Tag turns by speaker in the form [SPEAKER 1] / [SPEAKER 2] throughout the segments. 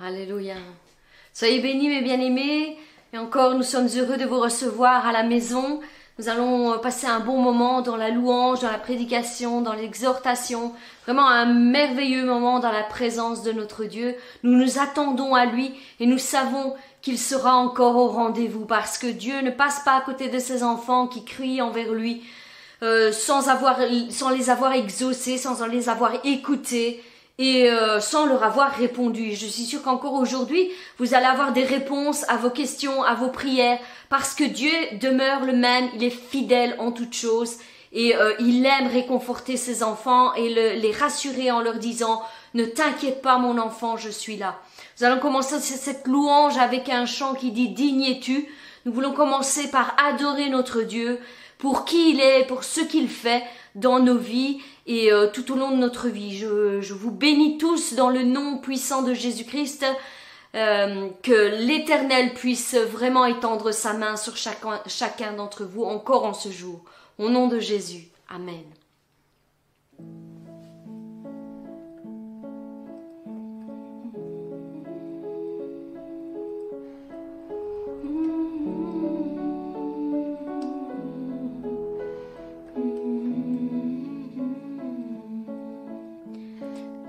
[SPEAKER 1] Alléluia. Soyez bénis, mes bien-aimés. Et encore, nous sommes heureux de vous recevoir à la maison. Nous allons euh, passer un bon moment dans la louange, dans la prédication, dans l'exhortation. Vraiment un merveilleux moment dans la présence de notre Dieu. Nous nous attendons à lui et nous savons qu'il sera encore au rendez-vous parce que Dieu ne passe pas à côté de ses enfants qui crient envers lui euh, sans, avoir, sans les avoir exaucés, sans les avoir écoutés et euh, sans leur avoir répondu. Je suis sûre qu'encore aujourd'hui, vous allez avoir des réponses à vos questions, à vos prières, parce que Dieu demeure le même, il est fidèle en toutes choses, et euh, il aime réconforter ses enfants et le, les rassurer en leur disant, ne t'inquiète pas mon enfant, je suis là. Nous allons commencer cette louange avec un chant qui dit, digne es-tu. Nous voulons commencer par adorer notre Dieu pour qui il est, pour ce qu'il fait dans nos vies et euh, tout au long de notre vie. Je, je, vous bénis tous dans le nom puissant de Jésus-Christ, euh, que l'Éternel puisse vraiment étendre sa main sur chacun, chacun d'entre vous encore en ce jour. Au nom de Jésus. Amen.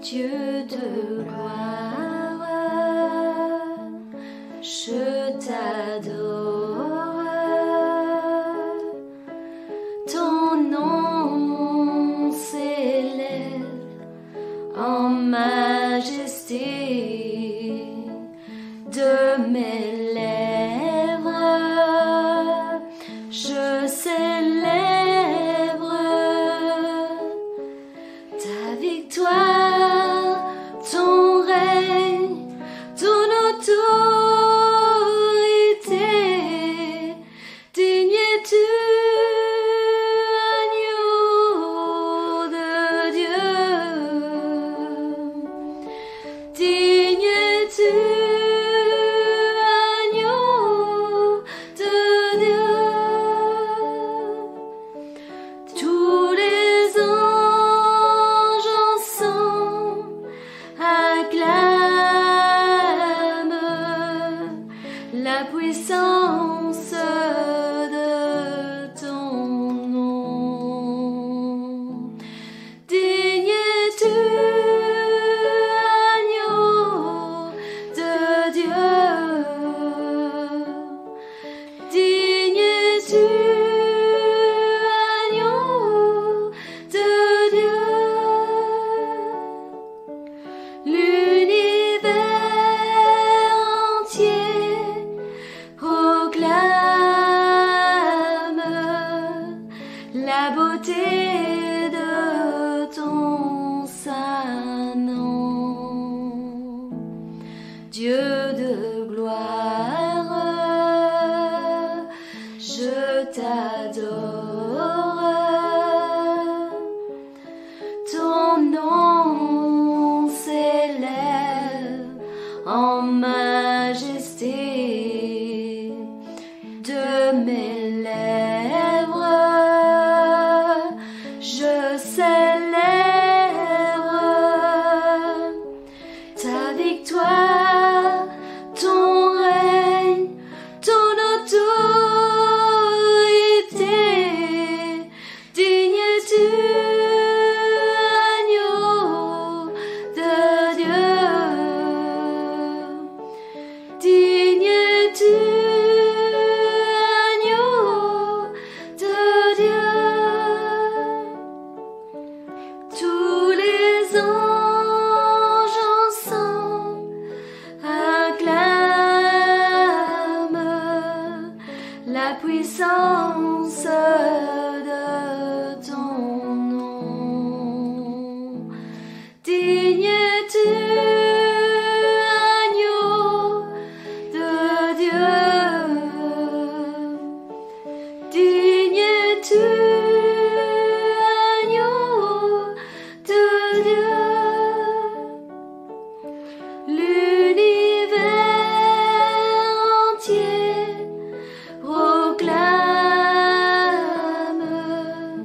[SPEAKER 1] Dieu de gloire, je t'adore. Ton nom s'élève en majesté de mes lèvres. Je célèbre ta victoire.
[SPEAKER 2] Proclame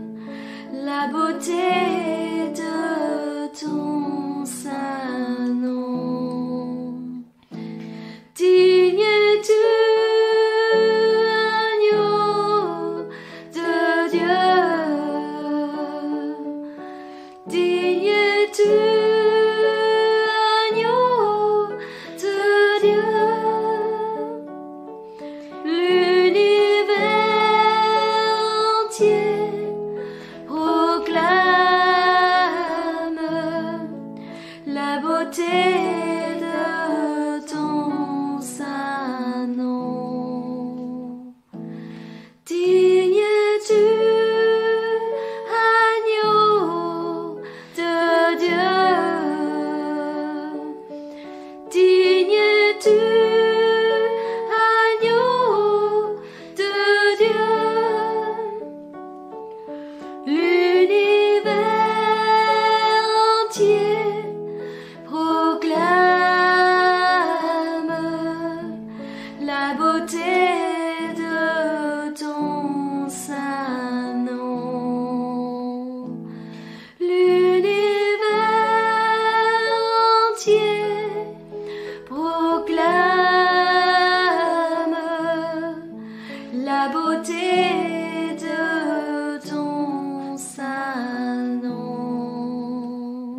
[SPEAKER 2] la beauté de ton saint nom.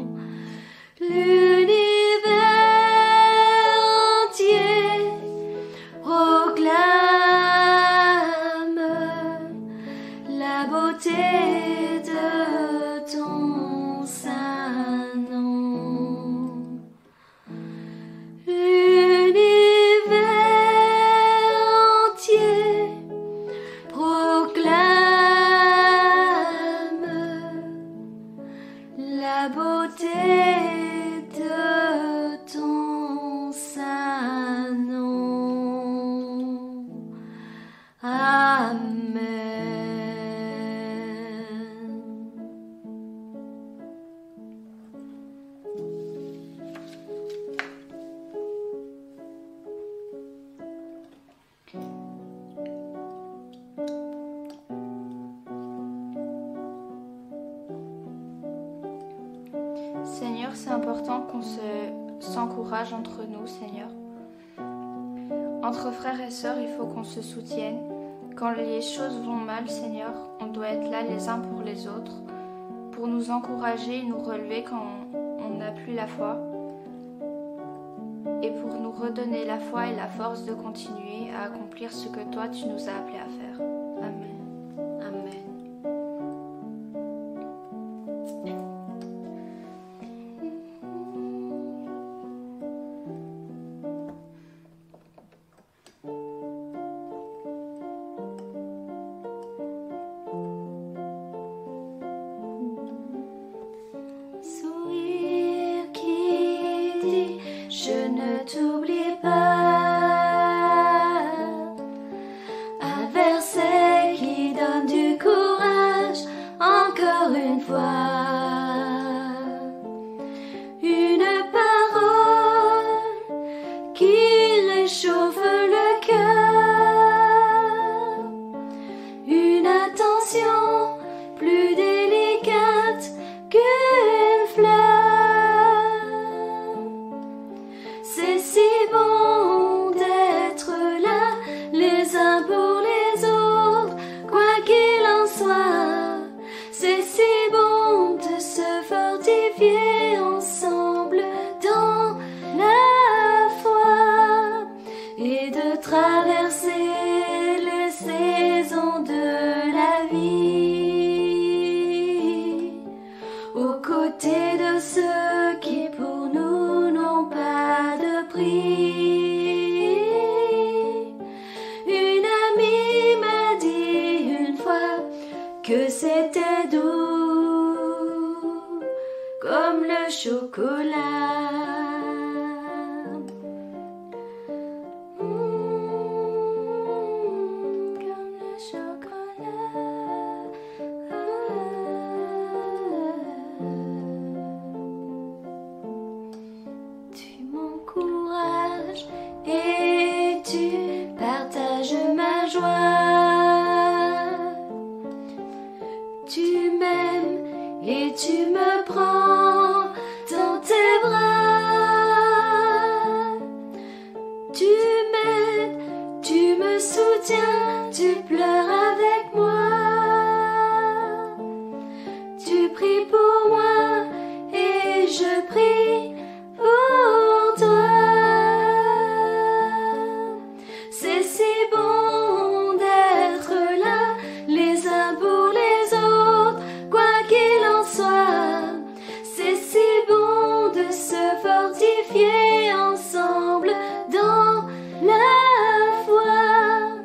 [SPEAKER 2] L'univers entier proclame la beauté de ton saint nom. L'univers entier proclame la beauté de ton saint nom. Amen.
[SPEAKER 3] Seigneur, c'est important qu'on se s'encourage entre nous, Seigneur. Entre frères et sœurs, il faut qu'on se soutienne. Quand les choses vont mal, Seigneur, on doit être là les uns pour les autres, pour nous encourager et nous relever quand on- on n'a plus la foi, et pour nous redonner la foi et la force de continuer à accomplir ce que toi tu nous as appelés à faire. Amen.
[SPEAKER 2] Amen. Sourire qui dit Je ne t'oublie pas. Un verset qui donne du courage encore une fois. Une parole qui réchauffe le cœur. Une attention plus délicate qu'une fleur. C'est si bon d'être là, les uns pour les autres, quoi qu'il en soit. C'est si bon de se fortifier ensemble dans la foi et de traverser les saisons de la vie aux côtés de ceux qui pour nous n'ont pas de prix. Une amie m'a dit une fois que c'était doux comme le chocolat. Mmh, Comme le chocolat. Tu m'encourages et tu partages ma joie. Tu m'aimes et tu me prends dans tes bras. Tu m'aides, tu me soutiens, tu pleures avec moi. Tu pries pour moi et je prie pour toi. C'est si bon d'être là, les uns pour les autres, quoi qu'il en soit. C'est si bon de se fortifier ensemble dans la foi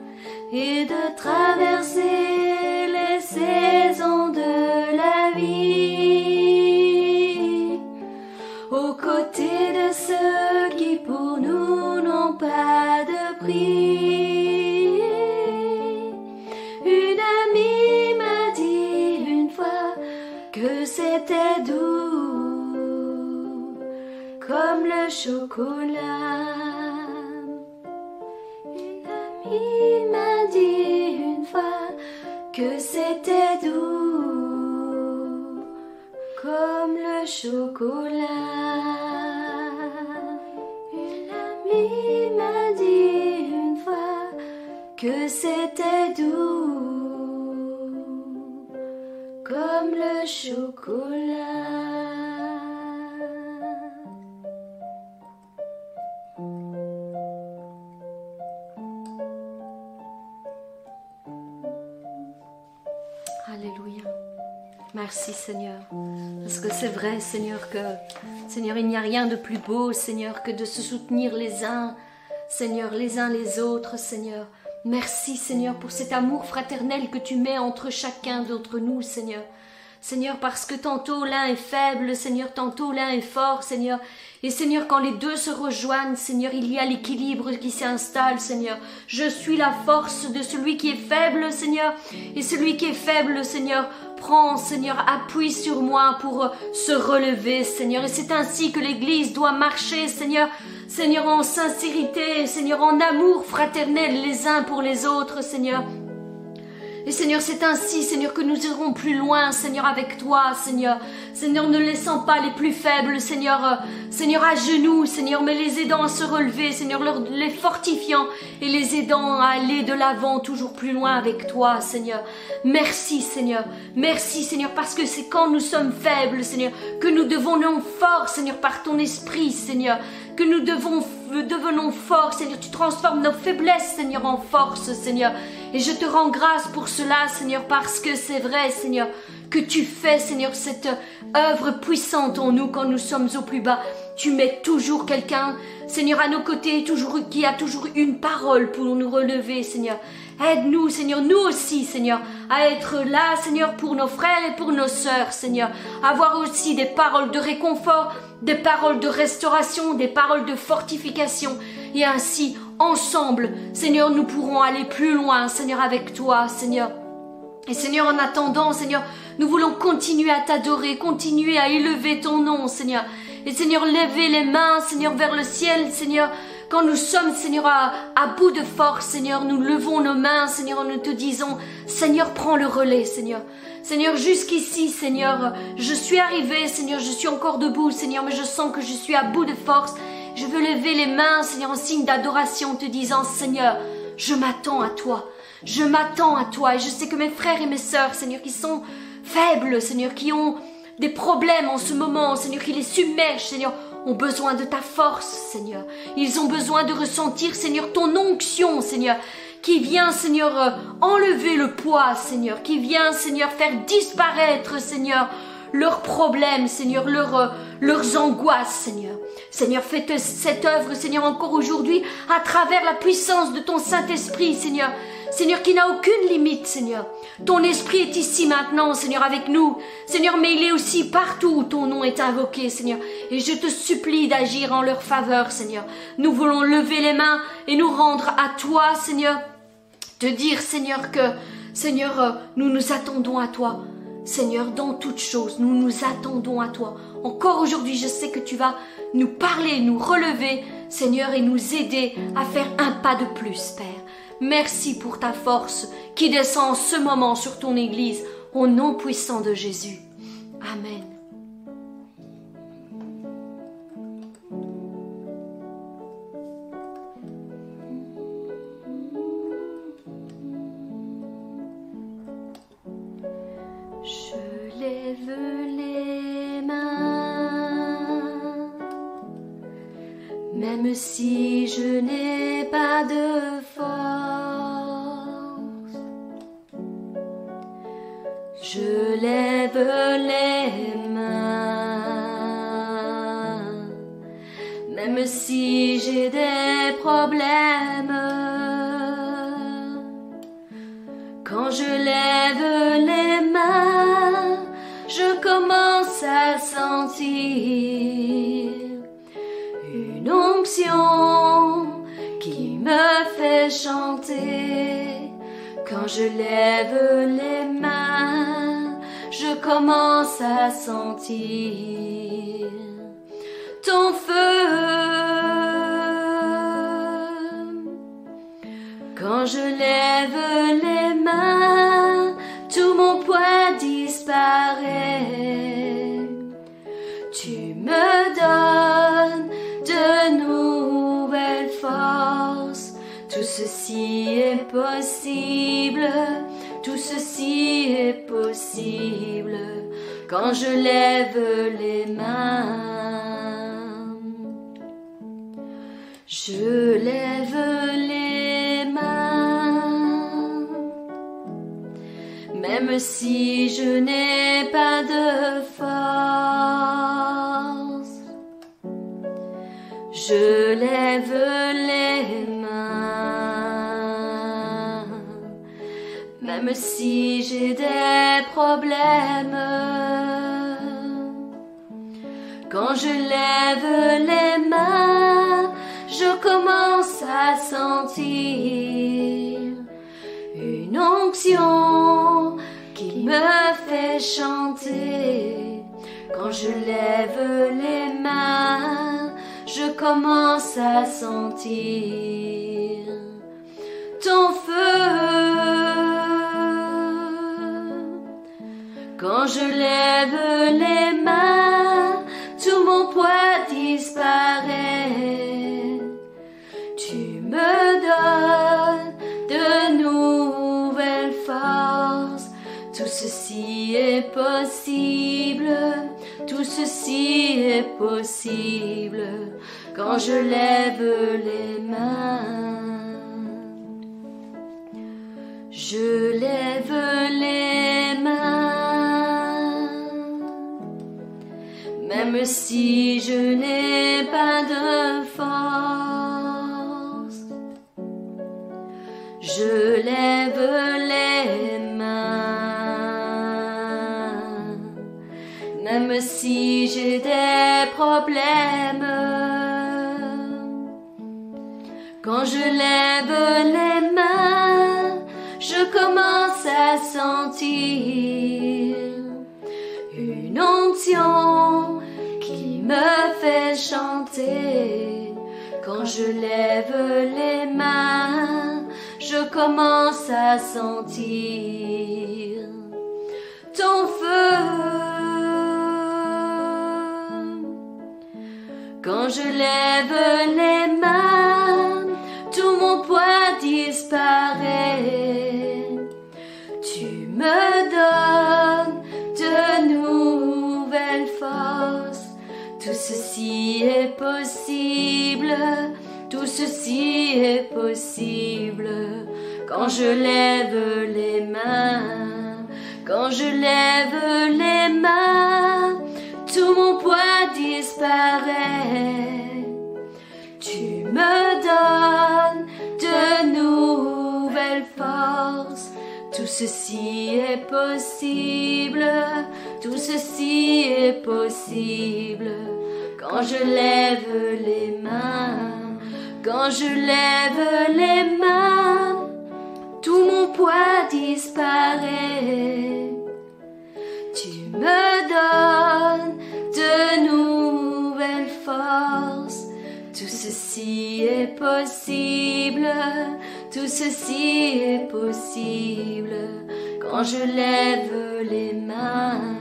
[SPEAKER 2] et de traverser les saisons de la vie aux côtés de ceux qui pour nous n'ont pas de prix. Une amie m'a dit une fois que c'était doux comme le chocolat. Une amie m'a dit une fois que c'était doux comme le chocolat. Une amie m'a dit une fois que c'était doux comme le chocolat. Alléluia. Merci Seigneur. Parce que c'est vrai Seigneur que Seigneur il n'y a rien de plus beau Seigneur que de se soutenir les uns Seigneur les uns les autres Seigneur. Merci Seigneur pour cet amour fraternel que tu mets entre chacun d'entre nous Seigneur. Seigneur, parce que tantôt l'un est faible, Seigneur, tantôt l'un est fort, Seigneur. Et Seigneur, quand les deux se rejoignent, Seigneur, il y a l'équilibre qui s'installe, Seigneur. Je suis la force de celui qui est faible, Seigneur. Et celui qui est faible, Seigneur, prends, Seigneur, appuie sur moi pour euh, se relever, Seigneur. Et c'est ainsi que l'Église doit marcher, Seigneur. Seigneur, en sincérité, Seigneur, en amour fraternel les uns pour les autres, Seigneur. Et Seigneur, c'est ainsi, Seigneur, que nous irons plus loin, Seigneur, avec toi, Seigneur. Seigneur, ne laissant pas les plus faibles, Seigneur, euh, Seigneur, à genoux, Seigneur, mais les aidant à se relever, Seigneur, leur- les fortifiant et les aidant à aller de l'avant, toujours plus loin avec toi, Seigneur. Merci, Seigneur. Merci, Seigneur, parce que c'est quand nous sommes faibles, Seigneur, que nous devenons forts, Seigneur, par ton esprit, Seigneur. Que nous devons, devenons forts, Seigneur. Tu transformes nos faiblesses, Seigneur, en force, Seigneur. Et je te rends grâce pour cela, Seigneur, parce que c'est vrai, Seigneur, que tu fais, Seigneur, cette œuvre puissante en nous quand nous sommes au plus bas. Tu mets toujours quelqu'un, Seigneur, à nos côtés, toujours, qui a toujours une parole pour nous relever, Seigneur. Aide-nous, Seigneur, nous aussi, Seigneur, à être là, Seigneur, pour nos frères et pour nos sœurs, Seigneur. Avoir aussi des paroles de réconfort, des paroles de restauration, des paroles de fortification. Et ainsi, ensemble, Seigneur, nous pourrons aller plus loin, Seigneur, avec toi, Seigneur. Et Seigneur, en attendant, Seigneur, nous voulons continuer à t'adorer, continuer à élever ton nom, Seigneur. Et Seigneur, lever les mains, Seigneur, vers le ciel, Seigneur. Quand nous sommes, Seigneur, à, à bout de force, Seigneur, nous levons nos mains, Seigneur, nous te disons, Seigneur, prends le relais, Seigneur. Seigneur, jusqu'ici, Seigneur, je suis arrivé, Seigneur, je suis encore debout, Seigneur, mais je sens que je suis à bout de force. Je veux lever les mains, Seigneur, en signe d'adoration, te disant, Seigneur, je m'attends à toi. Je m'attends à toi et je sais que mes frères et mes sœurs, Seigneur, qui sont faibles, Seigneur, qui ont des problèmes en ce moment, Seigneur, qui les submergent, Seigneur, ont besoin de ta force, Seigneur. Ils ont besoin de ressentir, Seigneur, ton onction, Seigneur, qui vient, Seigneur, euh, enlever le poids, Seigneur, qui vient, Seigneur, faire disparaître, Seigneur, leurs problèmes, Seigneur, leurs, euh, leurs angoisses, Seigneur. Seigneur, fais te- cette œuvre, Seigneur, encore aujourd'hui, à travers la puissance de ton Saint-Esprit, Seigneur. Seigneur, qui n'a aucune limite, Seigneur. Ton esprit est ici maintenant, Seigneur, avec nous. Seigneur, mais il est aussi partout où ton nom est invoqué, Seigneur. Et je te supplie d'agir en leur faveur, Seigneur. Nous voulons lever les mains et nous rendre à toi, Seigneur. Te dire, Seigneur, que, Seigneur, euh, nous nous attendons à toi. Seigneur, dans toutes choses, nous nous attendons à toi. Encore aujourd'hui, je sais que tu vas nous parler, nous relever, Seigneur, et nous aider à faire un pas de plus, Père. Merci pour ta force qui descend en ce moment sur ton Église, au nom puissant de Jésus. Amen. Je lève les mains, même si je n'ai pas de force. Je lève les mains, même si j'ai des problèmes. Quand je lève les mains, je commence à sentir une onction qui me fait chanter. Quand je lève les mains, je commence à sentir ton feu. Quand je lève les mains, tout mon poids disparaît. Tu me donnes de nouvelles forces. Tout ceci est possible, tout ceci est possible quand je lève les mains. Je lève les mains, même si je n'ai pas de force. Je lève les mains, même si j'ai des problèmes. Quand je lève les mains, je commence à sentir une onction qui me fait chanter. Quand je lève les mains, je commence à sentir ton feu. Quand je lève les mains, tout mon poids disparaît. Tu me donnes de nouvelles forces. Tout ceci est possible. Tout ceci est possible quand je lève les mains. Je lève les mains, même si je n'ai pas de force. Je lève les mains, même si j'ai des problèmes. Quand je lève les mains, je commence à sentir une onction qui me fait chanter. Quand je lève les mains, je commence à sentir ton feu. Quand je lève les mains, tout mon poids disparaît. Tu me donnes de nouvelles forces. Tout ceci est possible. Tout ceci est possible quand je lève les mains. Quand je lève les mains, tout mon poids disparaît. Tu me donnes de nouvelles forces. Tout ceci est possible, tout ceci est possible. Quand je lève les mains, quand je lève les mains, tout mon poids disparaît. Tu me donnes de nouvelles forces. Tout ceci est possible, tout ceci est possible quand je lève les mains.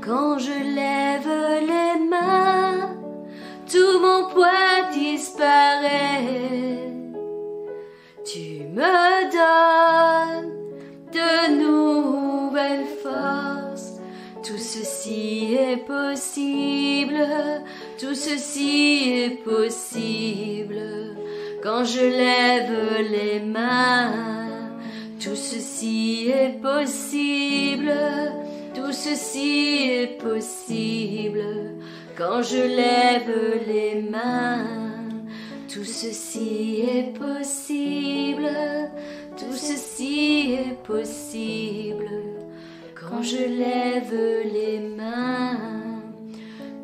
[SPEAKER 2] Quand je lève les mains, tout mon poids disparaît. Tu me donnes de nouvelles forces. Tout ceci est possible, tout ceci est possible. Quand je lève les mains, tout ceci est possible, tout ceci est possible. Quand je lève les mains, tout ceci est possible, tout ceci est possible. Quand je lève les mains,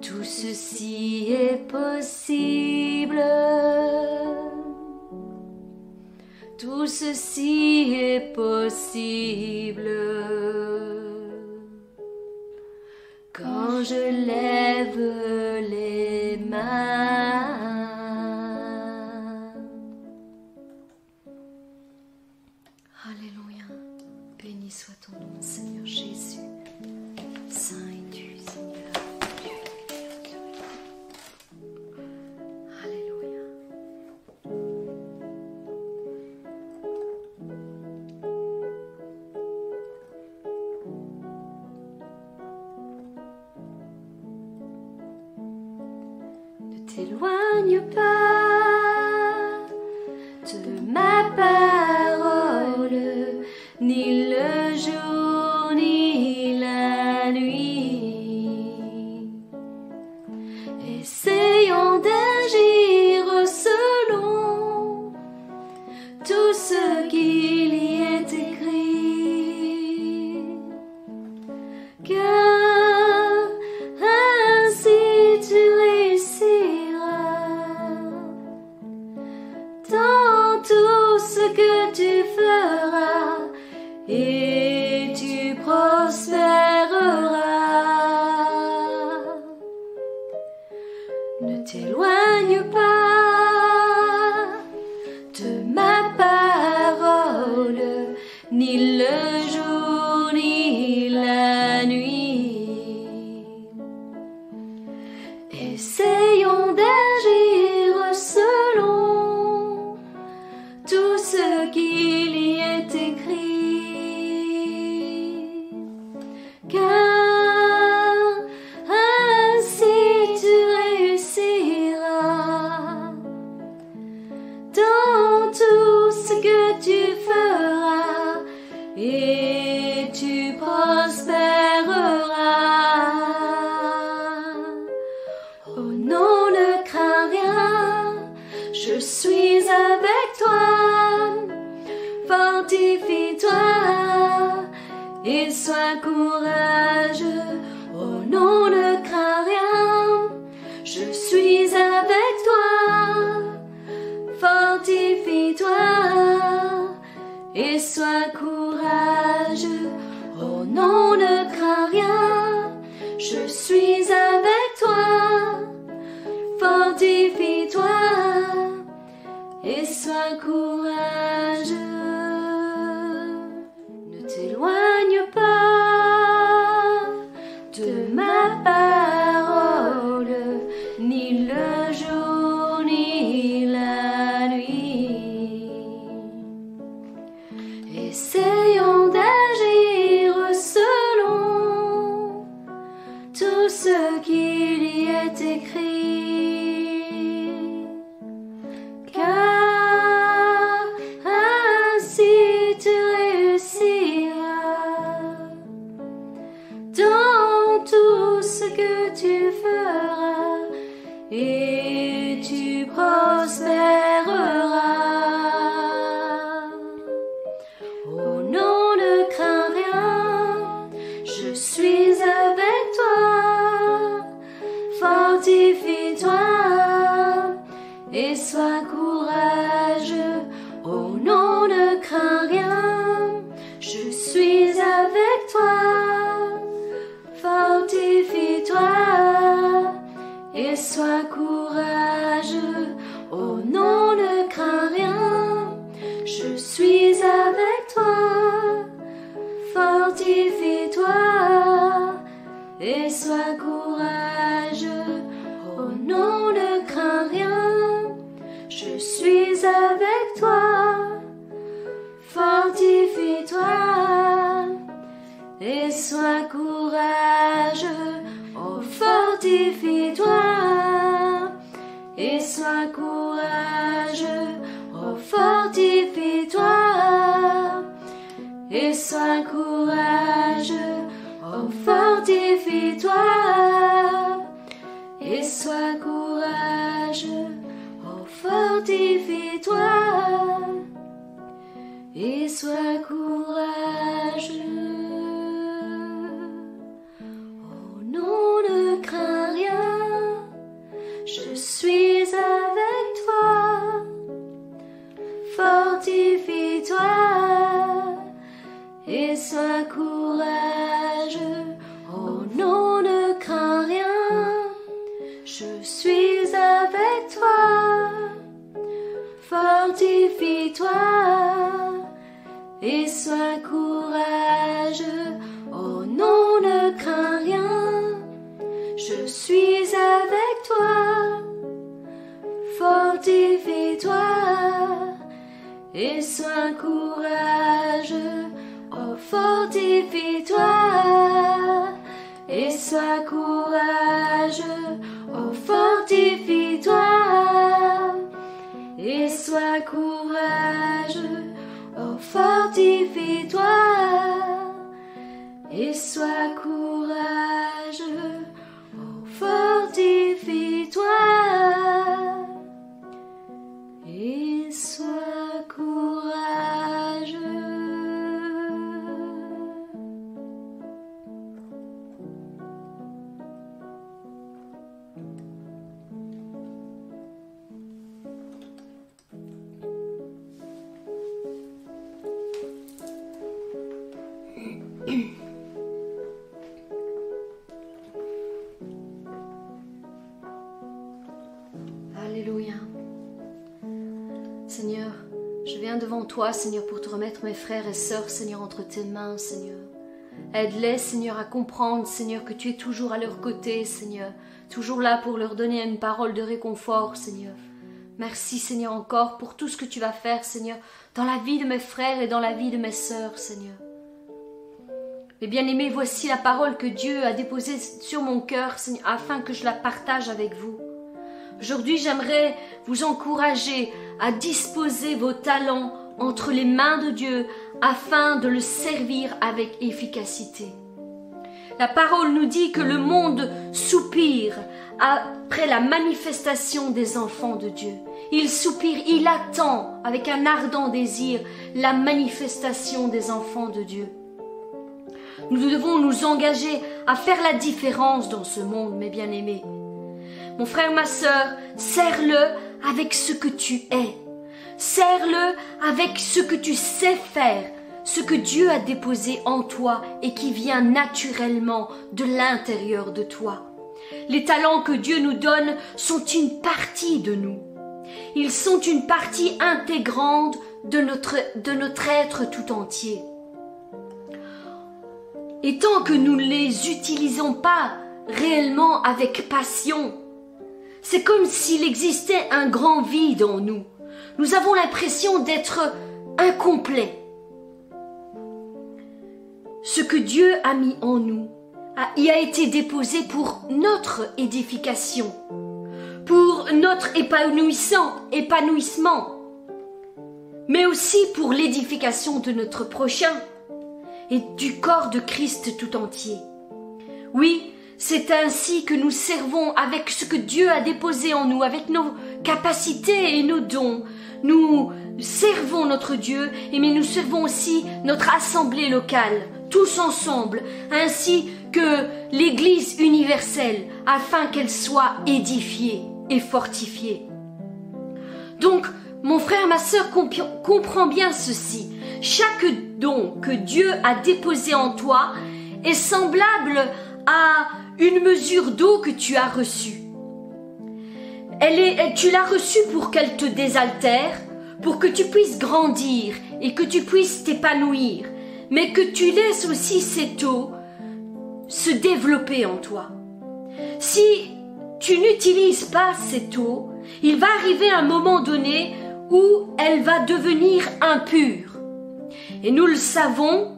[SPEAKER 2] tout ceci est possible. Tout ceci est possible. Quand je lève les mains. Alléluia. Béni soit ton nom, Seigneur Jésus. Saint es-tu, Seigneur. Dieu. Alléluia. t'éloigne pas de ma parole, ni le jour ni la nuit. Essayons d'agir selon tout ce qu'il y est écrit. Car ainsi tu réussiras dans tout ce que tu feras et tu prospéreras. Ne t'éloigne pas de ma parole, ni le jour ni la nuit. Essayons d'agir selon tout ce qu'il y est écrit. Car ainsi tu réussiras dans tout ce que tu feras et tu prospéreras. Oh non, ne crains rien, je suis avec toi. Fortifie-toi et sois courageux. Oh non, ne crains rien, je suis avec toi fortifie-toi et sois courageux. Oh non, ne crains rien, je suis avec toi. Fortifie-toi et sois courageux. Ne t'éloigne pas de ma parole, ni le jour ni la nuit. Essayons d'agir selon tout ce qu'il y est écrit. Car ainsi tu réussiras dans tout ce que tu feras et tu prospéreras. Oh non, ne crains rien, je suis avec toi. Fortifie-toi et sois courageux. Oh non, ne crains rien, je suis avec toi. Fortifie-toi et sois courageux. Oh non, ne crains rien, je suis avec toi. Fortifie-toi et sois courageux. Oh non, ne crains rien, je suis avec toi. Fortifie-toi et sois courageux. Oh, fortifie-toi et sois courageux. Oh, fortifie-toi et sois courageux. Oh, fortifie-toi et sois courageux. Oh, fortifie-toi et sois courageux. Oh non, ne crains rien, je suis avec toi. Fortifie-toi et sois courageux. Oh non, ne crains rien, je suis avec toi. Fortifie-toi et sois courageux. Oh non, ne crains rien, je suis avec toi. Fortifie-toi et sois courageux. Oh, fortifie-toi et sois courageux. Oh, fortifie-toi sois courageux, oh fortifie-toi. Et sois courageux, oh fortifie-toi. Et sois courageux. Alléluia. Seigneur, je viens devant toi, Seigneur, pour te remettre mes frères et sœurs, Seigneur, entre tes mains, Seigneur. Aide-les, Seigneur, à comprendre, Seigneur, que tu es toujours à leur côté, Seigneur, toujours là pour leur donner une parole de réconfort, Seigneur. Merci, Seigneur, encore pour tout ce que tu vas faire, Seigneur, dans la vie de mes frères et dans la vie de mes sœurs, Seigneur. Mes bien-aimés, voici la parole que Dieu a déposée sur mon cœur, Seigneur, afin que je la partage avec vous. Aujourd'hui, j'aimerais vous encourager à disposer vos talents entre les mains de Dieu afin de le servir avec efficacité. La parole nous dit que le monde soupire après la manifestation des enfants de Dieu. Il soupire, il attend avec un ardent désir la manifestation des enfants de Dieu. Nous devons nous engager à faire la différence dans ce monde, mes bien-aimés. Mon frère, ma sœur, serre-le avec ce que tu es. Serre-le avec ce que tu sais faire, ce que Dieu a déposé en toi et qui vient naturellement de l'intérieur de toi. Les talents que Dieu nous donne sont une partie de nous. Ils sont une partie intégrante de notre, de notre être tout entier. Et tant que nous ne les utilisons pas réellement avec passion, c'est comme s'il existait un grand vide en nous. Nous avons l'impression d'être incomplets. Ce que Dieu a mis en nous a- y a été déposé pour notre édification, pour notre épanouissant, épanouissement, mais aussi pour l'édification de notre prochain et du corps de Christ tout entier. Oui, c'est ainsi que nous servons avec ce que Dieu a déposé en nous, avec nos capacités et nos dons. Nous servons notre Dieu, et mais nous servons aussi notre assemblée locale, tous ensemble, ainsi que l'Église universelle, afin qu'elle soit édifiée et fortifiée. Donc, mon frère, ma sœur, compi- comprends bien ceci. Chaque don que Dieu a déposé en toi est semblable à une mesure d'eau que tu as reçue. Elle est, elle- tu l'as reçue pour qu'elle te désaltère, pour que tu puisses grandir et que tu puisses t'épanouir, mais que tu laisses aussi cette eau se développer en toi. Si tu n'utilises pas cette eau, il va arriver un moment donné où elle va devenir impure. Et nous le savons,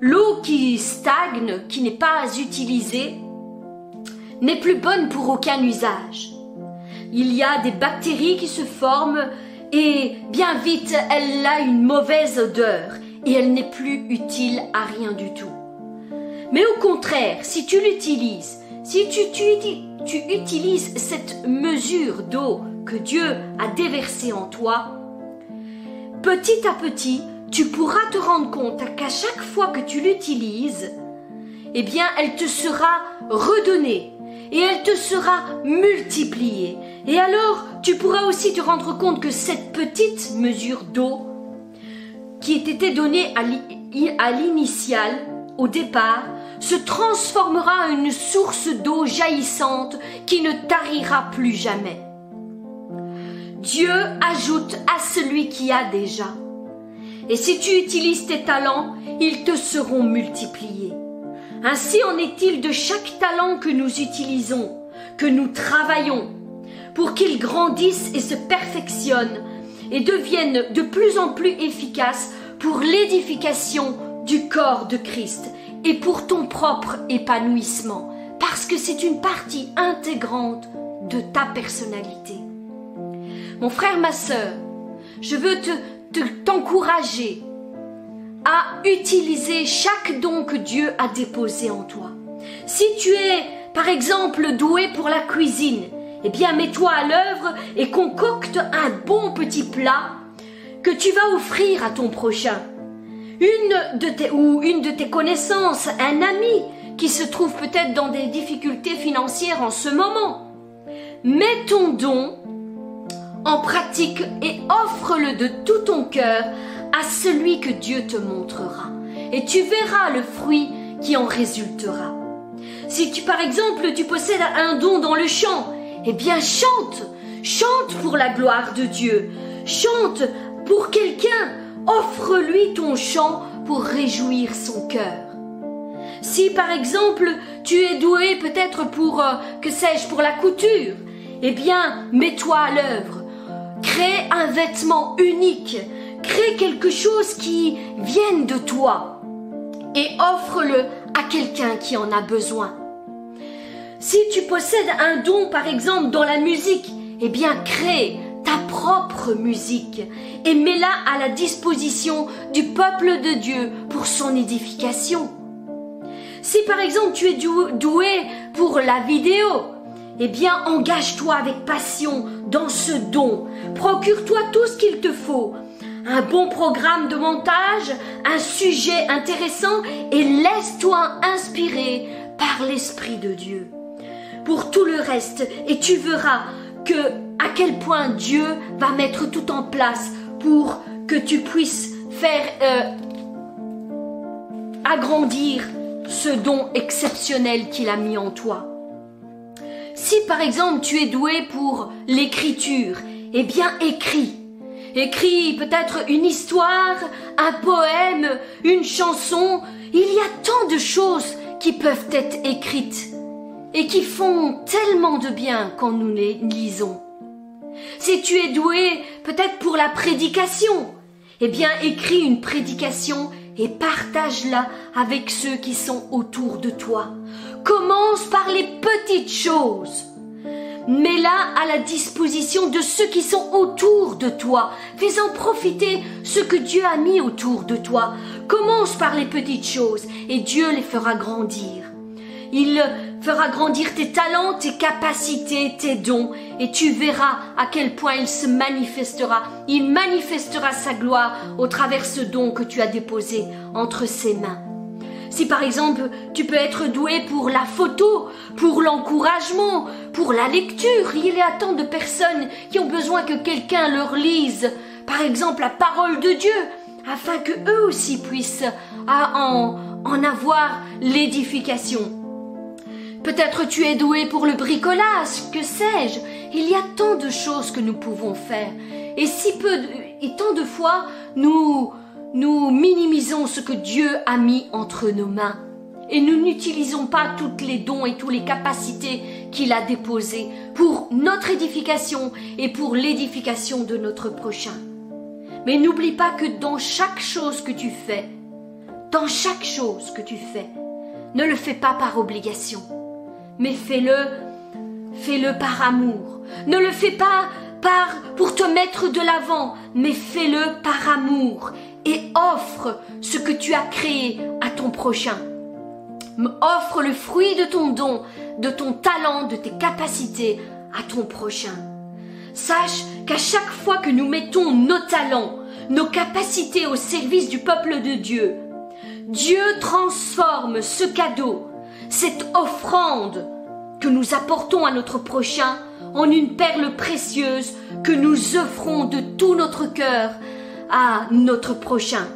[SPEAKER 2] l'eau qui stagne, qui n'est pas utilisée, n'est plus bonne pour aucun usage. Il y a des bactéries qui se forment et bien vite elle a une mauvaise odeur et elle n'est plus utile à rien du tout. Mais au contraire, si tu l'utilises, si tu, tu, uti- tu utilises cette mesure d'eau que Dieu a déversée en toi, petit à petit, tu pourras te rendre compte qu'à chaque fois que tu l'utilises, eh bien, elle te sera redonnée et elle te sera multipliée. Et alors, tu pourras aussi te rendre compte que cette petite mesure d'eau qui t'était donnée à l'i- à l'initial, au départ, se transformera en une source d'eau jaillissante qui ne tarira plus jamais. Dieu ajoute à celui qui a déjà. Et si tu utilises tes talents, ils te seront multipliés. Ainsi en est-il de chaque talent que nous utilisons, que nous travaillons, pour qu'il grandisse et se perfectionne et devienne de plus en plus efficace pour l'édification du corps de Christ et pour ton propre épanouissement, parce que c'est une partie intégrante de ta personnalité. Mon frère, ma sœur, Je veux te- te- t'encourager à utiliser chaque don que Dieu a déposé en toi. Si tu es, par exemple, doué pour la cuisine, eh bien mets-toi à l'œuvre et concocte un bon petit plat que tu vas offrir à ton prochain. Une de tes, ou une de tes connaissances, un ami qui se trouve peut-être dans des difficultés financières en ce moment. Mets ton don en pratique et offre-le de tout ton cœur à celui que Dieu te montrera. Et tu verras le fruit qui en résultera. Si tu, par exemple, tu possèdes un don dans le chant, eh bien chante, chante pour la gloire de Dieu, chante pour quelqu'un, offre-lui ton chant pour réjouir son cœur. Si par exemple tu es doué peut-être pour, euh, que sais-je, pour la couture, eh bien mets-toi à l'œuvre. Crée un vêtement unique, crée quelque chose qui vienne de toi et offre-le à quelqu'un qui en a besoin. Si tu possèdes un don par exemple dans la musique, eh bien crée ta propre musique et mets-la à la disposition du peuple de Dieu pour son édification. Si par exemple tu es dou- doué pour la vidéo, eh bien engage-toi avec passion dans ce don. Procure-toi tout ce qu'il te faut. Un bon programme de montage, un sujet intéressant et laisse-toi inspirer par l'Esprit de Dieu. Pour tout le reste, et tu verras que à quel point Dieu va mettre tout en place pour que tu puisses faire euh, agrandir ce don exceptionnel qu'il a mis en toi. Si par exemple tu es doué pour l'écriture, eh bien écris. Écris peut-être une histoire, un poème, une chanson. Il y a tant de choses qui peuvent être écrites et qui font tellement de bien quand nous les lisons. Si tu es doué peut-être pour la prédication, eh bien écris une prédication et partage-la avec ceux qui sont autour de toi. Commence par les petites choses. Mets-la à la disposition de ceux qui sont autour de toi. Fais-en profiter ce que Dieu a mis autour de toi. Commence par les petites choses et Dieu les fera grandir. Il fera grandir tes talents, tes capacités, tes dons, et tu verras à quel point il se manifestera. Il manifestera sa gloire au travers ce don que tu as déposé entre ses mains. Si par exemple tu peux être doué pour la photo, pour l'encouragement, pour la lecture, il y a tant de personnes qui ont besoin que quelqu'un leur lise, par exemple la parole de Dieu, afin que eux aussi puissent ah, en, en avoir l'édification. Peut-être tu es doué pour le bricolage, que sais-je. Il y a tant de choses que nous pouvons faire. Et si peu de- et tant de fois nous nous minimisons ce que Dieu a mis entre nos mains et nous n'utilisons pas toutes les dons et toutes les capacités qu'il a déposées pour notre édification et pour l'édification de notre prochain. Mais n'oublie pas que dans chaque chose que tu fais, dans chaque chose que tu fais, ne le fais pas par obligation mais fais-le, fais-le par amour. Ne le fais pas par pour te mettre de l'avant, mais fais-le par amour et offre ce que tu as créé à ton prochain. M- Offre le fruit de ton don, de ton talent, de tes capacités à ton prochain. Sache qu'à chaque fois que nous mettons nos talents, nos capacités au service du peuple de Dieu, Dieu transforme ce cadeau, cette offrande que nous apportons à notre prochain en une perle précieuse que nous offrons de tout notre cœur à notre prochain.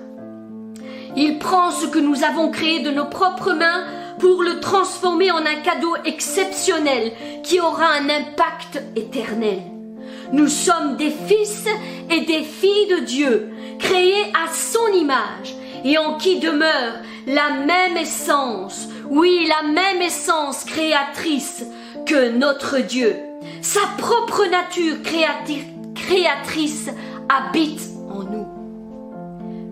[SPEAKER 2] Il prend ce que nous avons créé de nos propres mains pour le transformer en un cadeau exceptionnel qui aura un impact éternel. Nous sommes des fils et des filles de Dieu, créés à son image, et en qui demeure la même essence, oui, la même essence créatrice que notre Dieu. Sa propre nature créati- créatrice habite en nous.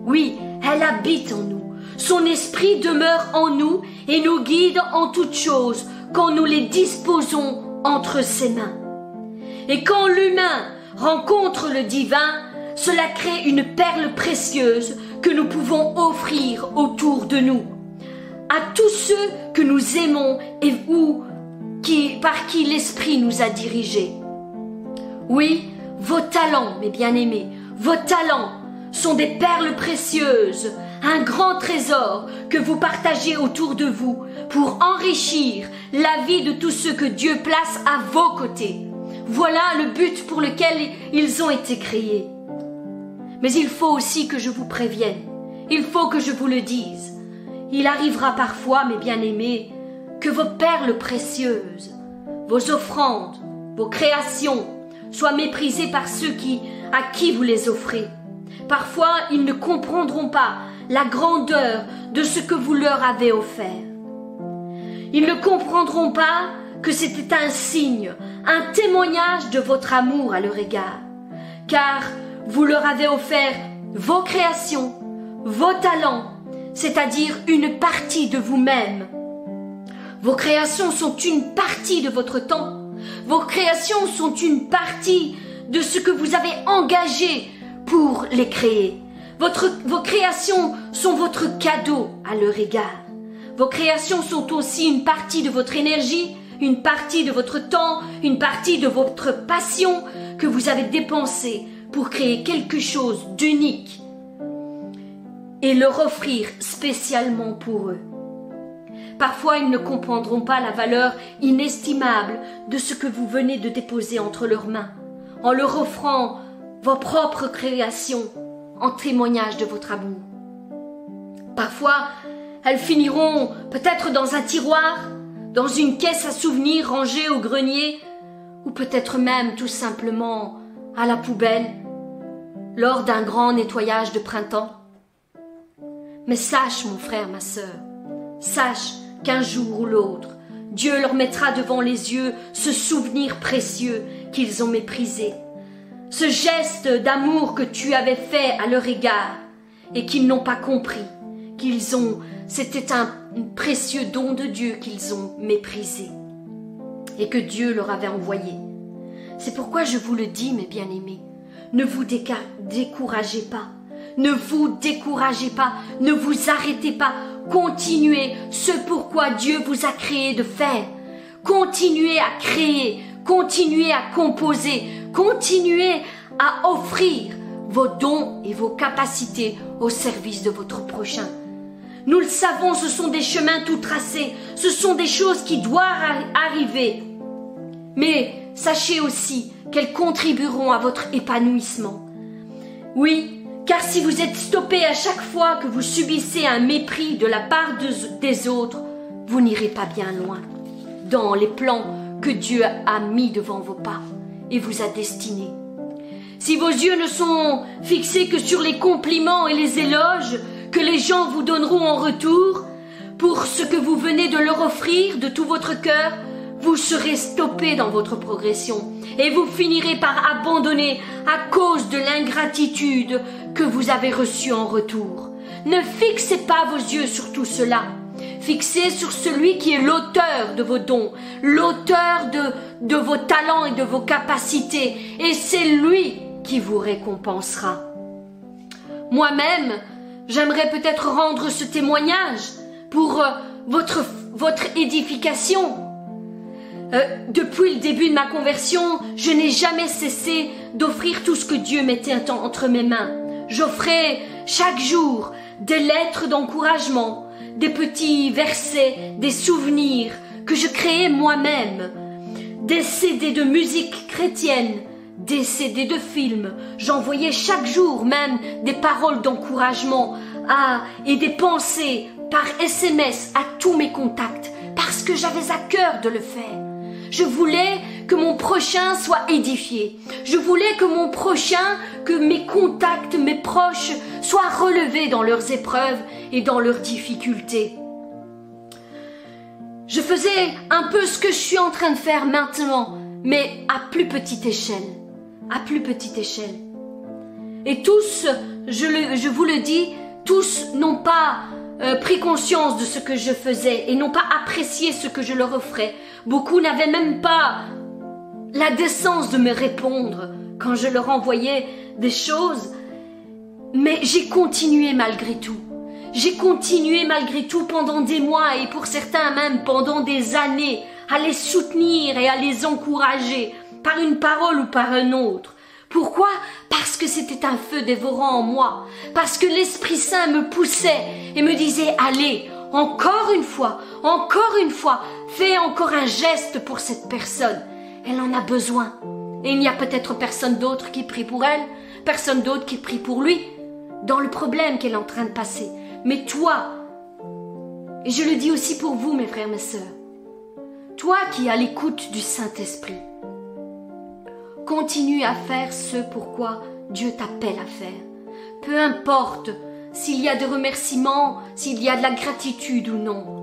[SPEAKER 2] Oui, elle habite en nous. Son esprit demeure en nous et nous guide en toutes choses quand nous les disposons entre ses mains. Et quand l'humain rencontre le divin, Cela crée une perle précieuse que nous pouvons offrir autour de nous. À tous ceux que nous aimons et ou qui, par qui l'Esprit nous a dirigés. Oui, vos talents, mes bien-aimés, vos talents sont des perles précieuses, un grand trésor que vous partagez autour de vous pour enrichir la vie de tous ceux que Dieu place à vos côtés. Voilà le but pour lequel ils ont été créés. Mais il faut aussi que je vous prévienne, il faut que je vous le dise. Il arrivera parfois, mes bien-aimés, que vos perles précieuses, vos offrandes, vos créations soient méprisées par ceux qui, à qui vous les offrez. Parfois, ils ne comprendront pas la grandeur de ce que vous leur avez offert. Ils ne comprendront pas que c'était un signe, un témoignage de votre amour à leur égard, car vous leur avez offert vos créations, vos talents, c'est-à-dire une partie de vous-même. Vos créations sont une partie de votre temps, vos créations sont une partie de ce que vous avez engagé pour les créer. Votre, vos créations sont votre cadeau à leur égard. Vos créations sont aussi une partie de votre énergie, une partie de votre temps, une partie de votre passion que vous avez dépensée pour créer quelque chose d'unique et leur offrir spécialement pour eux. Parfois, ils ne comprendront pas la valeur inestimable de ce que vous venez de déposer entre leurs mains, en leur offrant vos propres créations en témoignage de votre amour. Parfois, elles finiront peut-être dans un tiroir, dans une caisse à souvenirs rangée au grenier, ou peut-être même tout simplement à la poubelle, lors d'un grand nettoyage de printemps. Mais sache, mon frère, ma sœur, sache qu'un jour ou l'autre, Dieu leur mettra devant les yeux ce souvenir précieux qu'ils ont méprisé, ce geste d'amour que tu avais fait à leur égard et qu'ils n'ont pas compris, qu'ils ont, c'était un précieux don de Dieu qu'ils ont méprisé et que Dieu leur avait envoyé. C'est pourquoi je vous le dis, mes bien-aimés, ne vous déca- découragez pas, ne vous découragez pas, ne vous arrêtez pas, continuez ce pourquoi Dieu vous a créé de faire, continuez à créer, continuez à composer, continuez à offrir vos dons et vos capacités au service de votre prochain. Nous le savons, ce sont des chemins tout tracés, ce sont des choses qui doivent arri- arriver. Mais sachez aussi qu'elles contribueront à votre épanouissement. Oui, car si vous êtes stoppé à chaque fois que vous subissez un mépris de la part de- des autres, vous n'irez pas bien loin dans les plans que Dieu a mis devant vos pas et vous a destinés. Si vos yeux ne sont fixés que sur les compliments et les éloges que les gens vous donneront en retour, pour ce que vous venez de leur offrir de tout votre cœur, vous serez stoppé dans votre progression et vous finirez par abandonner à cause de l'ingratitude que vous avez reçue en retour. Ne fixez pas vos yeux sur tout cela. Fixez sur celui qui est l'auteur de vos dons, l'auteur de, de vos talents et de vos capacités, et c'est lui qui vous récompensera. Moi-même, j'aimerais peut-être rendre ce témoignage pour euh, votre, votre édification. Euh, depuis le début de ma conversion, je n'ai jamais cessé d'offrir tout ce que Dieu mettait en- entre mes mains. J'offrais chaque jour des lettres d'encouragement, des petits versets, des souvenirs que je créais moi-même, des CD de musique chrétienne, des CD de films. J'envoyais chaque jour même des paroles d'encouragement à, et des pensées par SMS à tous mes contacts parce que j'avais à cœur de le faire. Je voulais que mon prochain soit édifié. Je voulais que mon prochain, que mes contacts, mes proches soient relevés dans leurs épreuves et dans leurs difficultés. Je faisais un peu ce que je suis en train de faire maintenant, mais à plus petite échelle. À plus petite échelle. Et tous, je, le- je vous le dis, tous n'ont pas euh, pris conscience de ce que je faisais et n'ont pas apprécié ce que je leur offrais. Beaucoup n'avaient même pas la décence de me répondre quand je leur envoyais des choses, mais j'ai continué malgré tout. J'ai continué malgré tout pendant des mois et pour certains même pendant des années à les soutenir et à les encourager par une parole ou par un autre. Pourquoi Parce que c'était un feu dévorant en moi, parce que l'Esprit Saint me poussait et me disait allez, encore une fois, encore une fois, fais encore un geste pour cette personne. Elle en a besoin. Et il n'y a peut-être personne d'autre qui prie pour elle, personne d'autre qui prie pour lui, dans le problème qu'elle est en train de passer. Mais toi, et je le dis aussi pour vous, mes frères, mes sœurs, toi qui es à l'écoute du Saint-Esprit, continue à faire ce pourquoi Dieu t'appelle à faire. Peu importe s'il y a des remerciements, s'il y a de la gratitude ou non.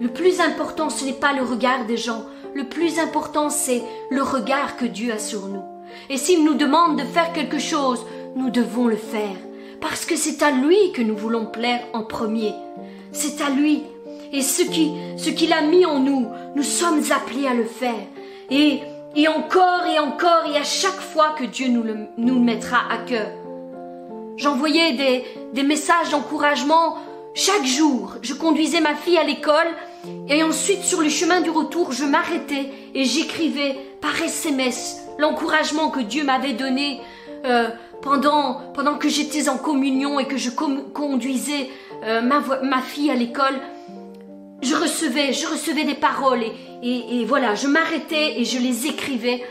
[SPEAKER 2] Le plus important, ce n'est pas le regard des gens. Le plus important, c'est le regard que Dieu a sur nous. Et s'il nous demande de faire quelque chose, nous devons le faire. Parce que c'est à lui que nous voulons plaire en premier. C'est à lui. Et ce qu'il ce qu'il a mis en nous, nous sommes appelés à le faire. Et, et encore et encore et à chaque fois que Dieu nous le, nous le mettra à cœur. J'envoyais des, des messages d'encouragement chaque jour. Je conduisais ma fille à l'école et ensuite sur le chemin du retour, je m'arrêtais et j'écrivais par SMS l'encouragement que Dieu m'avait donné euh, pendant, pendant que j'étais en communion et que je com- conduisais euh, ma, vo- ma fille à l'école. Je recevais, je recevais des paroles et, et, et voilà, je m'arrêtais et je les écrivais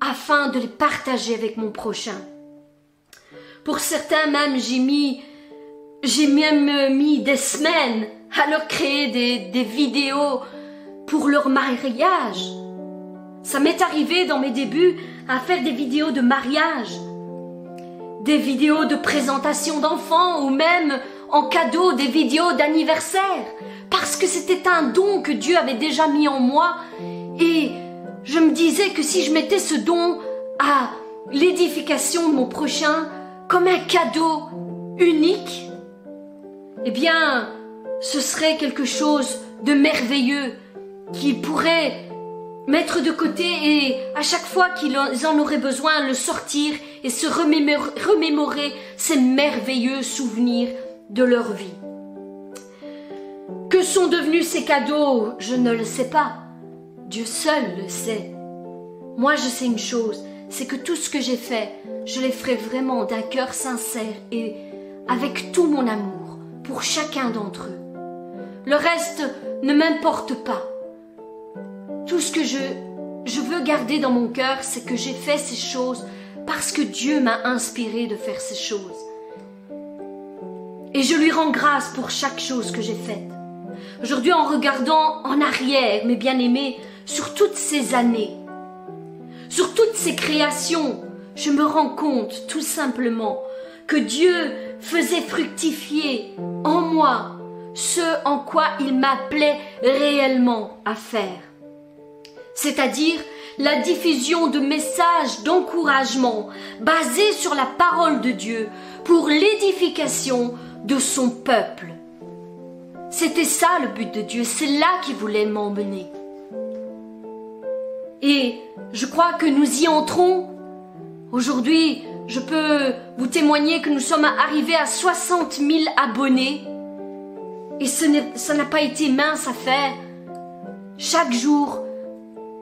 [SPEAKER 2] afin de les partager avec mon prochain. Pour certains même, j'ai mis, j'ai même euh, mis des semaines à leur créer des, des vidéos pour leur mariage. Ça m'est arrivé dans mes débuts à faire des vidéos de mariage, des vidéos de présentation d'enfants ou même en cadeau des vidéos d'anniversaire, parce que c'était un don que Dieu avait déjà mis en moi et je me disais que si je mettais ce don à l'édification de mon prochain comme un cadeau unique, eh bien, ce serait quelque chose de merveilleux qui pourrait mettre de côté et à chaque fois qu'ils en auraient besoin, le sortir et se remémor- remémorer ces merveilleux souvenirs de leur vie. Que sont devenus ces cadeaux Je ne le sais pas. Dieu seul le sait. Moi, je sais une chose, c'est que tout ce que j'ai fait, je les ferai vraiment d'un cœur sincère et avec tout mon amour pour chacun d'entre eux. Le reste ne m'importe pas. Tout ce que je, je veux garder dans mon cœur, c'est que j'ai fait ces choses parce que Dieu m'a inspiré de faire ces choses. Et je lui rends grâce pour chaque chose que j'ai faite. Aujourd'hui, en regardant en arrière, mes bien-aimés, sur toutes ces années, sur toutes ces créations, je me rends compte tout simplement que Dieu faisait fructifier en moi ce en quoi il m'appelait réellement à faire. C'est-à-dire la diffusion de messages d'encouragement basés sur la parole de Dieu pour l'édification de son peuple. C'était ça le but de Dieu, c'est là qu'il voulait m'emmener. Et je crois que nous y entrons. Aujourd'hui, je peux vous témoigner que nous sommes arrivés à 60 000 abonnés. Et ce n'est- ça n'a pas été mince à faire. Chaque jour,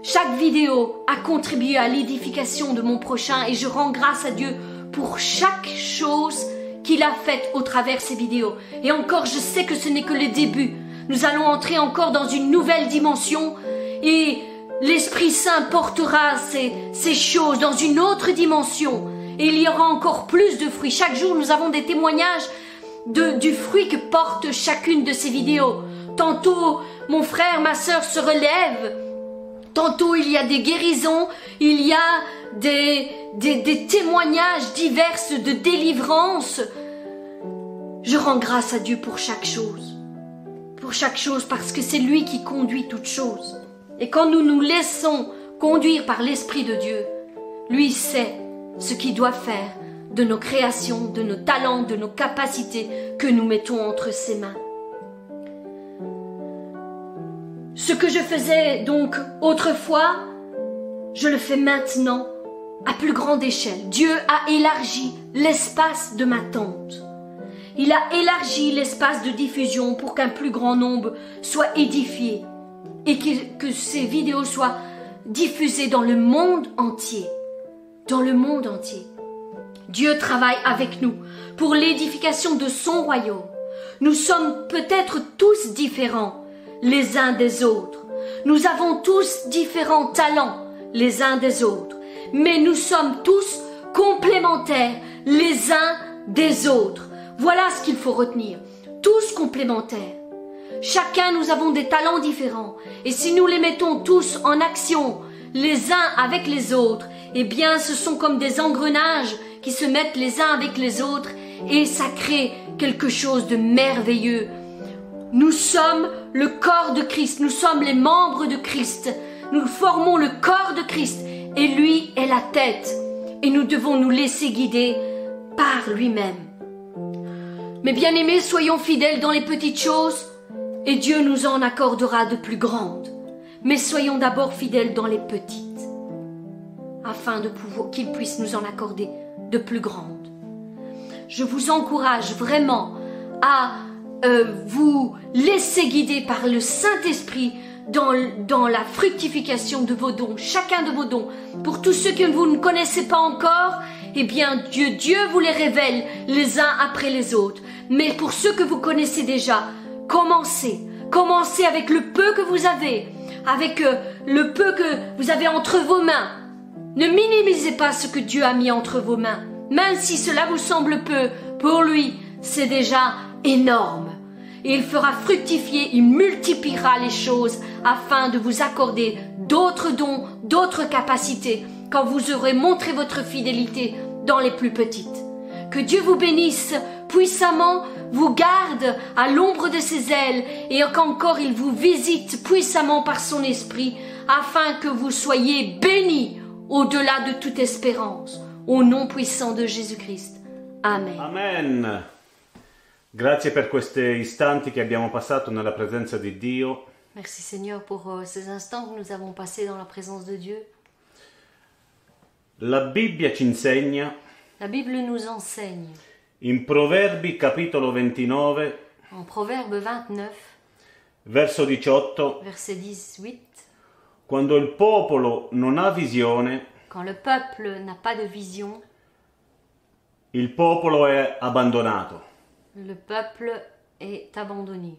[SPEAKER 2] chaque vidéo a contribué à l'édification de mon prochain et je rends grâce à Dieu pour chaque chose qu'il a faite au travers de ces vidéos. Et encore, je sais que ce n'est que le début. Nous allons entrer encore dans une nouvelle dimension et l'Esprit Saint portera ces, ces choses dans une autre dimension. Et il y aura encore plus de fruits. Chaque jour, nous avons des témoignages de- du fruit que porte chacune de ces vidéos. Tantôt, mon frère, ma sœur se relève. Tantôt, il y a des guérisons, il y a des, des, des témoignages divers de délivrance. Je rends grâce à Dieu pour chaque chose. Pour chaque chose, parce que c'est lui qui conduit toutes choses. Et quand nous nous laissons conduire par l'Esprit de Dieu, lui sait ce qu'il doit faire de nos créations, de nos talents, de nos capacités que nous mettons entre ses mains. Ce que je faisais donc autrefois, je le fais maintenant à plus grande échelle. Dieu a élargi l'espace de ma tente. Il a élargi l'espace de diffusion pour qu'un plus grand nombre soit édifié et que, que ces vidéos soient diffusées dans le monde entier. Dans le monde entier. Dieu travaille avec nous pour l'édification de son royaume. Nous sommes peut-être tous différents les uns des autres. Nous avons tous différents talents les uns des autres. Mais nous sommes tous complémentaires les uns des autres. Voilà ce qu'il faut retenir. Tous complémentaires. Chacun nous avons des talents différents. Et si nous les mettons tous en action, les uns avec les autres, eh bien ce sont comme des engrenages qui se mettent les uns avec les autres et ça crée quelque chose de merveilleux. Nous sommes le corps de Christ, nous sommes les membres de Christ, nous formons le corps de Christ et lui est la tête et nous devons nous laisser guider par lui-même. Mais bien aimés, soyons fidèles dans les petites choses et Dieu nous en accordera de plus grandes. Mais soyons d'abord fidèles dans les petites afin de pouvoir qu'il puisse nous en accorder de plus grande. Je vous encourage vraiment à euh, vous laisser guider par le Saint-Esprit dans, dans la fructification de vos dons, chacun de vos dons. Pour tous ceux que vous ne connaissez pas encore, eh bien Dieu, Dieu vous les révèle les uns après les autres. Mais pour ceux que vous connaissez déjà, commencez. Commencez avec le peu que vous avez, avec euh, le peu que vous avez entre vos mains. Ne minimisez pas ce que Dieu a mis entre vos mains. Même si cela vous semble peu, pour lui, c'est déjà énorme. Et il fera fructifier, il multipliera les choses afin de vous accorder d'autres dons, d'autres capacités quand vous aurez montré votre fidélité dans les plus petites. Que Dieu vous bénisse puissamment, vous garde à l'ombre de ses ailes et qu'encore il vous visite puissamment par son esprit afin que vous soyez bénis au-delà de toute espérance, au nom puissant di Gesù Cristo. Amen.
[SPEAKER 4] Amen. Grazie per questi istanti che abbiamo passato nella presenza di Dio.
[SPEAKER 2] Merci Seigneur pour euh, ces instants que nous avons passés dans la présence de Dieu.
[SPEAKER 4] La Bibbia ci insegna
[SPEAKER 2] La Bible nous enseigne,
[SPEAKER 4] in Proverbi capitolo 29,
[SPEAKER 2] en Proverbe 29,
[SPEAKER 4] verso 18,
[SPEAKER 2] verset 18,
[SPEAKER 4] quando il popolo non ha visione,
[SPEAKER 2] Quand le peuple n'a pas de vision,
[SPEAKER 4] il popolo è abbandonato.
[SPEAKER 2] le peuple est abandonné.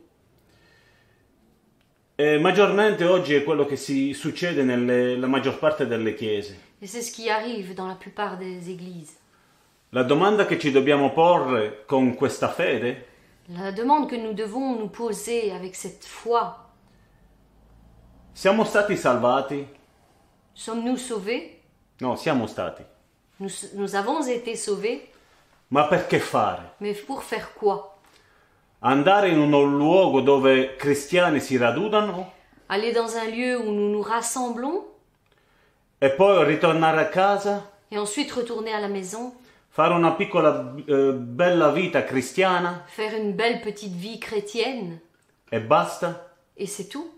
[SPEAKER 4] E maggiormente oggi è quello che si succede nella maggior parte delle chiese.
[SPEAKER 2] Et c'est ce qui arrive dans la plupart des églises.
[SPEAKER 4] La domanda che ci dobbiamo porre con questa fede
[SPEAKER 2] La demande que nous devons nous poser avec cette foi,
[SPEAKER 4] Siamo stati salvati?
[SPEAKER 2] sommes-nous sauvés
[SPEAKER 4] No, siamo stati.
[SPEAKER 2] nous, nous avons été sauvés,
[SPEAKER 4] Ma perché fare?
[SPEAKER 2] mais pour faire quoi
[SPEAKER 4] Andare in un luogo dove cristiani si radunano
[SPEAKER 2] Aller dans un lieu où nous nous rassemblons
[SPEAKER 4] e poi ritornare a casa,
[SPEAKER 2] et ensuite retourner à la maison,
[SPEAKER 4] fare una piccola eh, bella vita cristiana
[SPEAKER 2] faire une belle petite vie chrétienne,
[SPEAKER 4] e basta?
[SPEAKER 2] et c'est tout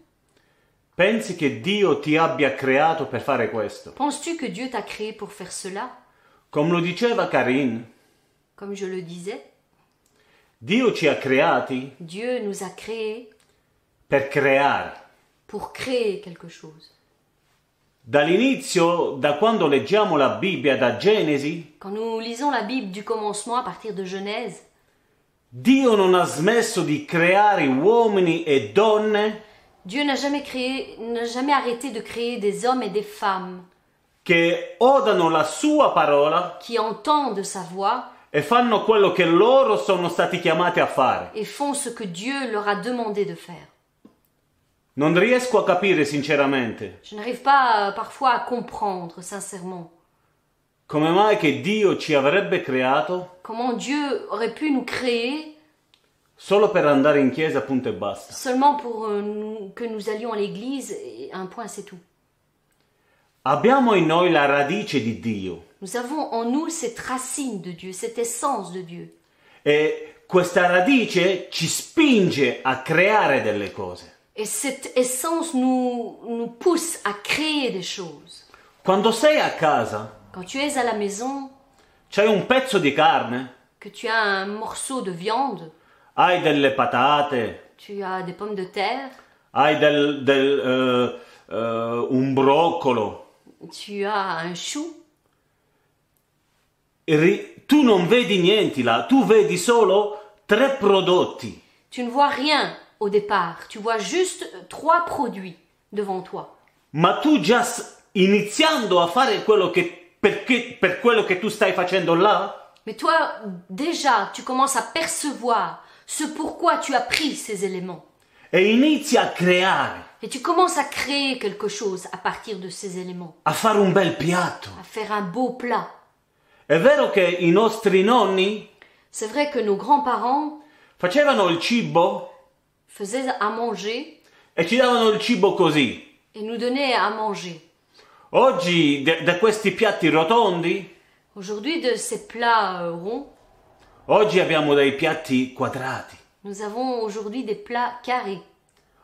[SPEAKER 4] Pensi che Dio ti abbia creato per fare questo?
[SPEAKER 2] Penses-tu que Dieu t'a créé pour faire cela
[SPEAKER 4] Come lo diceva Karin,
[SPEAKER 2] Comme je le disais,
[SPEAKER 4] Dio ci ha creati
[SPEAKER 2] Dieu nous a créés
[SPEAKER 4] per creare.
[SPEAKER 2] pour créer quelque chose.
[SPEAKER 4] Dall'inizio, da quando leggiamo la Bibbia, da Genesi,
[SPEAKER 2] Quand nous lisons la Bible du commencement à partir de Genèse,
[SPEAKER 4] Dio non ha smesso di creare uomini e donne
[SPEAKER 2] Dieu n'a jamais créé, n'a jamais arrêté de créer des hommes et des femmes
[SPEAKER 4] che odano la sua parola
[SPEAKER 2] qui entendent sa voix
[SPEAKER 4] e fanno quello che loro sono stati chiamati a fare.
[SPEAKER 2] et font ce que Dieu leur a demandé de faire.
[SPEAKER 4] Non riesco a capire sinceramente
[SPEAKER 2] Je n'arrive pas euh, parfois à comprendre, sincèrement,
[SPEAKER 4] come mai che Dio ci avrebbe creato
[SPEAKER 2] comment Dieu aurait pu nous créer
[SPEAKER 4] solo per andare in chiesa punto e basta.
[SPEAKER 2] seulement pour euh, nous- que nous allions à l'église et un point c'est tout.
[SPEAKER 4] Abbiamo in noi la radice di Dio
[SPEAKER 2] Nous avons en nous cette racine de Dieu, cette essence de Dieu.
[SPEAKER 4] e questa radice ci spinge a creare delle cose.
[SPEAKER 2] Et cette essence nous, nous pousse à créer des choses.
[SPEAKER 4] Quando sei a casa,
[SPEAKER 2] Quand tu es à la maison,
[SPEAKER 4] C'hai un pezzo di carne?
[SPEAKER 2] que tu as un morceau de viande,
[SPEAKER 4] Hai delle patate?
[SPEAKER 2] tu as des pommes de terre,
[SPEAKER 4] Hai del, del, eh, eh, un broccolo?
[SPEAKER 2] tu as un chou,
[SPEAKER 4] Ri- tu non vedi niente là, tu vedi solo tre prodotti.
[SPEAKER 2] tu ne vois rien au départ, tu vois juste trois produits devant toi.
[SPEAKER 4] Ma tu già s- iniziando a fare quello che, perché, per quello che tu stai facendo là,
[SPEAKER 2] Mais toi, déjà, tu commences à percevoir ce pourquoi tu as pris ces éléments.
[SPEAKER 4] e inizi a creare,
[SPEAKER 2] Et tu commences à créer quelque chose à partir de ces éléments,
[SPEAKER 4] a fare un bel piatto.
[SPEAKER 2] à faire un beau plat.
[SPEAKER 4] È vero che i nostri nonni
[SPEAKER 2] C'est vrai que nos grands-parents
[SPEAKER 4] facevano il cibo
[SPEAKER 2] faisaient à manger
[SPEAKER 4] e ci davano il cibo così.
[SPEAKER 2] et nous donnaient à manger.
[SPEAKER 4] Oggi de- da questi piatti rotondi,
[SPEAKER 2] Aujourd'hui, de ces plats euh, ronds,
[SPEAKER 4] oggi abbiamo dei piatti quadrati.
[SPEAKER 2] nous avons aujourd'hui des plats carrés.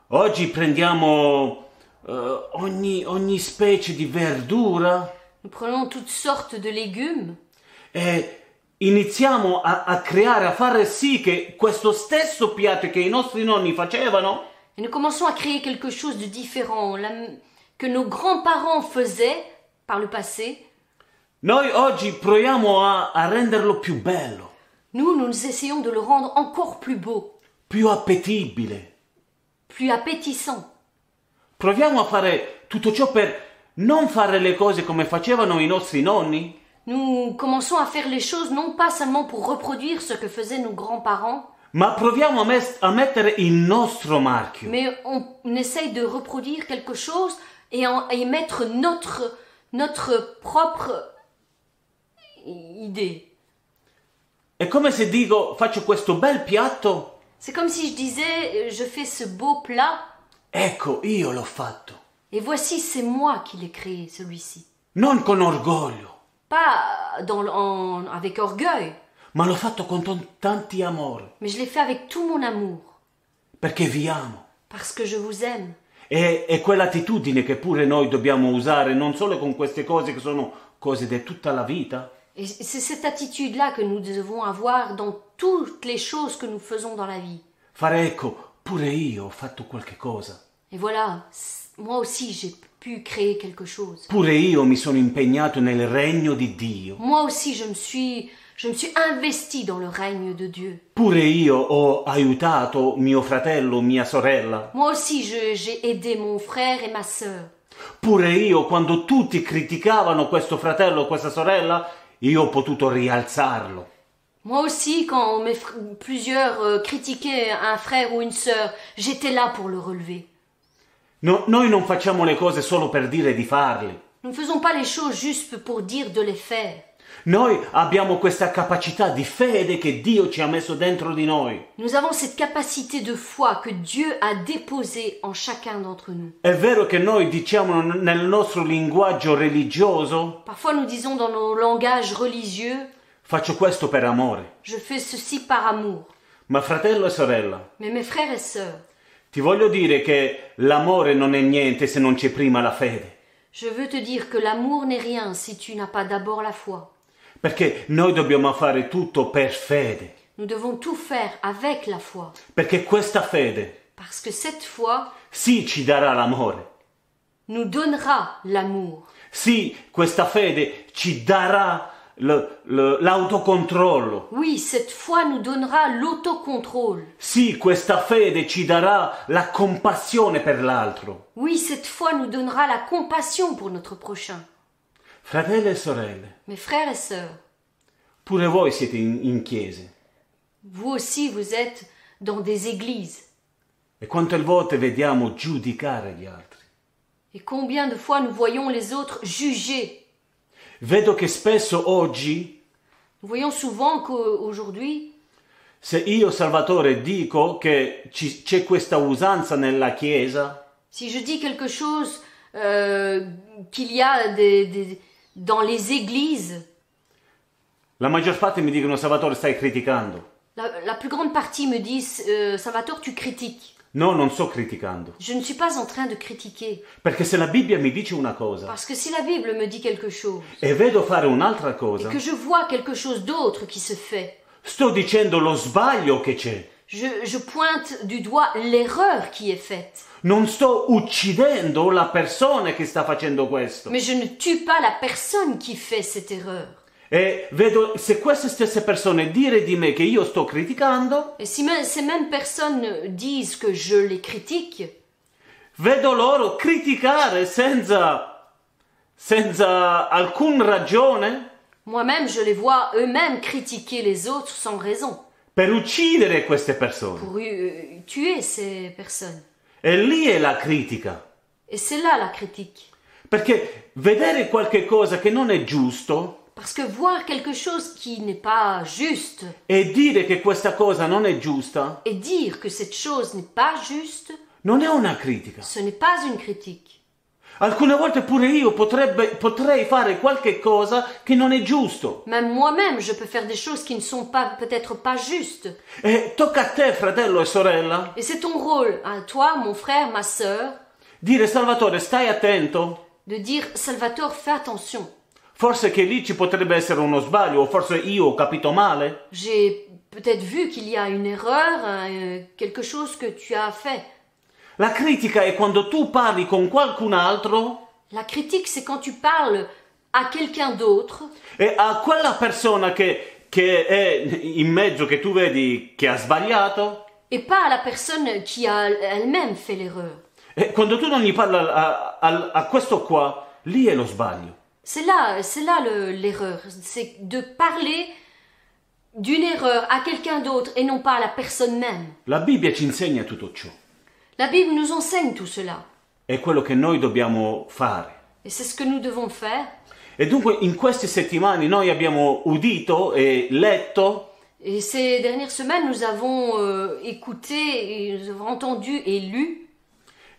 [SPEAKER 4] Oggi prendiamo eh, ogni, ogni specie di verdura
[SPEAKER 2] Nous prenons toutes sortes de légumes
[SPEAKER 4] e iniziamo a, a creare, a fare sì che questo stesso piatto che i nostri nonni facevano,
[SPEAKER 2] et nous commençons à créer quelque chose de différent, la m- que nos grands-parents faisaient par le passé.
[SPEAKER 4] noi oggi proviamo a, a renderlo più bello,
[SPEAKER 2] Nous, nous essayons de le rendre encore plus beau,
[SPEAKER 4] più appetibile.
[SPEAKER 2] plus appétissant.
[SPEAKER 4] Proviamo a fare tutto ciò per non fare le cose come facevano i nostri nonni,
[SPEAKER 2] Nous commençons à faire les choses non pas seulement pour reproduire ce que faisaient nos grands-parents,
[SPEAKER 4] Ma proviamo a, mes- a mettere il nostro marchio.
[SPEAKER 2] mais on, on essaye de reproduire quelque chose et, en- et mettre notre, notre propre i- idée.
[SPEAKER 4] È come se dico faccio questo bel piatto,
[SPEAKER 2] C'est comme si je disais, euh, je fais ce beau plat,
[SPEAKER 4] ecco io l'ho fatto.
[SPEAKER 2] et voici, c'est moi qui l'ai créé, celui-ci.
[SPEAKER 4] Non con orgoglio,
[SPEAKER 2] Pas dans, l- en- avec orgueil,
[SPEAKER 4] ma l'ho fatto con ton- tanti amore,
[SPEAKER 2] mais je l'ai fait avec tout mon amour,
[SPEAKER 4] perché vi amo.
[SPEAKER 2] parce que je vous aime.
[SPEAKER 4] E, è quell'attitudine che pure noi dobbiamo usare, non solo con queste cose che sono cose di tutta la vita,
[SPEAKER 2] Et c'est cette attitude-là que nous devons avoir dans toutes les choses que nous faisons dans la vie.
[SPEAKER 4] fare ecco, pure io ho fatto qualche cosa,
[SPEAKER 2] Et voilà, c- moi aussi j'ai pu créer quelque chose.
[SPEAKER 4] pure io mi sono impegnato nel regno di Dio,
[SPEAKER 2] Moi aussi je me suis, je me suis investi dans le règne de Dieu.
[SPEAKER 4] pure io ho aiutato mio fratello, mia sorella.
[SPEAKER 2] Moi aussi je- j'ai aidé mon frère et ma sœur.
[SPEAKER 4] Pure io, quando tutti criticavano questo fratello o questa sorella, io ho potuto rialzarlo.
[SPEAKER 2] Moi aussi quand mes fr- plusieurs euh, critiquaient un frère ou une sœur, j'étais là pour le relever.
[SPEAKER 4] No- noi non facciamo le cose solo per dire di farle.
[SPEAKER 2] Nous ne faisons pas les choses juste pour dire de les faire.
[SPEAKER 4] Noi abbiamo questa capacità di fede che Dio ci ha messo dentro di noi.
[SPEAKER 2] Nous avons cette capacité de foi que Dieu a déposée en chacun d'entre nous.
[SPEAKER 4] È vero che noi diciamo n- nel nostro linguaggio religioso,
[SPEAKER 2] Parfois nous disons dans nos langages religieux,
[SPEAKER 4] faccio questo per amore.
[SPEAKER 2] je fais ceci par amour.
[SPEAKER 4] Ma fratello e sorella,
[SPEAKER 2] Mais mes frères et sœurs,
[SPEAKER 4] ti voglio dire che l'amore non è niente se non c'è prima la fede.
[SPEAKER 2] je veux te dire que l'amour n'est rien si tu n'as pas d'abord la foi.
[SPEAKER 4] Perché noi dobbiamo fare tutto per fede.
[SPEAKER 2] Nous devons tout faire avec la foi,
[SPEAKER 4] Perché questa fede
[SPEAKER 2] parce que cette foi
[SPEAKER 4] Sì, ci darà l'amore.
[SPEAKER 2] nous donnera l'amour.
[SPEAKER 4] Sì, questa fede ci darà l- l- l'autocontrollo.
[SPEAKER 2] Oui, cette foi nous donnera l'autocontrôle.
[SPEAKER 4] Sì, questa fede ci darà la compassione per l'altro.
[SPEAKER 2] Oui, cette foi nous donnera la compassion pour notre prochain.
[SPEAKER 4] Fratelli e sorelle,
[SPEAKER 2] Mes frères et sœurs,
[SPEAKER 4] pure voi siete in, in chiese.
[SPEAKER 2] vous aussi vous êtes dans des églises.
[SPEAKER 4] E quante volte vediamo giudicare gli altri.
[SPEAKER 2] Et combien de fois nous voyons les autres juger
[SPEAKER 4] Vedo che spesso oggi,
[SPEAKER 2] Nous voyons souvent qu'aujourd'hui,
[SPEAKER 4] se io Salvatore dico che ci- c'è questa usanza nella chiesa,
[SPEAKER 2] Si je dis quelque chose euh, qu'il y a des, des- dans les églises,
[SPEAKER 4] la maggior parte mi dicono Salvatore stai criticando.
[SPEAKER 2] la, la plus grande partie me disent euh, Salvatore, tu critiques.
[SPEAKER 4] No, non sto criticando.
[SPEAKER 2] Je ne suis pas en train de critiquer,
[SPEAKER 4] Perché se la Bibbia mi dice una cosa
[SPEAKER 2] parce que si la Bible me dit quelque chose
[SPEAKER 4] e vedo fare un'altra
[SPEAKER 2] et
[SPEAKER 4] cosa,
[SPEAKER 2] que je vois quelque chose d'autre qui se fait,
[SPEAKER 4] sto dicendo lo sbaglio che c'è.
[SPEAKER 2] je, je pointe du doigt l'erreur qui est faite.
[SPEAKER 4] Non sto uccidendo la persona che sta facendo questo.
[SPEAKER 2] Mais je ne tue pas la personne qui fait cette erreur.
[SPEAKER 4] E vedo se queste stesse persone dire di me che io sto criticando,
[SPEAKER 2] Et si même- ces mêmes personnes disent que je les critique,
[SPEAKER 4] vedo loro criticare senza, senza alcun ragione
[SPEAKER 2] moi-même je les vois eux-mêmes critiquer les autres sans raison
[SPEAKER 4] per uccidere queste persone.
[SPEAKER 2] pour euh, tuer ces personnes.
[SPEAKER 4] E lì è la critica.
[SPEAKER 2] Et c'est là la critique.
[SPEAKER 4] Perché vedere qualche cosa che non è giusto
[SPEAKER 2] Parce que voir quelque chose qui n'est pas juste
[SPEAKER 4] e dire che questa cosa non è giusta
[SPEAKER 2] et dire que cette chose n'est pas juste,
[SPEAKER 4] non è una critica.
[SPEAKER 2] ce n'est pas une critique.
[SPEAKER 4] Alcune volte pure io potrebbe- potrei fare qualche cosa che non è giusto.
[SPEAKER 2] Même moi-même, je peux faire des choses qui ne sont pas peut-être pas justes.
[SPEAKER 4] E tocca a te, fratello e sorella,
[SPEAKER 2] Et c'est ton rôle, à toi, mon frère, ma sœur,
[SPEAKER 4] dire Salvatore, stai attento.
[SPEAKER 2] de dire Salvatore, fais attention.
[SPEAKER 4] Forse che lì ci potrebbe essere uno sbaglio, o forse io ho capito male.
[SPEAKER 2] J'ai peut-être vu qu'il y a une erreur, euh, quelque chose que tu as fait.
[SPEAKER 4] La critica è quando tu parli con qualcun altro
[SPEAKER 2] La critique, c'est quand tu parles à quelqu'un d'autre
[SPEAKER 4] e a quella persona che, che è in mezzo, che tu vedi che ha sbagliato,
[SPEAKER 2] et pas à la personne qui a elle-même fait l'erreur.
[SPEAKER 4] e quando tu non gli parli a, a- a questo qua, lì è lo sbaglio.
[SPEAKER 2] C'est là, c'est là le- l'erreur. C'est de parler d'une erreur à quelqu'un d'autre et non pas à la personne même.
[SPEAKER 4] La Bibbia ci insegna tutto ciò.
[SPEAKER 2] La Bible nous enseigne tout cela.
[SPEAKER 4] È quello che noi dobbiamo fare.
[SPEAKER 2] Et c'est ce que nous devons faire.
[SPEAKER 4] E dunque in queste settimane noi abbiamo udito e letto
[SPEAKER 2] Et ces dernières semaines, nous avons euh, écouté, et nous avons entendu et lu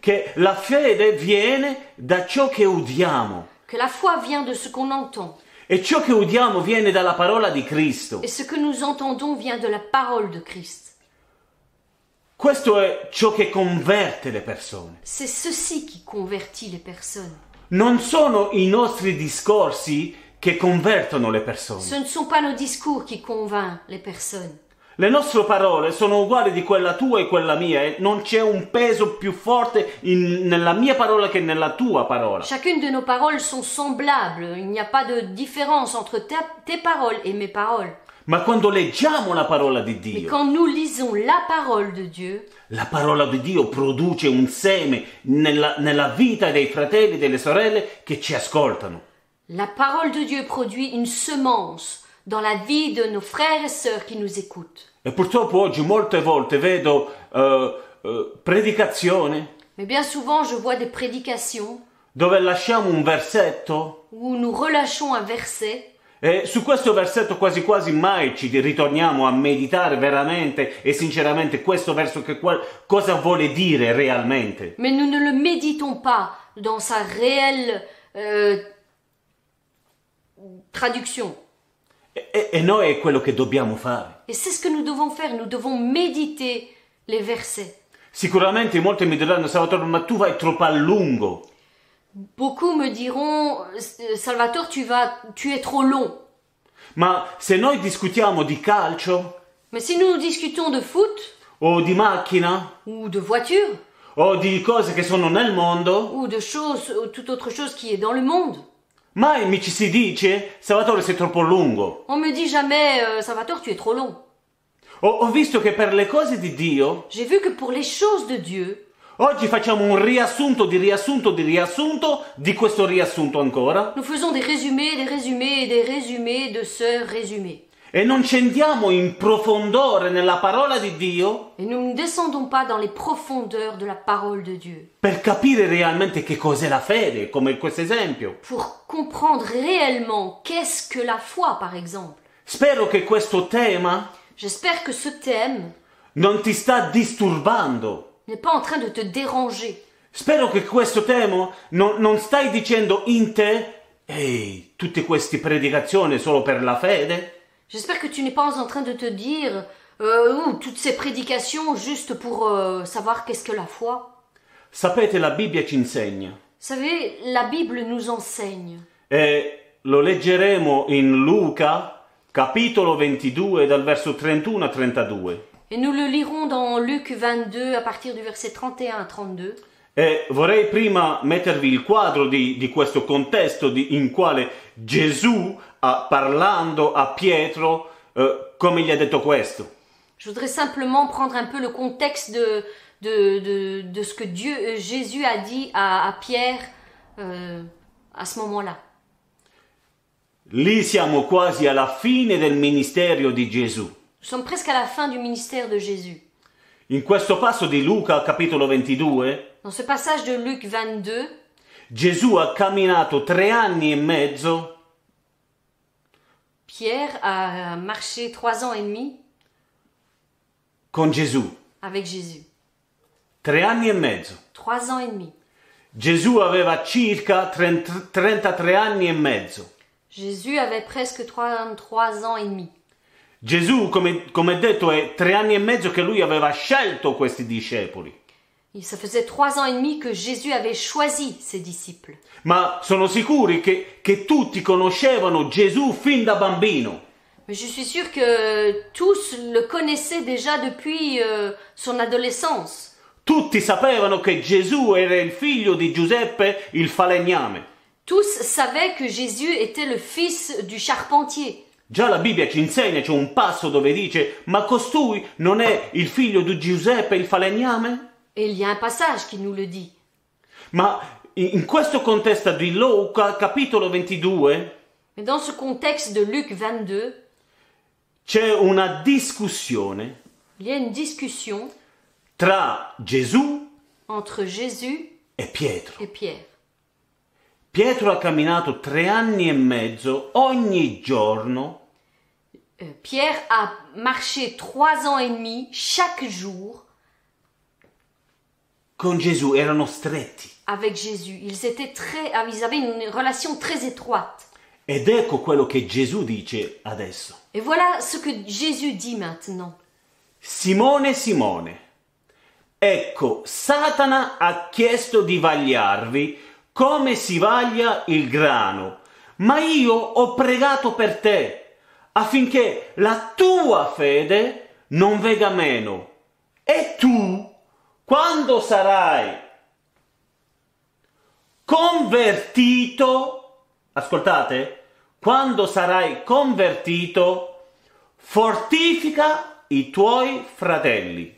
[SPEAKER 4] che la fede viene da ciò che udiamo
[SPEAKER 2] que la foi vient de ce qu'on entend.
[SPEAKER 4] e ciò che udiamo viene dalla parola di Cristo.
[SPEAKER 2] Et ce que nous entendons vient de la parole de Christ.
[SPEAKER 4] Questo è ciò che converte le persone.
[SPEAKER 2] C'est ceci qui convertit les personnes.
[SPEAKER 4] Non sono i nostri discorsi che convertono le persone.
[SPEAKER 2] Ce ne sont pas nos discours qui convainquent les personnes.
[SPEAKER 4] Le nostre parole sono uguali di quella tua e quella mia e non c'è un peso più forte in- nella mia parola che nella tua parola.
[SPEAKER 2] Chacune de nos paroles sont semblables. Il n'y a pas de différence entre ta- tes paroles et mes paroles.
[SPEAKER 4] Ma quando leggiamo la parola di
[SPEAKER 2] Mais
[SPEAKER 4] Dio,
[SPEAKER 2] quand nous lisons la parole de Dieu,
[SPEAKER 4] La parola di Dio produce un seme nella, nella vita dei fratelli e delle sorelle che ci ascoltano.
[SPEAKER 2] la parole de Dieu produit une semence dans la vie de nos frères et sœurs qui nous écoutent.
[SPEAKER 4] E purtroppo oggi molte volte vedo eh, eh, predicazioni
[SPEAKER 2] Mais bien souvent, je vois des prédications
[SPEAKER 4] dove lasciamo un versetto
[SPEAKER 2] où nous relâchons un verset
[SPEAKER 4] e su questo versetto quasi quasi mai ci ritorniamo a meditare veramente e sinceramente questo verso che qual- cosa vuole dire realmente.
[SPEAKER 2] mais nous ne le méditons pas dans sa réelle euh, traduction.
[SPEAKER 4] E- e- e noi è quello che dobbiamo fare.
[SPEAKER 2] Et c'est ce que nous devons faire, nous devons méditer les versets.
[SPEAKER 4] Sicuramente molti mi diranno Salvatore ma tu vai troppo a lungo.
[SPEAKER 2] Beaucoup me diront, euh, Salvatore, tu, vas, tu es trop long.
[SPEAKER 4] Ma se noi discutiamo di calcio
[SPEAKER 2] Mais si nous discutons de foot,
[SPEAKER 4] o di macchina
[SPEAKER 2] ou de voiture,
[SPEAKER 4] o di cose che sono nel mondo,
[SPEAKER 2] ou de choses, ou toute autre chose qui est dans le monde,
[SPEAKER 4] mai mi ci si dice Salvatore sei troppo lungo.
[SPEAKER 2] on me dit jamais, euh, Salvatore, tu es trop long.
[SPEAKER 4] Ho, ho visto che per le cose di Dio
[SPEAKER 2] J'ai vu que pour les choses de Dieu,
[SPEAKER 4] oggi facciamo un riassunto di riassunto di riassunto di questo riassunto ancora
[SPEAKER 2] nous faisons des résumés, des résumés et des résumés de ce résumé.
[SPEAKER 4] e non scendiamo in profondore nella parola di Dio
[SPEAKER 2] Et nous ne descendons pas dans les profondeurs de la parole de Dieu
[SPEAKER 4] per capire realmente che cos'è la fede, come questo esempio.
[SPEAKER 2] pour comprendre réellement qu'est-ce que la foi, par exemple.
[SPEAKER 4] Spero che questo tema
[SPEAKER 2] J'espère que ce thème
[SPEAKER 4] non ti sta disturbando.
[SPEAKER 2] n'est pas en train de te déranger.
[SPEAKER 4] Spero che questo tema non, non stai dicendo in te, ehi, tutte queste predicazioni solo per la fede,
[SPEAKER 2] J'espère que tu n'es pas en train de te dire euh, ou toutes ces prédications juste pour euh, savoir qu'est-ce que la foi.
[SPEAKER 4] Sapete, la Bibbia ci insegna,
[SPEAKER 2] Vous savez, la Bible nous enseigne.
[SPEAKER 4] e lo leggeremo in Luca, capitolo 22, dal verso 31 a 32.
[SPEAKER 2] Et nous le lirons dans Luc 22 à partir du verset 31 à 32.
[SPEAKER 4] E vorrei prima mettervi il quadro di, di questo contesto di- in quale Gesù, ha- parlando a Pietro, eh, come gli ha detto questo.
[SPEAKER 2] Je voudrais simplement prendre un peu le contexte de, de, de, de ce que Dieu, euh, Jésus a dit à, à Pierre euh, à ce moment-là.
[SPEAKER 4] Lì siamo quasi alla fine del ministero di Gesù.
[SPEAKER 2] Nous sommes presque à la fin du ministère de Jésus.
[SPEAKER 4] In questo passo di Luca, capitolo 22,
[SPEAKER 2] Dans ce passage de Luc 22,
[SPEAKER 4] Gesù ha camminato tre anni e mezzo
[SPEAKER 2] Pierre a marché trois ans et demi
[SPEAKER 4] con Gesù.
[SPEAKER 2] avec Jésus.
[SPEAKER 4] Tre anni e mezzo.
[SPEAKER 2] Trois ans et demi.
[SPEAKER 4] Gesù aveva circa 30 33 anni e mezzo.
[SPEAKER 2] Jésus avait presque 33 ans et demi.
[SPEAKER 4] Gesù, come, come detto, è tre anni e mezzo che lui aveva scelto questi discepoli.
[SPEAKER 2] Et ça faisait trois ans et demi que Jésus avait choisi ses disciples.
[SPEAKER 4] Ma sono sicuri che, che tutti conoscevano Gesù fin da bambino.
[SPEAKER 2] Mais je suis sûre que tous le connaissaient déjà depuis euh, son adolescence.
[SPEAKER 4] Tutti sapevano che Gesù era il figlio di Giuseppe il falegname.
[SPEAKER 2] Tous savaient que Jésus était le fils du charpentier.
[SPEAKER 4] Già la Bibbia ci insegna, c'è un passo dove dice, ma costui non è il figlio di Giuseppe il falegname?
[SPEAKER 2] Et il y a un passage qui nous le dit.
[SPEAKER 4] Ma in in questo contesto di Luca, capitolo 22,
[SPEAKER 2] Mais dans ce contexte de Luc 22,
[SPEAKER 4] c'è una discussione
[SPEAKER 2] il y a une discussion
[SPEAKER 4] tra Gesù
[SPEAKER 2] entre Jésus
[SPEAKER 4] e Pietro.
[SPEAKER 2] et Pierre.
[SPEAKER 4] Pietro ha camminato tre anni e mezzo ogni giorno
[SPEAKER 2] Euh, Pierre a marché trois ans et demi chaque jour
[SPEAKER 4] con Gesù, erano stretti.
[SPEAKER 2] avec Jésus. Ils étaient très, ah, ils avaient une relation très étroite.
[SPEAKER 4] Ed ecco quello che Gesù dice adesso.
[SPEAKER 2] Et voilà ce que Jésus dit maintenant.
[SPEAKER 4] Simone, Simone, ecco, Satana ha chiesto di vagliarvi come si vaglia il grano, ma io ho pregato per te affinché la tua fede non vega meno. E tu, quando sarai convertito, ascoltate, quando sarai convertito, Fortifica i tuoi fratelli.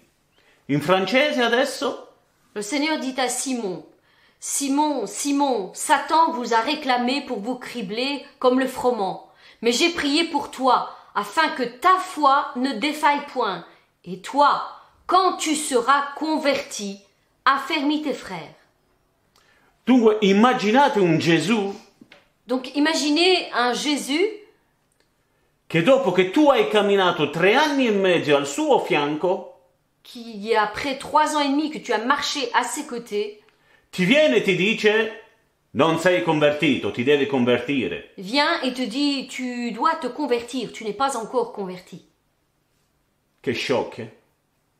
[SPEAKER 4] In francese adesso?
[SPEAKER 2] Le Seigneur dit à Simon, Simon, Simon, Satan vous a réclamé pour vous cribler comme le froment. Mais j'ai prié pour toi, afin que ta foi ne défaille point. Et toi, quand tu seras converti, affermis tes frères.
[SPEAKER 4] Dunque, immaginate un Gesù
[SPEAKER 2] Donc imaginez un Jésus
[SPEAKER 4] che dopo che tu hai camminato tre anni e mezzo al suo fianco,
[SPEAKER 2] qui, après trois ans et demi que tu as marché à ses côtés,
[SPEAKER 4] ti viene e ti dice non sei convertito, ti devi convertire.
[SPEAKER 2] vient et te dit Tu dois te convertir, tu n'es pas encore converti.
[SPEAKER 4] Che shock. eh?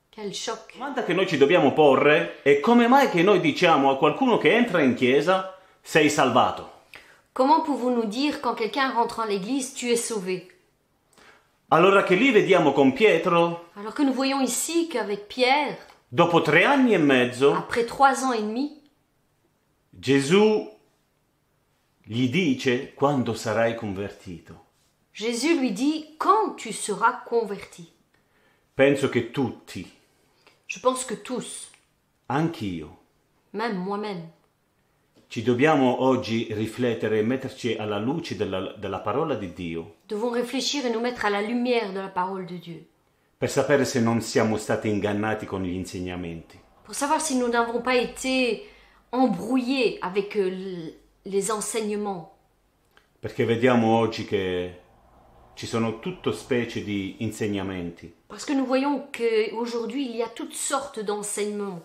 [SPEAKER 2] Quel choc.
[SPEAKER 4] La domanda che noi ci dobbiamo porre è come mai che noi diciamo a qualcuno che entra in chiesa sei salvato?
[SPEAKER 2] Comment pouvons-nous dire quand quelqu'un rentre en l'église Tu es sauvé
[SPEAKER 4] Allora che lì vediamo con Pietro,
[SPEAKER 2] Alors que nous voyons ici qu'avec Pierre,
[SPEAKER 4] dopo tre anni e mezzo,
[SPEAKER 2] après trois ans et demi,
[SPEAKER 4] Gesù gli dice quando sarai convertito.
[SPEAKER 2] Jésus lui dit Quand tu seras converti
[SPEAKER 4] Penso che tutti,
[SPEAKER 2] Je pense que tous,
[SPEAKER 4] anch'io,
[SPEAKER 2] même moi-même,
[SPEAKER 4] ci dobbiamo oggi riflettere e metterci alla luce della, della parola di Dio
[SPEAKER 2] devons réfléchir et nous mettre à la lumière de la parole de Dieu,
[SPEAKER 4] per sapere se non siamo stati ingannati con gli insegnamenti.
[SPEAKER 2] pour savoir si nous n'avons pas été embrouillés avec euh, l- les enseignements
[SPEAKER 4] Perché vediamo oggi che ci sono tutto specie di insegnamenti,
[SPEAKER 2] Parce que nous voyons qu'aujourd'hui, il y a toutes sortes d'enseignements.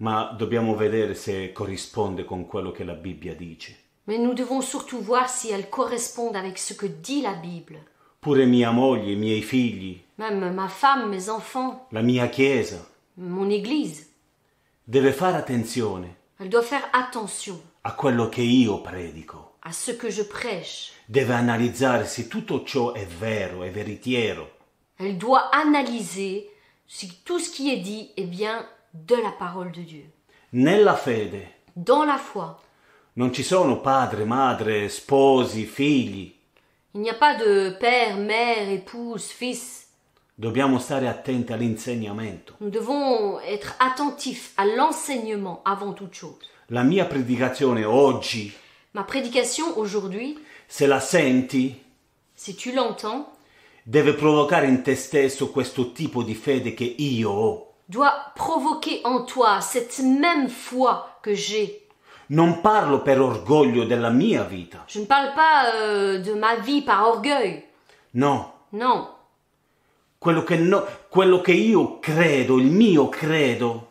[SPEAKER 4] ma dobbiamo vedere se corrisponde con quello che la Bibbia dice.
[SPEAKER 2] Mais nous devons surtout voir si elles correspondent avec ce que dit la Bible.
[SPEAKER 4] Pure mia moglie, i miei figli,
[SPEAKER 2] même ma femme, mes enfants,
[SPEAKER 4] la mia Chiesa,
[SPEAKER 2] mon Église.
[SPEAKER 4] deve fare attenzione
[SPEAKER 2] Elle doit faire attention
[SPEAKER 4] a quello che io predico.
[SPEAKER 2] à ce que je prêche.
[SPEAKER 4] Deve analizzare se tutto ciò è vero, è veritiero.
[SPEAKER 2] Elle doit analyser si tout ce qui est dit est bien de la parole de Dieu.
[SPEAKER 4] Nella fede
[SPEAKER 2] Dans la foi,
[SPEAKER 4] non ci sono padre, madre, sposi, figli.
[SPEAKER 2] il n'y a pas de père, mère, épouse, fils.
[SPEAKER 4] Dobbiamo stare attenti all'insegnamento.
[SPEAKER 2] Nous devons être attentifs à l'enseignement avant toute chose.
[SPEAKER 4] La mia predicazione oggi,
[SPEAKER 2] Ma prédication aujourd'hui,
[SPEAKER 4] se la senti,
[SPEAKER 2] si tu l'entends,
[SPEAKER 4] deve provocare in te stesso questo tipo di fede che io ho.
[SPEAKER 2] doit provoquer en toi cette même foi que j'ai.
[SPEAKER 4] Non parlo per orgoglio della mia vita.
[SPEAKER 2] Je ne parle pas euh, de ma vie par orgueil.
[SPEAKER 4] No,
[SPEAKER 2] Non.
[SPEAKER 4] quello che, no- quello che io credo, il mio credo.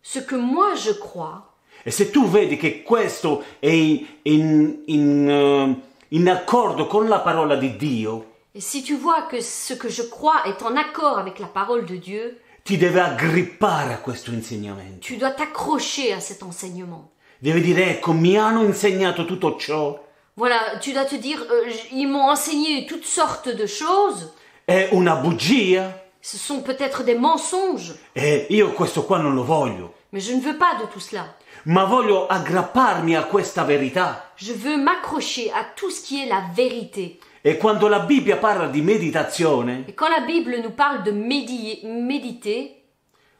[SPEAKER 2] Ce que moi je crois,
[SPEAKER 4] E se tu vedi che questo è in, in- in, eh, in accordo con la parola di Dio,
[SPEAKER 2] et si tu vois que ce que je crois est en accord avec la parole de Dieu,
[SPEAKER 4] ti deve aggrippare a questo insegnamento.
[SPEAKER 2] tu dois t'accrocher à cet enseignement.
[SPEAKER 4] Deve dire, ecco, mi hanno insegnato tutto ciò.
[SPEAKER 2] Voilà, tu dois te dire, euh, j- ils m'ont enseigné toutes sortes de choses,
[SPEAKER 4] È una bugia.
[SPEAKER 2] ce sont peut-être des mensonges,
[SPEAKER 4] E io questo qua non lo voglio.
[SPEAKER 2] mais je ne veux pas de tout cela.
[SPEAKER 4] Ma voglio aggrapparmi a questa verità.
[SPEAKER 2] Je veux m'accrocher à tout ce qui est la vérité.
[SPEAKER 4] E quando la Bibbia parla di meditazione,
[SPEAKER 2] Et quand la Bible nous parle de médi- méditer,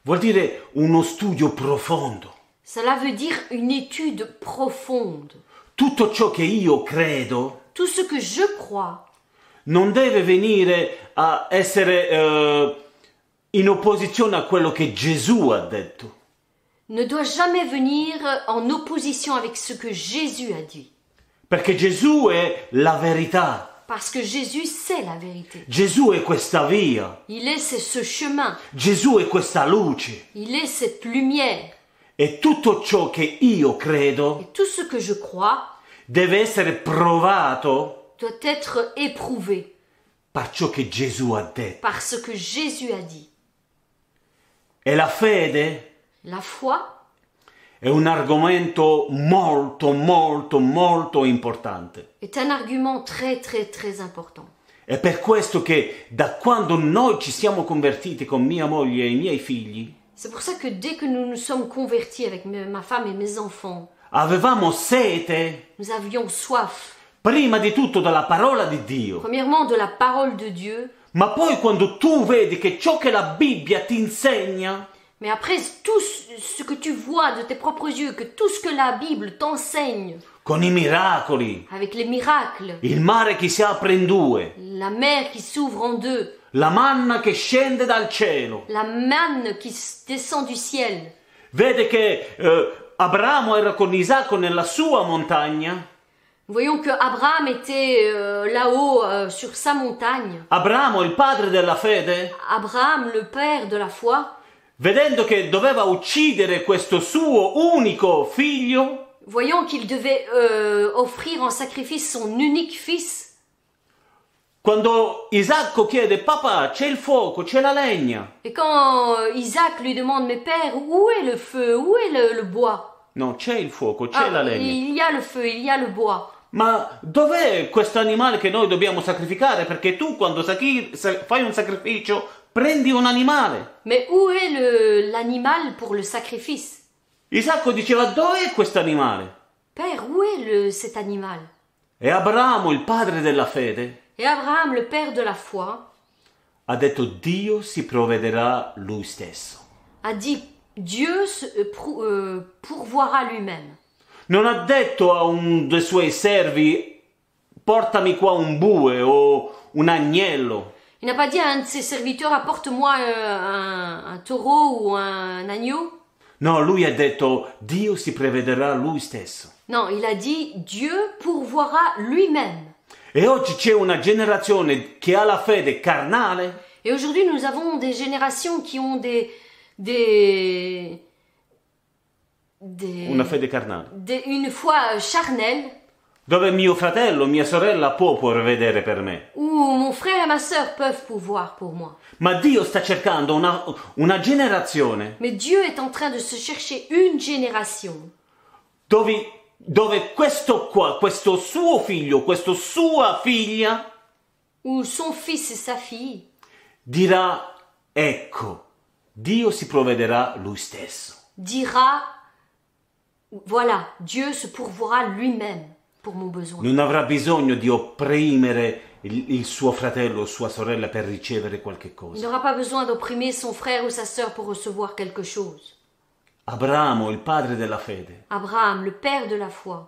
[SPEAKER 4] vuol dire uno studio profondo.
[SPEAKER 2] Cela veut dire une étude profonde.
[SPEAKER 4] Tutto ciò che io credo
[SPEAKER 2] Tout ce que je crois
[SPEAKER 4] non deve venire a essere eh, in opposizione a quello che Gesù ha detto.
[SPEAKER 2] ne doit jamais venir en opposition avec ce que Jésus a dit.
[SPEAKER 4] Perché Gesù è la verità.
[SPEAKER 2] Parce que Jésus, c'est la vérité.
[SPEAKER 4] Gesù è questa via.
[SPEAKER 2] Il est c'est ce chemin,
[SPEAKER 4] Gesù è questa luce.
[SPEAKER 2] il est cette lumière.
[SPEAKER 4] E tutto ciò che io credo
[SPEAKER 2] Et tout ce que je crois
[SPEAKER 4] deve essere provato
[SPEAKER 2] doit être éprouvé
[SPEAKER 4] per ciò che Gesù ha detto.
[SPEAKER 2] par ce que Jésus a dit.
[SPEAKER 4] E la fede
[SPEAKER 2] La foi,
[SPEAKER 4] è un argomento molto, molto, molto importante.
[SPEAKER 2] est un argument très très très important.
[SPEAKER 4] È per questo che da quando noi ci siamo convertiti con mia moglie e i miei figli,
[SPEAKER 2] C'est pour ça que dès que nous nous sommes convertis avec me- ma femme et mes enfants,
[SPEAKER 4] avevamo sete,
[SPEAKER 2] nous avions soif
[SPEAKER 4] prima di tutto, dalla parola di Dio.
[SPEAKER 2] Premièrement, de la parole de Dieu,
[SPEAKER 4] Ma poi quando tu vedi che ciò che la Bibbia ti insegna
[SPEAKER 2] mais après tout ce ce que tu vois de tes propres yeux, que tout ce que la Bible t'enseigne,
[SPEAKER 4] con i miracoli,
[SPEAKER 2] avec les miracles,
[SPEAKER 4] il mare che si apre in due,
[SPEAKER 2] la mer qui s'ouvre en deux,
[SPEAKER 4] la manna che scende dal cielo,
[SPEAKER 2] la manne qui s- descend du ciel,
[SPEAKER 4] Vede che eh, Abramo era con Isacco nella sua montagna.
[SPEAKER 2] nous voyons que Abraham était euh, là-haut euh, sur sa montagne.
[SPEAKER 4] Abramo, il padre della fede,
[SPEAKER 2] Abraham, le père de la foi,
[SPEAKER 4] vedendo che doveva uccidere questo suo unico figlio,
[SPEAKER 2] voyant qu'il devait euh, offrir en sacrifice son unique fils,
[SPEAKER 4] quando Isacco chiede papà c'è il fuoco, c'è la legna.
[SPEAKER 2] et quand euh, Isaac lui demande Mais père, où est le feu Où est le- le bois
[SPEAKER 4] No, c'è il fuoco, c'è
[SPEAKER 2] Ah,
[SPEAKER 4] la legna.
[SPEAKER 2] il y a le feu, il y a le bois.
[SPEAKER 4] Ma dov'è questo animale che noi dobbiamo sacrificare? Perché tu quando sacri- sa- fai un sacrificio prendi un animale.
[SPEAKER 2] Mais où est le l'animal pour le sacrifice
[SPEAKER 4] Isacco diceva dov'è questo animale?
[SPEAKER 2] Père, où est le, cet animal
[SPEAKER 4] E Abramo, il padre della fede,
[SPEAKER 2] Et Abraham, le père de la foi,
[SPEAKER 4] ha detto Dio si provvederà lui stesso.
[SPEAKER 2] a dit Dieu se, euh, prou- euh, pourvoira lui-même.
[SPEAKER 4] Non ha detto a uno dei suoi servi portami qua un bue o un agnello.
[SPEAKER 2] Il n'a pas dit à un de ses serviteurs apporte-moi euh, un, un taureau ou un agneau.
[SPEAKER 4] No, lui ha detto Dio si prevederà lui stesso.
[SPEAKER 2] Non, il a dit Dieu pourvoira lui-même.
[SPEAKER 4] E oggi c'è una generazione che ha la fede carnale
[SPEAKER 2] Et aujourd'hui, nous avons des générations qui ont des des des
[SPEAKER 4] una fede carnale,
[SPEAKER 2] Des- une foi euh, charnelle,
[SPEAKER 4] dove mio fratello, mia sorella può provvedere per me.
[SPEAKER 2] où mon frère et ma sœur peuvent pourvoir pour moi.
[SPEAKER 4] Ma Dio sta cercando una, una generazione
[SPEAKER 2] Mais Dieu est en train de se chercher une génération
[SPEAKER 4] dove, dove questo qua, questo suo figlio, questa sua figlia
[SPEAKER 2] où son fils et sa fille
[SPEAKER 4] dirà, ecco, Dio si provvederà lui stesso.
[SPEAKER 2] dira voilà, Dieu se pourvoira lui-même pour mon besoin.
[SPEAKER 4] Non avrà bisogno di opprimere il, il suo fratello o sua sorella per ricevere qualche
[SPEAKER 2] Il
[SPEAKER 4] cosa.
[SPEAKER 2] n'aura pas besoin d'opprimer son frère ou sa sœur pour recevoir quelque chose.
[SPEAKER 4] Abramo, il padre della fede,
[SPEAKER 2] Abraham, le père de la foi,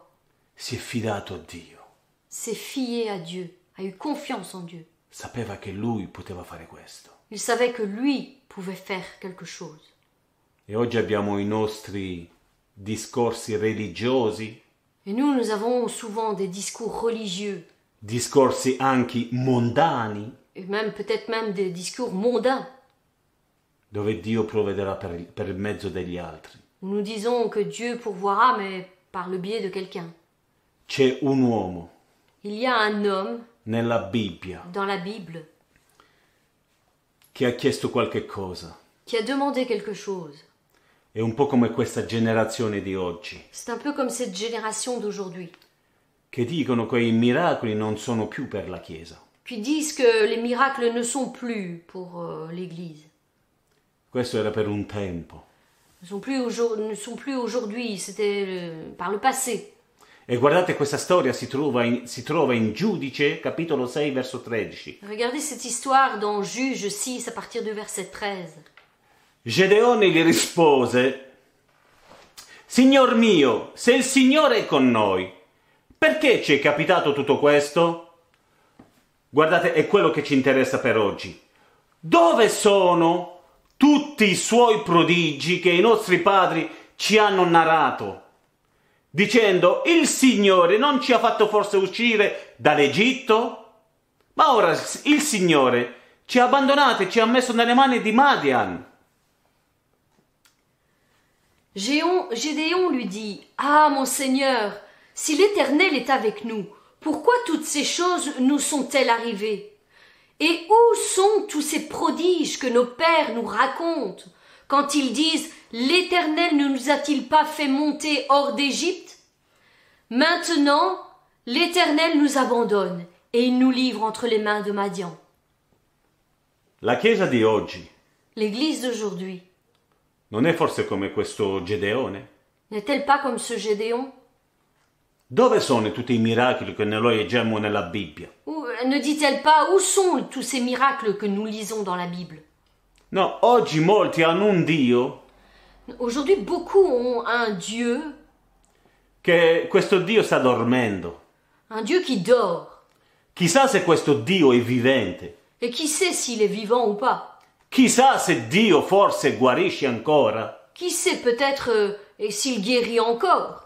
[SPEAKER 4] si è fidato a Dio.
[SPEAKER 2] s'est fié à Dieu, a eu confiance en Dieu.
[SPEAKER 4] Sapeva che lui poteva fare questo.
[SPEAKER 2] Il savait que lui pouvait faire quelque chose.
[SPEAKER 4] E oggi abbiamo i nostri discorsi religiosi,
[SPEAKER 2] Et nous, nous avons souvent des discours religieux,
[SPEAKER 4] discorsi anche mondani,
[SPEAKER 2] et même peut-être même des discours mondains,
[SPEAKER 4] dove Dio provvederà per, per mezzo degli altri.
[SPEAKER 2] où nous disons que Dieu pourvoira, mais par le biais de quelqu'un.
[SPEAKER 4] C'è un uomo
[SPEAKER 2] Il y a un homme
[SPEAKER 4] nella Bibbia
[SPEAKER 2] dans la Bible
[SPEAKER 4] che ha chiesto qualche cosa.
[SPEAKER 2] qui a demandé quelque chose.
[SPEAKER 4] È un po' come questa generazione di oggi.
[SPEAKER 2] C'est un peu comme cette génération d'aujourd'hui,
[SPEAKER 4] che dicono che i miracoli non sono più per la Chiesa.
[SPEAKER 2] puis disent que les miracles ne sont plus pour euh, l'Église,
[SPEAKER 4] Questo era per un tempo.
[SPEAKER 2] ne sont plus aujourd- ne sont plus aujourd'hui, c'était euh, par le passé.
[SPEAKER 4] E guardate questa storia si trova in, si trova in Giudice, capitolo 6, verso 13.
[SPEAKER 2] Regardez cette histoire dans Juge 6 à partir du verset 13.
[SPEAKER 4] Gedeone gli rispose, Signor mio, se il Signore è con noi, perché ci è capitato tutto questo? Guardate, è quello che ci interessa per oggi. Dove sono tutti i suoi prodigi che i nostri padri ci hanno narrato? Dicendo, il Signore non ci ha fatto forse uscire dall'Egitto? Ma ora il Signore ci ha abbandonati e ci ha messo nelle mani di Madian.
[SPEAKER 2] Géon- Gédéon lui dit Ah, mon Seigneur, si l'Éternel est avec nous, pourquoi toutes ces choses nous sont-elles arrivées Et où sont tous ces prodiges que nos pères nous racontent quand ils disent L'Éternel ne nous a-t-il pas fait monter hors d'Égypte Maintenant, l'Éternel nous abandonne et il nous livre entre les mains de Madian.
[SPEAKER 4] La Chiesa di oggi
[SPEAKER 2] L'Église d'aujourd'hui
[SPEAKER 4] non è forse come questo Gedeone?
[SPEAKER 2] n'est-elle pas comme ce Gédéon
[SPEAKER 4] Dove sono tutti i miracoli che noi leggiamo nella Bibbia?
[SPEAKER 2] Où- euh, ne dit-elle pas où sont tous ces miracles que nous lisons dans la Bible
[SPEAKER 4] No, oggi molti hanno un Dio
[SPEAKER 2] Aujourd'hui, beaucoup ont un Dieu,
[SPEAKER 4] che questo Dio sta dormendo.
[SPEAKER 2] un Dieu qui dort,
[SPEAKER 4] Chissà se questo Dio è vivente.
[SPEAKER 2] et qui sait s'il est vivant ou pas.
[SPEAKER 4] Chissà se Dio forse guarisce ancora.
[SPEAKER 2] Qui sait peut-être euh, et s'il guérit encore.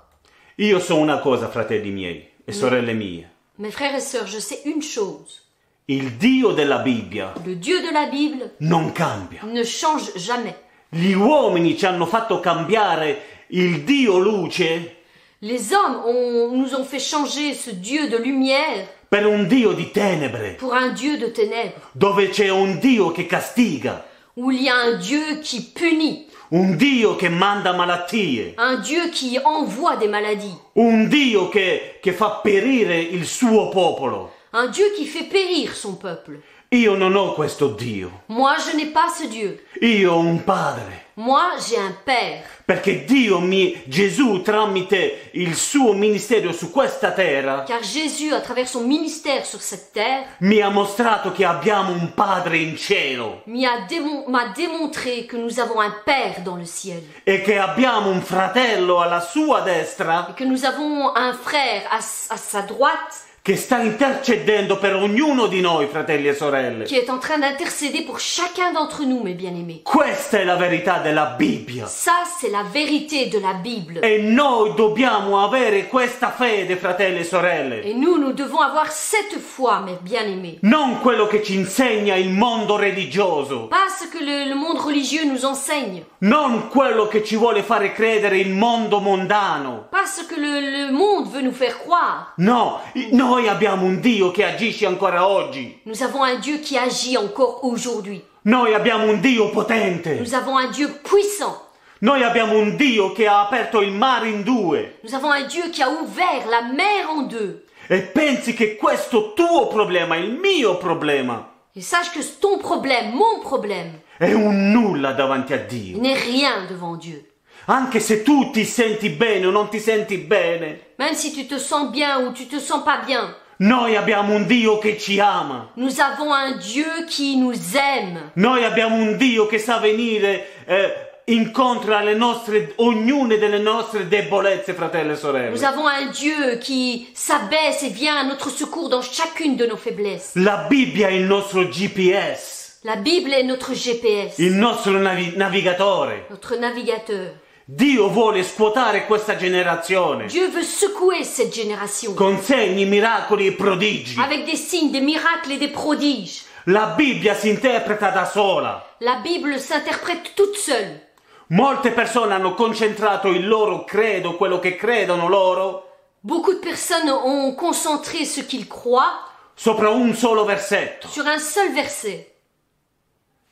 [SPEAKER 4] Io so una cosa, fratelli miei e sorelle mie.
[SPEAKER 2] Mes frères et sœurs, je sais une chose
[SPEAKER 4] Il Dio della Bibbia
[SPEAKER 2] le Dieu de la Bible
[SPEAKER 4] non cambia.
[SPEAKER 2] ne change jamais.
[SPEAKER 4] Gli uomini ci hanno fatto cambiare il Dio luce
[SPEAKER 2] Les hommes ont- nous ont fait changer ce Dieu de lumière
[SPEAKER 4] per un Dio di tenebre,
[SPEAKER 2] pour un Dieu de ténèbres,
[SPEAKER 4] dove c'è un Dio che castiga,
[SPEAKER 2] où il y a un Dieu qui punit,
[SPEAKER 4] un Dio che manda malattie,
[SPEAKER 2] un Dieu qui envoie des maladies.
[SPEAKER 4] un Dio che, che fa perire il suo popolo.
[SPEAKER 2] Un Dieu qui fait périr son peuple.
[SPEAKER 4] Io non ho questo Dio,
[SPEAKER 2] Moi, je n'ai pas ce Dieu.
[SPEAKER 4] io ho un Padre,
[SPEAKER 2] Moi, j'ai un Père.
[SPEAKER 4] perché Dio mi, Gesù tramite il suo ministero su questa terra
[SPEAKER 2] Car Jésus, à travers son ministère sur cette terre,
[SPEAKER 4] mi ha mostrato che abbiamo un Padre in cielo
[SPEAKER 2] m'y a démon- m'a démontré que nous avons un Père dans le ciel
[SPEAKER 4] e che abbiamo un fratello alla sua destra
[SPEAKER 2] et que nous avons un frère à, s- à sa droite
[SPEAKER 4] che sta intercedendo per ognuno di noi, fratelli e sorelle.
[SPEAKER 2] qui est en train d'intercéder pour chacun d'entre nous, mes bien-aimés.
[SPEAKER 4] Questa è la verità della Bibbia.
[SPEAKER 2] Ça, c'est la vérité de la Bible.
[SPEAKER 4] E noi dobbiamo avere questa fede, fratelli e sorelle.
[SPEAKER 2] Et nous, nous devons avoir cette foi, mes bien-aimés.
[SPEAKER 4] Non quello che ci insegna il mondo religioso.
[SPEAKER 2] Pas ce que le, le monde religieux nous enseigne.
[SPEAKER 4] Non quello che ci vuole fare credere il mondo mondano.
[SPEAKER 2] Pas ce que le, le monde veut nous faire croire.
[SPEAKER 4] No, i- noi abbiamo un Dio che agisce ancora oggi.
[SPEAKER 2] Nous avons un Dieu qui agit encore aujourd'hui.
[SPEAKER 4] Noi abbiamo un Dio potente.
[SPEAKER 2] Nous avons un Dieu puissant.
[SPEAKER 4] Noi abbiamo un Dio che ha aperto il mare in due.
[SPEAKER 2] Nous avons un Dieu qui a ouvert la mer en deux.
[SPEAKER 4] E pensi che questo tuo problema, il mio problema,
[SPEAKER 2] Et sache que ton problème, mon problème,
[SPEAKER 4] è un nulla davanti a Dio.
[SPEAKER 2] n'est rien devant Dieu.
[SPEAKER 4] Anche se tu ti senti bene o non ti senti bene,
[SPEAKER 2] Même si tu te sens bien ou tu te sens pas bien,
[SPEAKER 4] noi abbiamo un Dio che ci ama.
[SPEAKER 2] nous avons un Dieu qui nous aime.
[SPEAKER 4] Noi abbiamo un Dio che sa venire eh, incontro alle nostre, ognune delle nostre debolezze, fratelli e
[SPEAKER 2] Nous
[SPEAKER 4] sorelle.
[SPEAKER 2] avons un Dieu qui s'abaisse et vient à notre secours dans chacune de nos faiblesses.
[SPEAKER 4] La Bibbia è il nostro GPS,
[SPEAKER 2] La Bible est notre GPS,
[SPEAKER 4] il nostro navi- navigatore.
[SPEAKER 2] notre navigateur.
[SPEAKER 4] Dio vuole scuotare questa generazione
[SPEAKER 2] Dieu veut secouer cette génération
[SPEAKER 4] con segni, miracoli e prodigi.
[SPEAKER 2] avec des signes, des miracles et des prodiges.
[SPEAKER 4] La Bibbia si interpreta da sola.
[SPEAKER 2] La Bible s'interprète toute seule.
[SPEAKER 4] Molte persone hanno concentrato il loro credo, quello che credono loro,
[SPEAKER 2] Beaucoup de personnes ont concentré ce qu'ils croient
[SPEAKER 4] sopra un solo versetto.
[SPEAKER 2] sur un seul verset.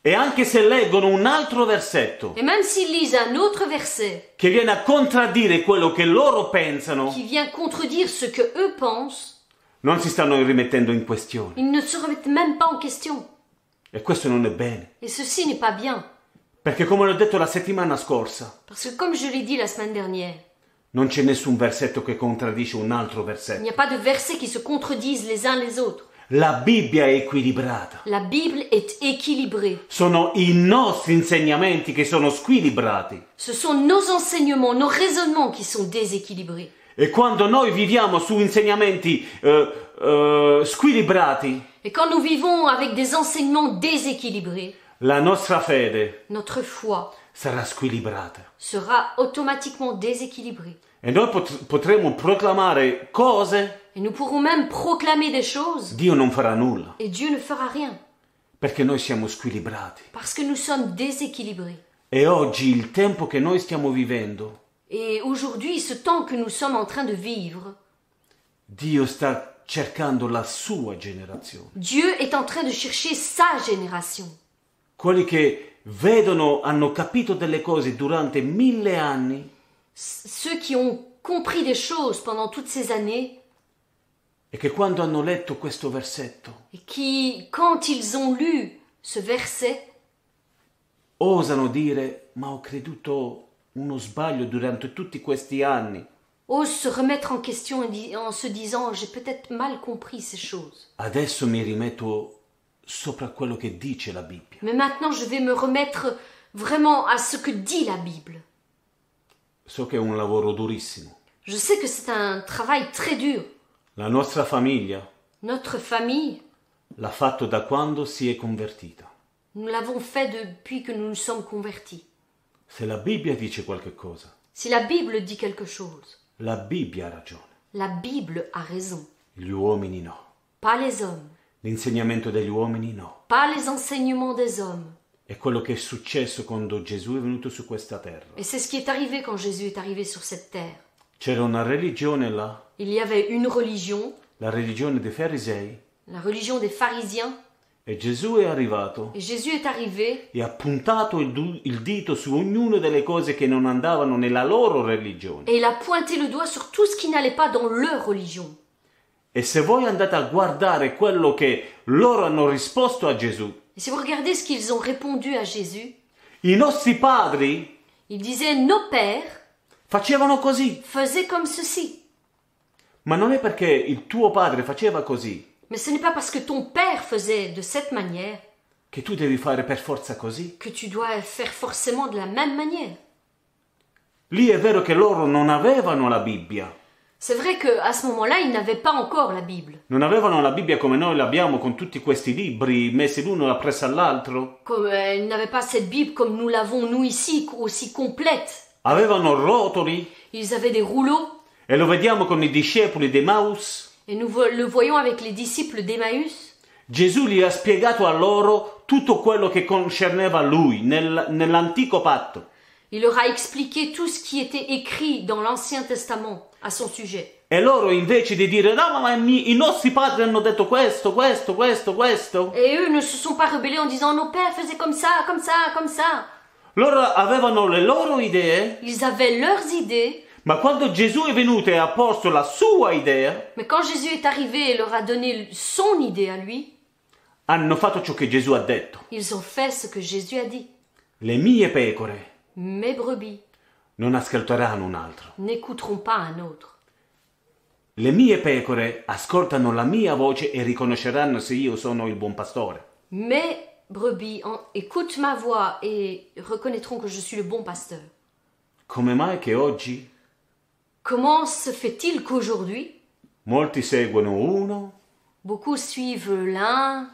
[SPEAKER 4] E anche se leggono un altro versetto
[SPEAKER 2] Et même s'ils lisent un autre verset
[SPEAKER 4] che viene a contraddire quello che loro pensano,
[SPEAKER 2] qui vient contredire ce que eux pensent,
[SPEAKER 4] non si stanno rimettendo in questione.
[SPEAKER 2] ils ne se remettent même pas en question.
[SPEAKER 4] E questo non è bene.
[SPEAKER 2] Et ceci n'est pas bien.
[SPEAKER 4] Perché come l'ho detto la settimana scorsa,
[SPEAKER 2] Parce que comme je l'ai dit la semaine dernière,
[SPEAKER 4] non c'è nessun versetto che contraddice un altro
[SPEAKER 2] il
[SPEAKER 4] versetto.
[SPEAKER 2] n'y a pas de versets qui se contredisent les uns les autres.
[SPEAKER 4] La Bibbia è equilibrata.
[SPEAKER 2] La Bible est équilibrée.
[SPEAKER 4] Sono i nostri insegnamenti che sono squilibrati.
[SPEAKER 2] Ce sont nos enseignements, nos raisonnements qui sont déséquilibrés.
[SPEAKER 4] E quando noi viviamo su insegnamenti eh, eh, squilibrati,
[SPEAKER 2] Et quand nous vivons avec des enseignements déséquilibrés,
[SPEAKER 4] la nostra fede
[SPEAKER 2] notre foi
[SPEAKER 4] sarà squilibrata.
[SPEAKER 2] sera automatiquement déséquilibrée.
[SPEAKER 4] E noi pot- potremo proclamare cose,
[SPEAKER 2] Et nous pourrons même proclamer des choses
[SPEAKER 4] Dio non farà nulla,
[SPEAKER 2] et Dieu ne fera rien
[SPEAKER 4] perché noi siamo squilibrati.
[SPEAKER 2] parce que nous sommes déséquilibrés.
[SPEAKER 4] E oggi il tempo che noi stiamo vivendo,
[SPEAKER 2] Et aujourd'hui, ce temps que nous sommes en train de vivre,
[SPEAKER 4] Dio sta cercando la sua generazione.
[SPEAKER 2] Dieu est en train de chercher sa génération.
[SPEAKER 4] Quelli che vedono, hanno capito delle cose durante mille anni
[SPEAKER 2] C- Ceux qui ont compris des choses pendant toutes ces années
[SPEAKER 4] e che quando hanno letto questo versetto
[SPEAKER 2] et qui, quand ils ont lu ce verset,
[SPEAKER 4] osano dire ma ho creduto uno sbaglio durante tutti questi anni.
[SPEAKER 2] osent se remettre en question et di- en se disant j'ai peut-être mal compris ces choses.
[SPEAKER 4] Adesso mi rimetto sopra quello che dice la Bibbia.
[SPEAKER 2] Mais maintenant, je vais me remettre vraiment à ce que dit la Bible.
[SPEAKER 4] So che è un lavoro durissimo.
[SPEAKER 2] Je sais que c'est un travail très dur.
[SPEAKER 4] La nostra famiglia
[SPEAKER 2] Notre famille,
[SPEAKER 4] l'ha fatto da quando si è convertita.
[SPEAKER 2] nous l'avons fait depuis que nous nous sommes convertis.
[SPEAKER 4] Se la Bibbia dice qualche cosa,
[SPEAKER 2] Si la Bible dit quelque chose,
[SPEAKER 4] la Bibbia ha ragione,
[SPEAKER 2] la Bible a raison.
[SPEAKER 4] gli uomini no.
[SPEAKER 2] Pas les hommes,
[SPEAKER 4] L'insegnamento degli uomini no.
[SPEAKER 2] pas les enseignements des hommes.
[SPEAKER 4] È quello che è successo quando Gesù è venuto su questa terra.
[SPEAKER 2] Et c'est ce qui est arrivé quand Jésus est arrivé sur cette terre.
[SPEAKER 4] C'era una religione là,
[SPEAKER 2] Il y avait une religion,
[SPEAKER 4] la religione dei farisei,
[SPEAKER 2] la religion des pharisiens,
[SPEAKER 4] e Gesù è arrivato
[SPEAKER 2] et Jésus est arrivé
[SPEAKER 4] e ha puntato il, du- il dito su ognuna delle cose che non andavano nella loro religione.
[SPEAKER 2] et il a pointé le doigt sur tout ce qui n'allait pas dans leur religion.
[SPEAKER 4] E se voi andate a guardare quello che loro hanno risposto a Gesù,
[SPEAKER 2] Et si vous regardez ce qu'ils ont répondu à Jésus,
[SPEAKER 4] i nostri padri
[SPEAKER 2] ils disaient Nos pères
[SPEAKER 4] facevano così,
[SPEAKER 2] faisaient comme ceci.
[SPEAKER 4] ma non è perché il tuo padre faceva così
[SPEAKER 2] Mais ce n'est pas parce que ton père faisait de cette manière
[SPEAKER 4] che tu devi fare per forza così.
[SPEAKER 2] que tu dois faire forcément de la même manière.
[SPEAKER 4] Lì è vero che loro non avevano la Bibbia,
[SPEAKER 2] C'est vrai qu'à ce moment-là, ils n'avaient pas encore la Bible.
[SPEAKER 4] Non avevano la Bibbia come noi l'abbiamo con tutti questi libri messi l'uno appresso all'altro.
[SPEAKER 2] Comme, euh, ils n'avaient pas cette Bible comme nous l'avons nous ici, aussi complète.
[SPEAKER 4] Avevano rotoli
[SPEAKER 2] Ils avaient des rouleaux.
[SPEAKER 4] e lo vediamo con i discepoli di Maus.
[SPEAKER 2] Et nous vo- le voyons avec les disciples d'Emmaüs.
[SPEAKER 4] Gesù gli ha spiegato a loro tutto quello che concerneva lui nel- nell'antico patto
[SPEAKER 2] Il leur a expliqué tout ce qui était écrit dans l'Ancien Testament à son sujet.
[SPEAKER 4] e loro invece di dire no ma i miei- i nostri padri hanno detto questo, questo, questo, questo,
[SPEAKER 2] Et eux ne se sont pas rebellés en disant nos pères faisaient comme ça, comme ça, comme ça.
[SPEAKER 4] loro avevano le loro idee,
[SPEAKER 2] Ils avaient leurs idées,
[SPEAKER 4] ma quando Gesù è venuto e ha posto la sua idea,
[SPEAKER 2] mais quand Jésus est arrivé et leur a donné son idée à lui,
[SPEAKER 4] hanno fatto ciò che Gesù ha detto.
[SPEAKER 2] ils ont fait ce que Jésus a dit.
[SPEAKER 4] Le mie pecore
[SPEAKER 2] Mes brebis
[SPEAKER 4] non ascolteranno un altro.
[SPEAKER 2] n'écouteront pas un autre.
[SPEAKER 4] Le mie pecore ascoltano la mia voce e riconosceranno se io sono il buon pastore.
[SPEAKER 2] Mes brebis en- écoutent ma voix et reconnaîtront que je suis le bon pasteur.
[SPEAKER 4] Come mai che oggi
[SPEAKER 2] Comment se fait-il qu'aujourd'hui,
[SPEAKER 4] molti seguono uno,
[SPEAKER 2] beaucoup suivent l'un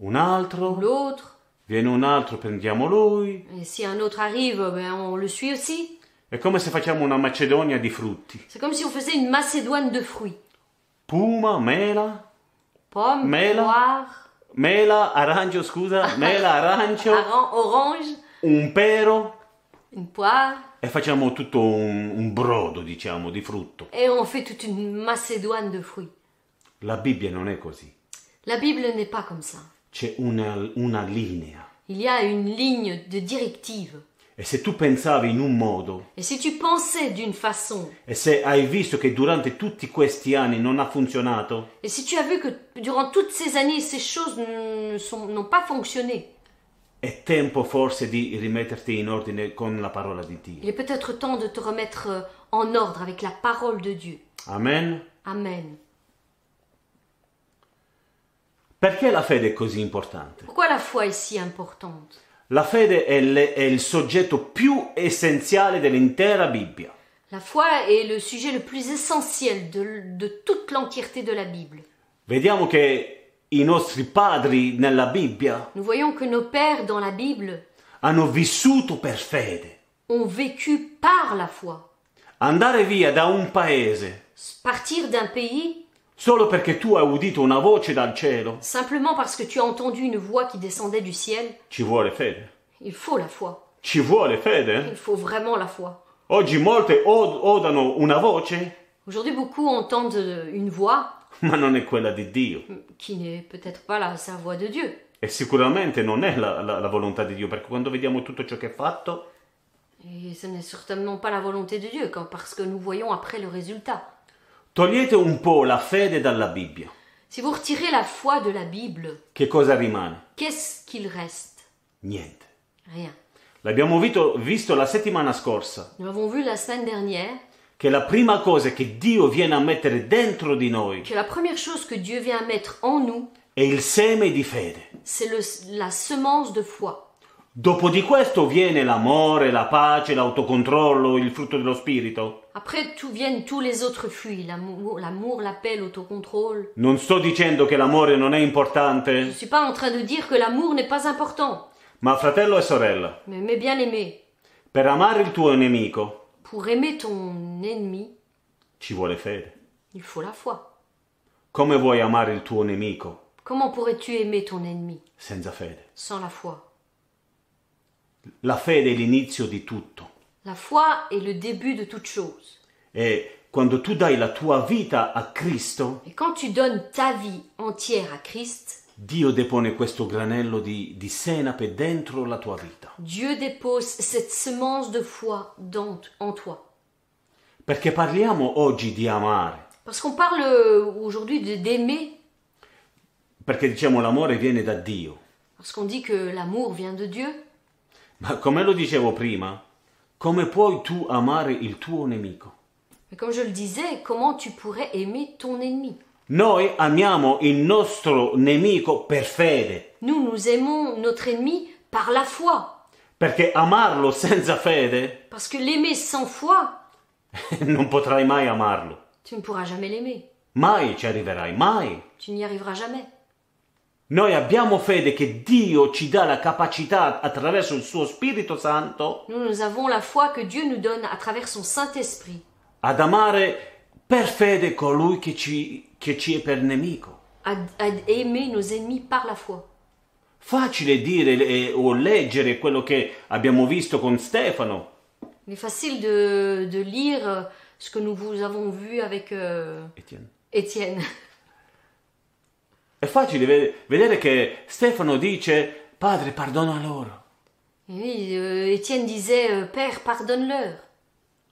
[SPEAKER 4] un altro,
[SPEAKER 2] l'autre,
[SPEAKER 4] viene un altro, prendiamo lui.
[SPEAKER 2] et si un autre arrive, ben, on le suit aussi
[SPEAKER 4] È come se facciamo una macedonia di frutti.
[SPEAKER 2] C'est comme si on faisait une macédoine de fruits.
[SPEAKER 4] Puma, mela,
[SPEAKER 2] Pommes,
[SPEAKER 4] Mela.
[SPEAKER 2] poires,
[SPEAKER 4] mela, arancio, scusa, mela, arancio,
[SPEAKER 2] aran- orange,
[SPEAKER 4] un pero
[SPEAKER 2] une poire,
[SPEAKER 4] e facciamo tutto un, un brodo, diciamo, di frutto.
[SPEAKER 2] et on fait toute une macédoine de fruits.
[SPEAKER 4] La Bibbia non è così.
[SPEAKER 2] La Bible n'est pas comme ça.
[SPEAKER 4] C'è una- una linea.
[SPEAKER 2] Il y a une ligne de directive.
[SPEAKER 4] E se tu pensavi in un modo,
[SPEAKER 2] Et si tu pensais d'une façon,
[SPEAKER 4] E se hai visto che durante tutti questi anni non ha funzionato,
[SPEAKER 2] et si tu as vu que durant toutes ces années, ces choses ne sont- n'ont pas fonctionné,
[SPEAKER 4] è tempo forse di rimetterti in ordine con la parola di Dio.
[SPEAKER 2] il est peut-être temps de te remettre euh, en ordre avec la parole de Dieu.
[SPEAKER 4] Amen?
[SPEAKER 2] Amen.
[SPEAKER 4] Perché la fede è così importante?
[SPEAKER 2] Pourquoi la foi est si importante
[SPEAKER 4] La fede è, le- è il soggetto più essenziale dell'intera Bibbia.
[SPEAKER 2] La foi est le sujet le plus essentiel de, l- de toute l'entièreté de la Bible.
[SPEAKER 4] Vediamo che i nostri padri nella Bibbia
[SPEAKER 2] Nous voyons que nos pères dans la Bible
[SPEAKER 4] hanno vissuto per fede.
[SPEAKER 2] ont vécu par la foi.
[SPEAKER 4] Andare via da un paese
[SPEAKER 2] Partir d'un pays
[SPEAKER 4] solo perché tu hai udito una voce dal cielo
[SPEAKER 2] simplement parce que tu as entendu une voix qui descendait du ciel,
[SPEAKER 4] ci vuole fede.
[SPEAKER 2] il faut la foi.
[SPEAKER 4] Ci vuole fede? eh?
[SPEAKER 2] Il faut vraiment la foi.
[SPEAKER 4] Oggi molte od- odano una voce,
[SPEAKER 2] Aujourd'hui, beaucoup entendent euh, une voix
[SPEAKER 4] ma non è quella di Dio.
[SPEAKER 2] qui n'est peut-être pas la, sa voix de Dieu.
[SPEAKER 4] E sicuramente non è la, la- la volontà di Dio, perché quando vediamo tutto ciò che è fatto,
[SPEAKER 2] Et ce n'est certainement pas la volonté de Dieu, quand, parce que nous voyons après le résultat.
[SPEAKER 4] togliete un po' la fede dalla Bibbia.
[SPEAKER 2] Si vous retirez la foi de la Bible,
[SPEAKER 4] Che cosa rimane?
[SPEAKER 2] qu'est-ce qu'il reste
[SPEAKER 4] Niente.
[SPEAKER 2] Rien.
[SPEAKER 4] L'abbiamo vito- visto la settimana scorsa,
[SPEAKER 2] Nous l'avons vu la semaine dernière
[SPEAKER 4] che la prima cosa che Dio viene a mettere dentro di noi
[SPEAKER 2] que la première chose que Dieu vient mettre en nous,
[SPEAKER 4] è il seme di fede.
[SPEAKER 2] c'est le- la semence de foi.
[SPEAKER 4] Dopo di questo viene l'amore, la pace, l'autocontrollo, il frutto dello spirito.
[SPEAKER 2] Après, tout viennent tous les autres fruits, l'amour, l'amour, la paix, l'autocontrôle.
[SPEAKER 4] Non sto dicendo che l'amore non è
[SPEAKER 2] Je ne
[SPEAKER 4] importante,
[SPEAKER 2] suis pas en train de dire que l'amour n'est pas important,
[SPEAKER 4] ma fratello e sorella,
[SPEAKER 2] mais, mais bien aimé,
[SPEAKER 4] Per amare il tuo nemico
[SPEAKER 2] pour aimer ton ennemi,
[SPEAKER 4] ci vuole fede.
[SPEAKER 2] il faut la foi.
[SPEAKER 4] Come vuoi amare il tuo nemico
[SPEAKER 2] Comment pourrais-tu aimer ton ennemi
[SPEAKER 4] senza fede?
[SPEAKER 2] sans la foi
[SPEAKER 4] La fede è l'inizio di tutto.
[SPEAKER 2] La foi est le début de toute chose.
[SPEAKER 4] E quando tu dai la tua vita a Cristo,
[SPEAKER 2] Et quand tu donnes ta vie entière à Christ,
[SPEAKER 4] Dio depone questo granello di, di senape dentro la tua vita.
[SPEAKER 2] Dieu dépose cette semence de foi dans- en toi.
[SPEAKER 4] Perché parliamo oggi di amare,
[SPEAKER 2] Parce qu'on parle euh, aujourd'hui de- d'aimer,
[SPEAKER 4] perché diciamo l'amore viene da Dio.
[SPEAKER 2] parce qu'on dit que l'amour vient de Dieu.
[SPEAKER 4] Ma come lo dicevo prima, come puoi tu amare il tuo nemico?
[SPEAKER 2] Mais comme je le disais, comment tu pourrais aimer ton ennemi
[SPEAKER 4] Noi amiamo il nostro nemico per fede.
[SPEAKER 2] Nous, nous aimons notre ennemi par la foi.
[SPEAKER 4] Perché amarlo senza fede
[SPEAKER 2] Parce que l'aimer sans foi,
[SPEAKER 4] non potrai mai amarlo.
[SPEAKER 2] Tu ne pourras jamais l'aimer.
[SPEAKER 4] Mai ci arriverai, mai.
[SPEAKER 2] Tu n'y arriveras jamais.
[SPEAKER 4] Noi abbiamo fede che Dio ci dà la capacità attraverso il suo Spirito Santo
[SPEAKER 2] Nous, nous avons la foi que Dieu nous donne à travers son Saint-Esprit
[SPEAKER 4] ad amare per fede colui che ci, che ci è per nemico.
[SPEAKER 2] à, à aimer nos ennemis par la foi.
[SPEAKER 4] Facile dire eh, o leggere quello che abbiamo visto con Stefano,
[SPEAKER 2] Il est facile de, de lire euh, ce que nous vous avons vu avec euh,
[SPEAKER 4] Etienne.
[SPEAKER 2] Étienne.
[SPEAKER 4] È facile ve- vedere che Stefano dice, Padre, perdona loro.
[SPEAKER 2] Et oui, euh, Étienne disait euh, Père, pardonne-leur.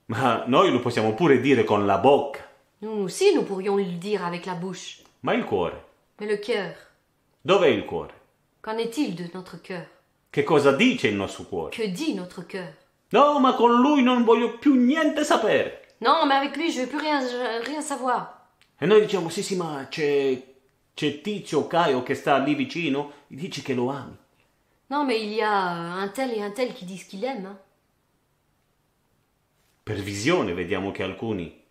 [SPEAKER 4] Ma noi lo possiamo pure dire con la bocca,
[SPEAKER 2] Nous aussi, nous pourrions le dire avec la bouche.
[SPEAKER 4] ma il cuore?
[SPEAKER 2] Mais le cœur,
[SPEAKER 4] Dov'è il cuore?
[SPEAKER 2] qu'en est-il de notre cœur
[SPEAKER 4] Che cosa dice il nostro cuore?
[SPEAKER 2] Que dit notre cœur
[SPEAKER 4] No, ma con lui non voglio più niente sapere.
[SPEAKER 2] Non, mais avec lui, je ne veux plus rien, je- rien savoir.
[SPEAKER 4] E noi diciamo, sì, sì, ma c'è, c'è Tizio o Caio che sta lì vicino, dici che lo ami.
[SPEAKER 2] Non, mais il y a euh, un tel et un tel qui disent qu'il aime. hein.
[SPEAKER 4] Per visione vediamo che alcuni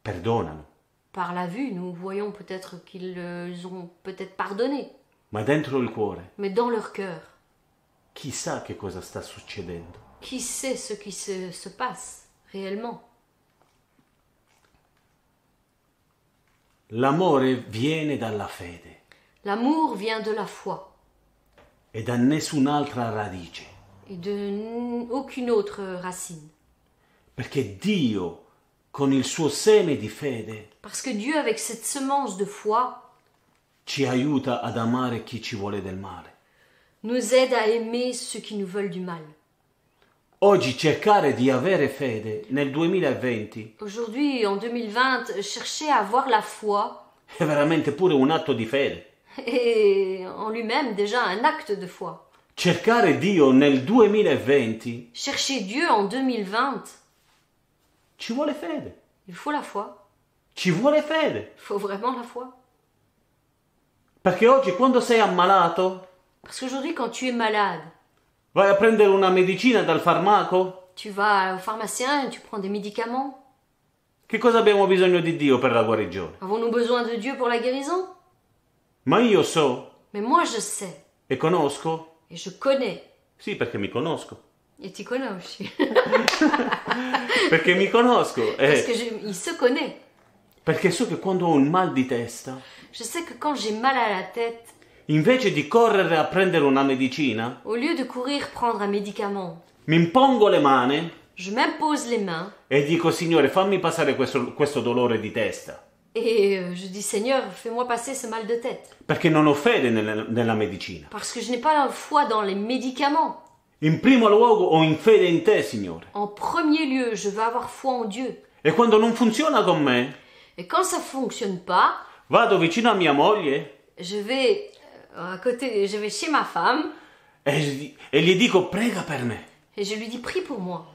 [SPEAKER 4] perdonano,
[SPEAKER 2] Par la vue, nous voyons peut-être qu'ils euh, ils ont peut-être pardonné.
[SPEAKER 4] ma dentro il cuore
[SPEAKER 2] Mais dans leur cœur,
[SPEAKER 4] chissà che cosa sta succedendo.
[SPEAKER 2] qui sait ce qui se, se passe réellement
[SPEAKER 4] L'amore viene dalla fede
[SPEAKER 2] L'amour vient de la foi
[SPEAKER 4] e da nessun'altra radice.
[SPEAKER 2] et de n- aucune autre racine.
[SPEAKER 4] Perché Dio, con il suo seme di fede,
[SPEAKER 2] Parce que Dieu, avec cette semence de foi,
[SPEAKER 4] ci aiuta ad amare chi ci vuole del male.
[SPEAKER 2] nous aide à aimer ceux qui nous veulent du mal.
[SPEAKER 4] Oggi cercare di avere fede nel 2020
[SPEAKER 2] Aujourd'hui, en 2020, chercher à avoir la foi
[SPEAKER 4] è veramente pure un atto di fede.
[SPEAKER 2] est en lui-même déjà un acte de foi.
[SPEAKER 4] Cercare Dio nel 2020
[SPEAKER 2] Chercher Dieu en 2020,
[SPEAKER 4] ci vuole fede.
[SPEAKER 2] il faut la foi.
[SPEAKER 4] Ci vuole fede.
[SPEAKER 2] Il faut vraiment la foi.
[SPEAKER 4] Perché oggi quando sei ammalato,
[SPEAKER 2] Parce qu'aujourd'hui, quand tu es malade,
[SPEAKER 4] vai a prendere una medicina dal farmaco.
[SPEAKER 2] tu vas au pharmacien et tu prends des médicaments.
[SPEAKER 4] Che cosa abbiamo bisogno di Dio per la guarigione?
[SPEAKER 2] Avons-nous besoin de Dieu pour la guérison
[SPEAKER 4] Ma io so
[SPEAKER 2] Mais moi je sais,
[SPEAKER 4] e conosco,
[SPEAKER 2] et je connais,
[SPEAKER 4] sì perché mi conosco,
[SPEAKER 2] et tu connais aussi,
[SPEAKER 4] perché mi conosco,
[SPEAKER 2] parce
[SPEAKER 4] eh,
[SPEAKER 2] que je- il se connaît.
[SPEAKER 4] perché so che quando ho un mal di testa,
[SPEAKER 2] Je sais que quand j'ai mal à la tête,
[SPEAKER 4] invece di correre a prendere una medicina,
[SPEAKER 2] au lieu de courir prendre un médicament,
[SPEAKER 4] mi impongo le mani
[SPEAKER 2] je m'impose les mains
[SPEAKER 4] e dico Signore fammi passare questo, questo dolore di testa,
[SPEAKER 2] et euh, je dis Seigneur, fais-moi passer ce mal de tête,
[SPEAKER 4] perché non ho fede nella, nella medicina.
[SPEAKER 2] parce que je n'ai pas la foi dans les médicaments.
[SPEAKER 4] In primo luogo ho in fede in te, Signore.
[SPEAKER 2] En premier lieu, je veux avoir foi en Dieu.
[SPEAKER 4] E quando non funziona con me,
[SPEAKER 2] Et quand ça fonctionne pas,
[SPEAKER 4] vado vicino a mia moglie
[SPEAKER 2] je vais euh, à côté, je vais chez ma femme
[SPEAKER 4] e, gli- e gli dico prega per me.
[SPEAKER 2] et je lui dis prie pour moi.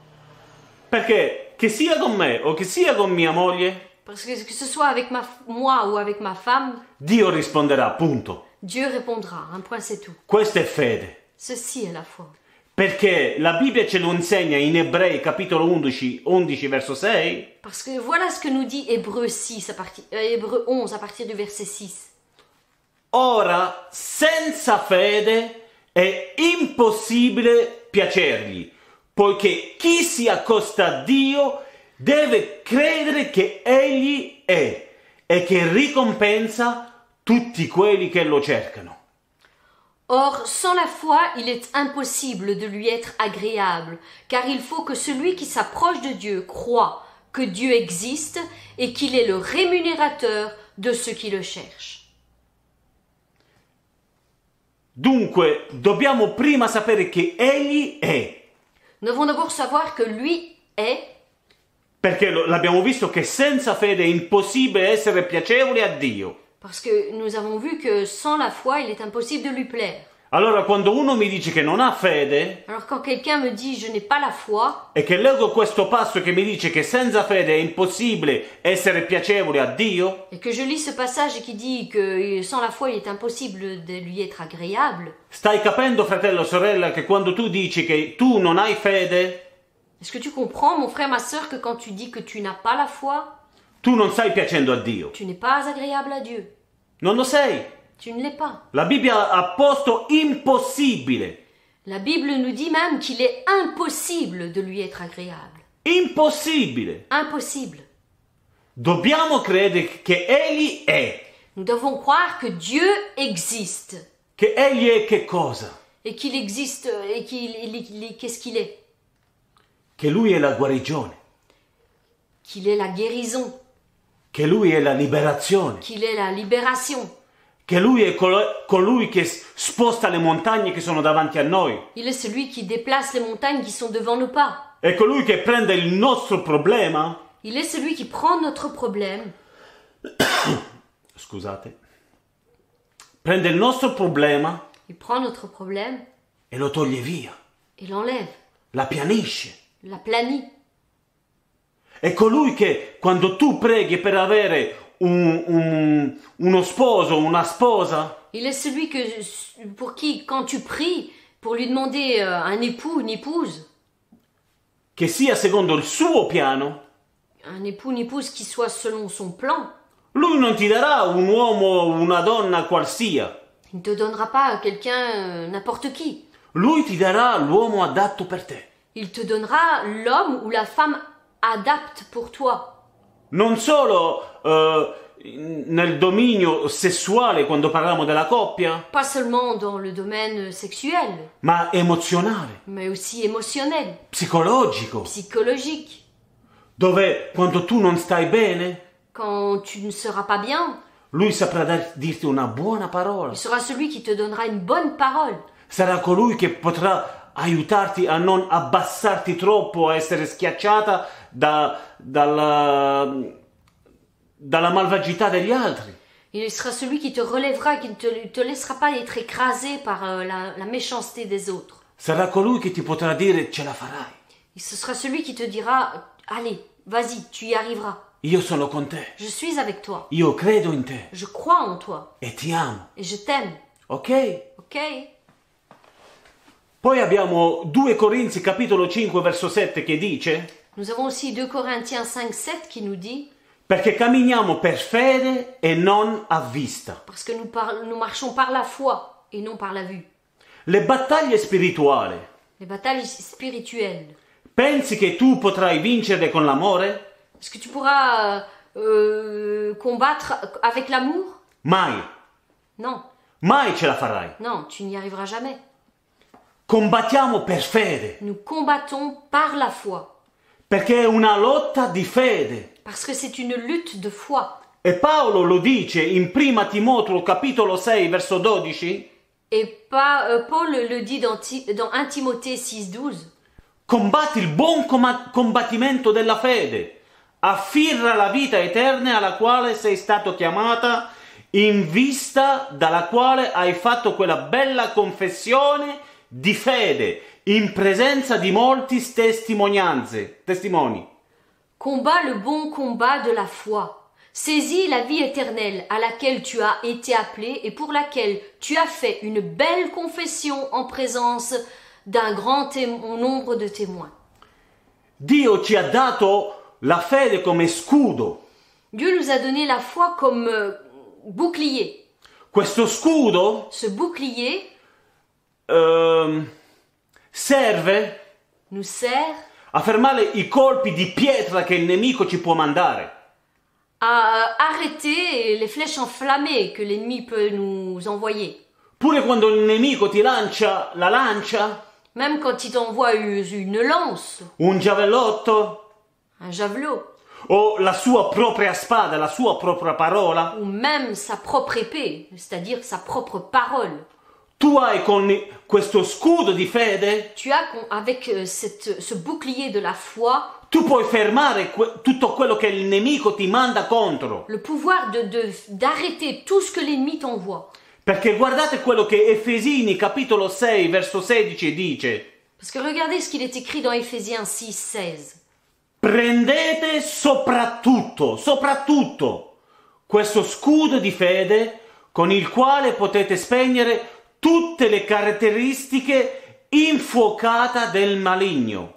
[SPEAKER 4] Perché che sia con me o che sia con mia moglie,
[SPEAKER 2] Parce que que ce soit avec ma, moi ou avec ma femme,
[SPEAKER 4] Dio risponderà, punto.
[SPEAKER 2] Dieu répondra. Un point, c'est tout.
[SPEAKER 4] Questa è fede.
[SPEAKER 2] Ceci est la foi.
[SPEAKER 4] Perché la Bibbia ce lo insegna in Ebrei capitolo 11, 11 verso 6.
[SPEAKER 2] Parce que voilà ce que nous dit Hébreu 6 à partir, euh, Hébreu 11 à partir du verset 6.
[SPEAKER 4] Ora, senza fede è impossibile piacergli, poiché chi si accosta a Dio deve credere che Egli è e che ricompensa tutti quelli che lo cercano.
[SPEAKER 2] Or, sans la foi, il est impossible de lui être agréable, car il faut que celui qui s'approche de Dieu croit que Dieu existe et qu'il est le rémunérateur de ceux qui le cherchent.
[SPEAKER 4] Dunque, dobbiamo prima sapere che Egli è,
[SPEAKER 2] Nous devons d'abord savoir que lui est,
[SPEAKER 4] perché lo- l'abbiamo visto che senza fede è impossibile essere piacevoli a Dio.
[SPEAKER 2] parce que nous avons vu que sans la foi, il est impossible de lui plaire.
[SPEAKER 4] Allora, quando uno mi dice che non ha fede
[SPEAKER 2] Alors quand quelqu'un me dit je n'ai pas la foi
[SPEAKER 4] e che leggo questo passo che mi dice che senza fede è impossibile essere piacevole a Dio,
[SPEAKER 2] et que je lis ce passage qui dit que sans la foi il est impossible de lui être agréable,
[SPEAKER 4] stai capendo, fratello, sorella, che quando tu dici che tu non hai fede,
[SPEAKER 2] est-ce que tu comprends mon frère, ma sœur, que quand tu dis que tu n'as pas la foi,
[SPEAKER 4] Tu non stai piacendo a Dio.
[SPEAKER 2] Tu n'es pas agréable à Dieu.
[SPEAKER 4] Non lo sei.
[SPEAKER 2] Tu ne l'es pas.
[SPEAKER 4] La Bibbia ha posto impossibile.
[SPEAKER 2] La Bible nous dit même qu'il est impossible de lui être agréable.
[SPEAKER 4] Impossibile.
[SPEAKER 2] Impossible.
[SPEAKER 4] Dobbiamo credere che Egli è.
[SPEAKER 2] Nous devons croire que Dieu existe
[SPEAKER 4] Che Egli è che cosa?
[SPEAKER 2] et qu'il existe euh, et qu'il il- il- il- qu'est-ce qu'il est
[SPEAKER 4] Che Lui è la guarigione.
[SPEAKER 2] Qu'il est la guérison,
[SPEAKER 4] Che Lui è la liberazione.
[SPEAKER 2] qu'il est la libération.
[SPEAKER 4] Che Lui è colo- colui che s- sposta le montagne che sono davanti a noi.
[SPEAKER 2] Il est celui qui déplace les montagnes qui sont devant nos pas.
[SPEAKER 4] È colui che prende il nostro problema.
[SPEAKER 2] Il est celui qui prend notre problème,
[SPEAKER 4] Scusate. Prende il nostro problema
[SPEAKER 2] il prend notre problème
[SPEAKER 4] e lo toglie via.
[SPEAKER 2] et l'enlève,
[SPEAKER 4] La pianisce.
[SPEAKER 2] l'aplanit.
[SPEAKER 4] È colui che quando tu preghi per avere un- un- uno sposo, una sposa,
[SPEAKER 2] Il est celui que pour qui quand tu pries pour lui demander euh, un époux, une épouse,
[SPEAKER 4] che sia secondo il suo piano,
[SPEAKER 2] un époux, une épouse qui soit selon son plan,
[SPEAKER 4] lui non ti darà un uomo o una donna qualsiasi.
[SPEAKER 2] il ne te donnera pas quelqu'un euh, n'importe qui.
[SPEAKER 4] Lui ti darà l'uomo adatto per te.
[SPEAKER 2] Il te donnera l'homme ou la femme adapte pour toi.
[SPEAKER 4] Non solo eh, nel dominio sessuale quando parliamo della coppia,
[SPEAKER 2] Pas seulement dans le domaine sexuel,
[SPEAKER 4] ma emozionale,
[SPEAKER 2] mais aussi émotionnel,
[SPEAKER 4] psicologico,
[SPEAKER 2] psychologique.
[SPEAKER 4] dove quando tu non stai bene,
[SPEAKER 2] Quand tu ne seras pas bien,
[SPEAKER 4] lui saprà dar- dirti una buona parola.
[SPEAKER 2] il sera celui qui te donnera une bonne parole.
[SPEAKER 4] sarà colui che potrà aiutarti a non abbassarti troppo, a essere schiacciata da- dalla, dalla malvagità degli altri.
[SPEAKER 2] Il sera celui qui te relèvera, qui ne te, te laissera pas être écrasé par euh, la, la méchanceté des autres.
[SPEAKER 4] Sarà colui che ti potrà dire ce la farai,
[SPEAKER 2] Et ce sera celui qui te dira Allez, vas-y, tu y arriveras.
[SPEAKER 4] io sono con te,
[SPEAKER 2] Je suis avec toi.
[SPEAKER 4] io credo in te
[SPEAKER 2] Je crois en toi.
[SPEAKER 4] e ti amo,
[SPEAKER 2] Et je t'aime.
[SPEAKER 4] ok?
[SPEAKER 2] Ok
[SPEAKER 4] Poi abbiamo 2 Corinzi capitolo 5 verso 7 che dice
[SPEAKER 2] Nous avons aussi 2 Corinthiens 5, 7 qui nous dit
[SPEAKER 4] perché camminiamo per fede e non a vista.
[SPEAKER 2] Parce que nous, par- nous marchons par la foi et non par la vue.
[SPEAKER 4] Le battaglie spirituali,
[SPEAKER 2] Les batailles spirituelles.
[SPEAKER 4] pensi che tu potrai vincerle con l'amore?
[SPEAKER 2] Est-ce que tu pourras euh, euh, combattre avec l'amour
[SPEAKER 4] Mai,
[SPEAKER 2] Non,
[SPEAKER 4] mai ce la farai.
[SPEAKER 2] non, tu n'y arriveras jamais.
[SPEAKER 4] Combattiamo per fede,
[SPEAKER 2] Nous combattons par la foi,
[SPEAKER 4] perché è una lotta di fede.
[SPEAKER 2] parce que c'est une lutte de foi.
[SPEAKER 4] E Paolo lo dice in 1 Timoteo capitolo 6 verso 12,
[SPEAKER 2] Et pas, euh, Paul le dit dans, Ti- dans 1 Timothée 6, 12.
[SPEAKER 4] combatti il buon com- combattimento della fede, affirra la vita eterna alla quale sei stato chiamata, in vista dalla quale hai fatto quella bella confessione di fede, in presenza di molti testimonianze, testimoni.
[SPEAKER 2] Combat le bon combat de la foi. Saisis la vie éternelle à laquelle tu as été appelé et pour laquelle tu as fait une belle confession en présence d'un grand témo- nombre de témoins.
[SPEAKER 4] Dio ci ha dato la fede come scudo.
[SPEAKER 2] Dieu nous a donné la foi comme euh, bouclier.
[SPEAKER 4] Questo scudo
[SPEAKER 2] Ce bouclier
[SPEAKER 4] ehm, serve
[SPEAKER 2] nous sert
[SPEAKER 4] a fermare i colpi di pietra che il nemico ci può mandare.
[SPEAKER 2] à euh, arrêter les flèches enflammées que l'ennemi peut nous envoyer.
[SPEAKER 4] Pure quando il nemico ti lancia la lancia,
[SPEAKER 2] Même quand il t'envoie une une lance,
[SPEAKER 4] un giavellotto
[SPEAKER 2] un javelot,
[SPEAKER 4] o la sua propria spada, la sua propria parola,
[SPEAKER 2] ou même sa propre épée, c'est-à-dire sa propre parole,
[SPEAKER 4] tu hai con questo scudo di fede,
[SPEAKER 2] tu as con- avec euh, cette, ce bouclier de la foi
[SPEAKER 4] tu puoi fermare que- tutto quello che il nemico ti manda contro.
[SPEAKER 2] le pouvoir de de- d'arrêter tout ce que l'ennemi t'envoie.
[SPEAKER 4] Perché guardate quello che Efesini capitolo 6 verso 16 dice.
[SPEAKER 2] Parce que regardez ce qu'il est écrit dans Éphésiens 6, 16.
[SPEAKER 4] Prendete soprattutto, soprattutto questo scudo di fede con il quale potete spegnere tutte le caratteristiche infuocate del maligno.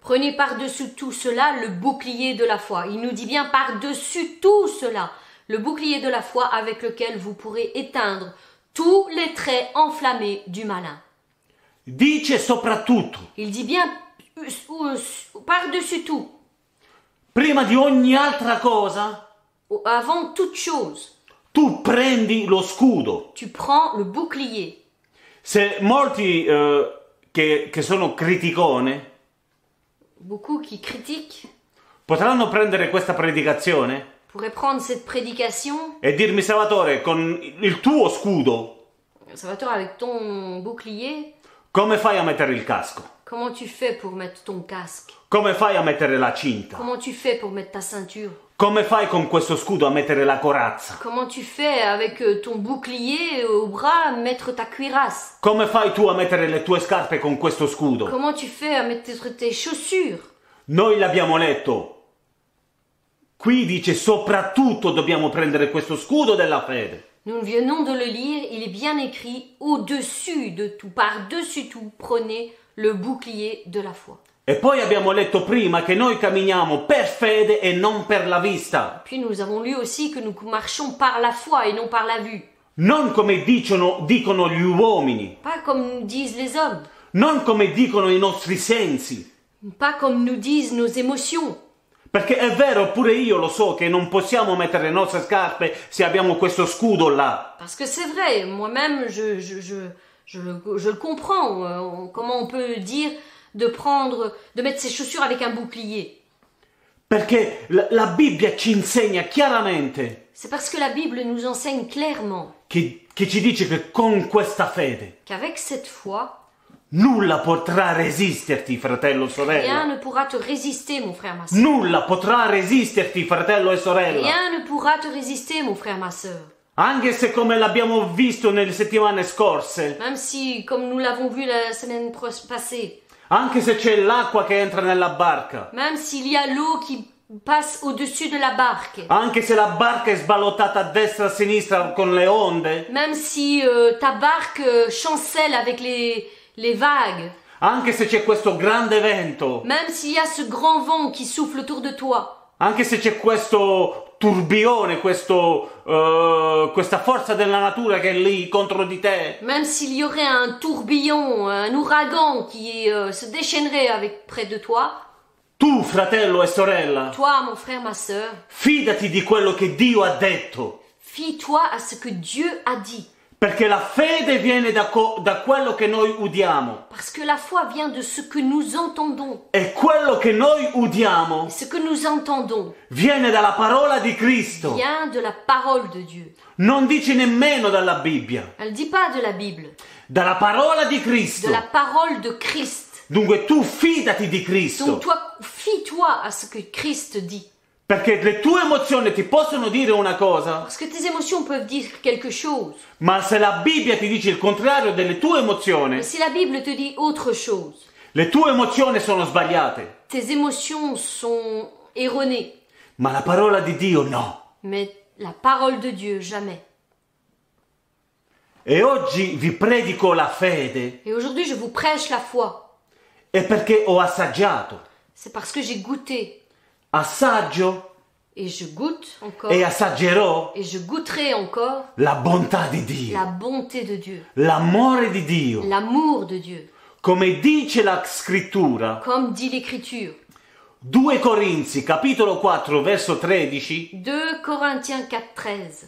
[SPEAKER 2] Prenez par-dessus tout cela le bouclier de la foi. Il nous dit bien par-dessus tout cela, le bouclier de la foi avec lequel vous pourrez éteindre tous les traits enflammés du malin.
[SPEAKER 4] Dice soprattutto,
[SPEAKER 2] Il dit bien euh, euh, par-dessus tout,
[SPEAKER 4] prima di ogni altra cosa,
[SPEAKER 2] au- avant toute chose,
[SPEAKER 4] tu prendi lo scudo.
[SPEAKER 2] tu prends le bouclier.
[SPEAKER 4] Se molti eh, che, che sono criticone
[SPEAKER 2] Beaucoup qui critiquent
[SPEAKER 4] potranno prendere questa predicazione
[SPEAKER 2] pourraient prendre cette prédication
[SPEAKER 4] e dirmi Salvatore, con il tuo scudo,
[SPEAKER 2] Salvatore, avec ton bouclier,
[SPEAKER 4] come fai a mettere il casco?
[SPEAKER 2] comment tu fais pour mettre ton casque
[SPEAKER 4] Come fai a mettere la cinta?
[SPEAKER 2] Comment tu fais pour mettre ta ceinture
[SPEAKER 4] Come fai con questo scudo a mettere la corazza?
[SPEAKER 2] Comment tu fais avec euh, ton bouclier au bras mettre ta cuirasse
[SPEAKER 4] Come fai tu a mettere le tue scarpe con questo scudo?
[SPEAKER 2] Comment tu fais à mettre tes chaussures
[SPEAKER 4] Noi l'abbiamo letto. Qui dice soprattutto dobbiamo prendere questo scudo della fede.
[SPEAKER 2] Nous venons de le lire, il est bien écrit au-dessus de tout, par-dessus tout, prenez le bouclier de la foi.
[SPEAKER 4] E poi abbiamo letto prima che noi camminiamo per fede e non per la vista,
[SPEAKER 2] Puis nous avons lu aussi que nous marchons par la foi et non par la vue,
[SPEAKER 4] non come dicono, dicono gli uomini,
[SPEAKER 2] pas comme nous disent les hommes,
[SPEAKER 4] non come dicono i nostri sensi.
[SPEAKER 2] pas comme nous disent nos émotions.
[SPEAKER 4] Perché è vero, pure io lo so che non possiamo mettere le nostre scarpe se abbiamo questo scudo là.
[SPEAKER 2] Parce que c'est vrai, moi-même, je, je, je, je, le- je le comprends. euh, on- comment on peut dire de prendre, de mettre ses chaussures avec un bouclier
[SPEAKER 4] Perché la- la Bibbia ci insegna chiaramente
[SPEAKER 2] C'est parce que la Bible nous enseigne clairement
[SPEAKER 4] che, che ci dice che con questa fede
[SPEAKER 2] qu'avec cette foi,
[SPEAKER 4] nulla potrà resisterti, fratello e
[SPEAKER 2] rien
[SPEAKER 4] sorella.
[SPEAKER 2] ne pourra te résister, mon frère, ma soeur.
[SPEAKER 4] Nulla potrà resisterti, fratello e sorella.
[SPEAKER 2] Rien ne pourra te résister, mon frère, ma soeur.
[SPEAKER 4] Anche se come l'abbiamo visto nelle settimane scorse,
[SPEAKER 2] Même si, comme nous l'avons vu la semaine pro- passée,
[SPEAKER 4] anche se c'è l'acqua che entra nella barca,
[SPEAKER 2] même s'il y a l'eau qui passe au-dessus de la barque,
[SPEAKER 4] anche se la barca è sballottata a destra e a sinistra con le onde,
[SPEAKER 2] même si euh, ta barque euh, chancelle avec les, les vagues,
[SPEAKER 4] anche se c'è questo grande vento,
[SPEAKER 2] Même s'il y a ce grand vent qui souffle autour de toi,
[SPEAKER 4] anche se c'è questo turbione, questo, eh, questa forza della natura che è lì contro di te,
[SPEAKER 2] même s'il y aurait un tourbillon, un ouragan qui euh, se déchaînerait avec près de toi,
[SPEAKER 4] tu fratello e sorella,
[SPEAKER 2] toi, mon frère, ma sœur,
[SPEAKER 4] fidati di quello che Dio ha detto,
[SPEAKER 2] fie-toi à ce que Dieu a dit.
[SPEAKER 4] perché la fede viene da co- da quello che noi udiamo.
[SPEAKER 2] Parce que la foi vient de ce que nous entendons.
[SPEAKER 4] E quello che noi udiamo
[SPEAKER 2] Ce que nous entendons
[SPEAKER 4] viene dalla parola di Cristo,
[SPEAKER 2] vient de la parole de Dieu.
[SPEAKER 4] non dice nemmeno dalla Bibbia,
[SPEAKER 2] Elle ne dit pas de la Bible,
[SPEAKER 4] dalla parola di
[SPEAKER 2] de
[SPEAKER 4] Cristo.
[SPEAKER 2] la parole de Christ.
[SPEAKER 4] Dunque tu fidati di Cristo,
[SPEAKER 2] Donc toi, fie-toi à ce que Christ dit.
[SPEAKER 4] perché le tue emozioni ti possono dire una cosa,
[SPEAKER 2] Parce que tes émotions peuvent dire quelque chose.
[SPEAKER 4] ma se la Bibbia ti dice il contrario delle tue emozioni,
[SPEAKER 2] Mais si la Bible te dit autre chose,
[SPEAKER 4] le tue emozioni sono sbagliate,
[SPEAKER 2] tes émotions sont erronées,
[SPEAKER 4] ma la parola di Dio no.
[SPEAKER 2] mais la parole de Dieu, jamais.
[SPEAKER 4] E oggi vi predico la fede,
[SPEAKER 2] Et aujourd'hui, je vous prêche la foi.
[SPEAKER 4] è perché ho assaggiato.
[SPEAKER 2] C'est parce que j'ai goûté,
[SPEAKER 4] Assaggio
[SPEAKER 2] et je goûte encore,
[SPEAKER 4] e assaggerò
[SPEAKER 2] et je goûterai encore
[SPEAKER 4] la bontà di Dio.
[SPEAKER 2] la bonté de Dieu,
[SPEAKER 4] L'amore di Dio,
[SPEAKER 2] l'amour de Dieu,
[SPEAKER 4] come dice la scrittura,
[SPEAKER 2] comme dit l'Écriture.
[SPEAKER 4] 2 Corinzi capitolo 4 verso 13,
[SPEAKER 2] 2 Corinthiens 4, 13.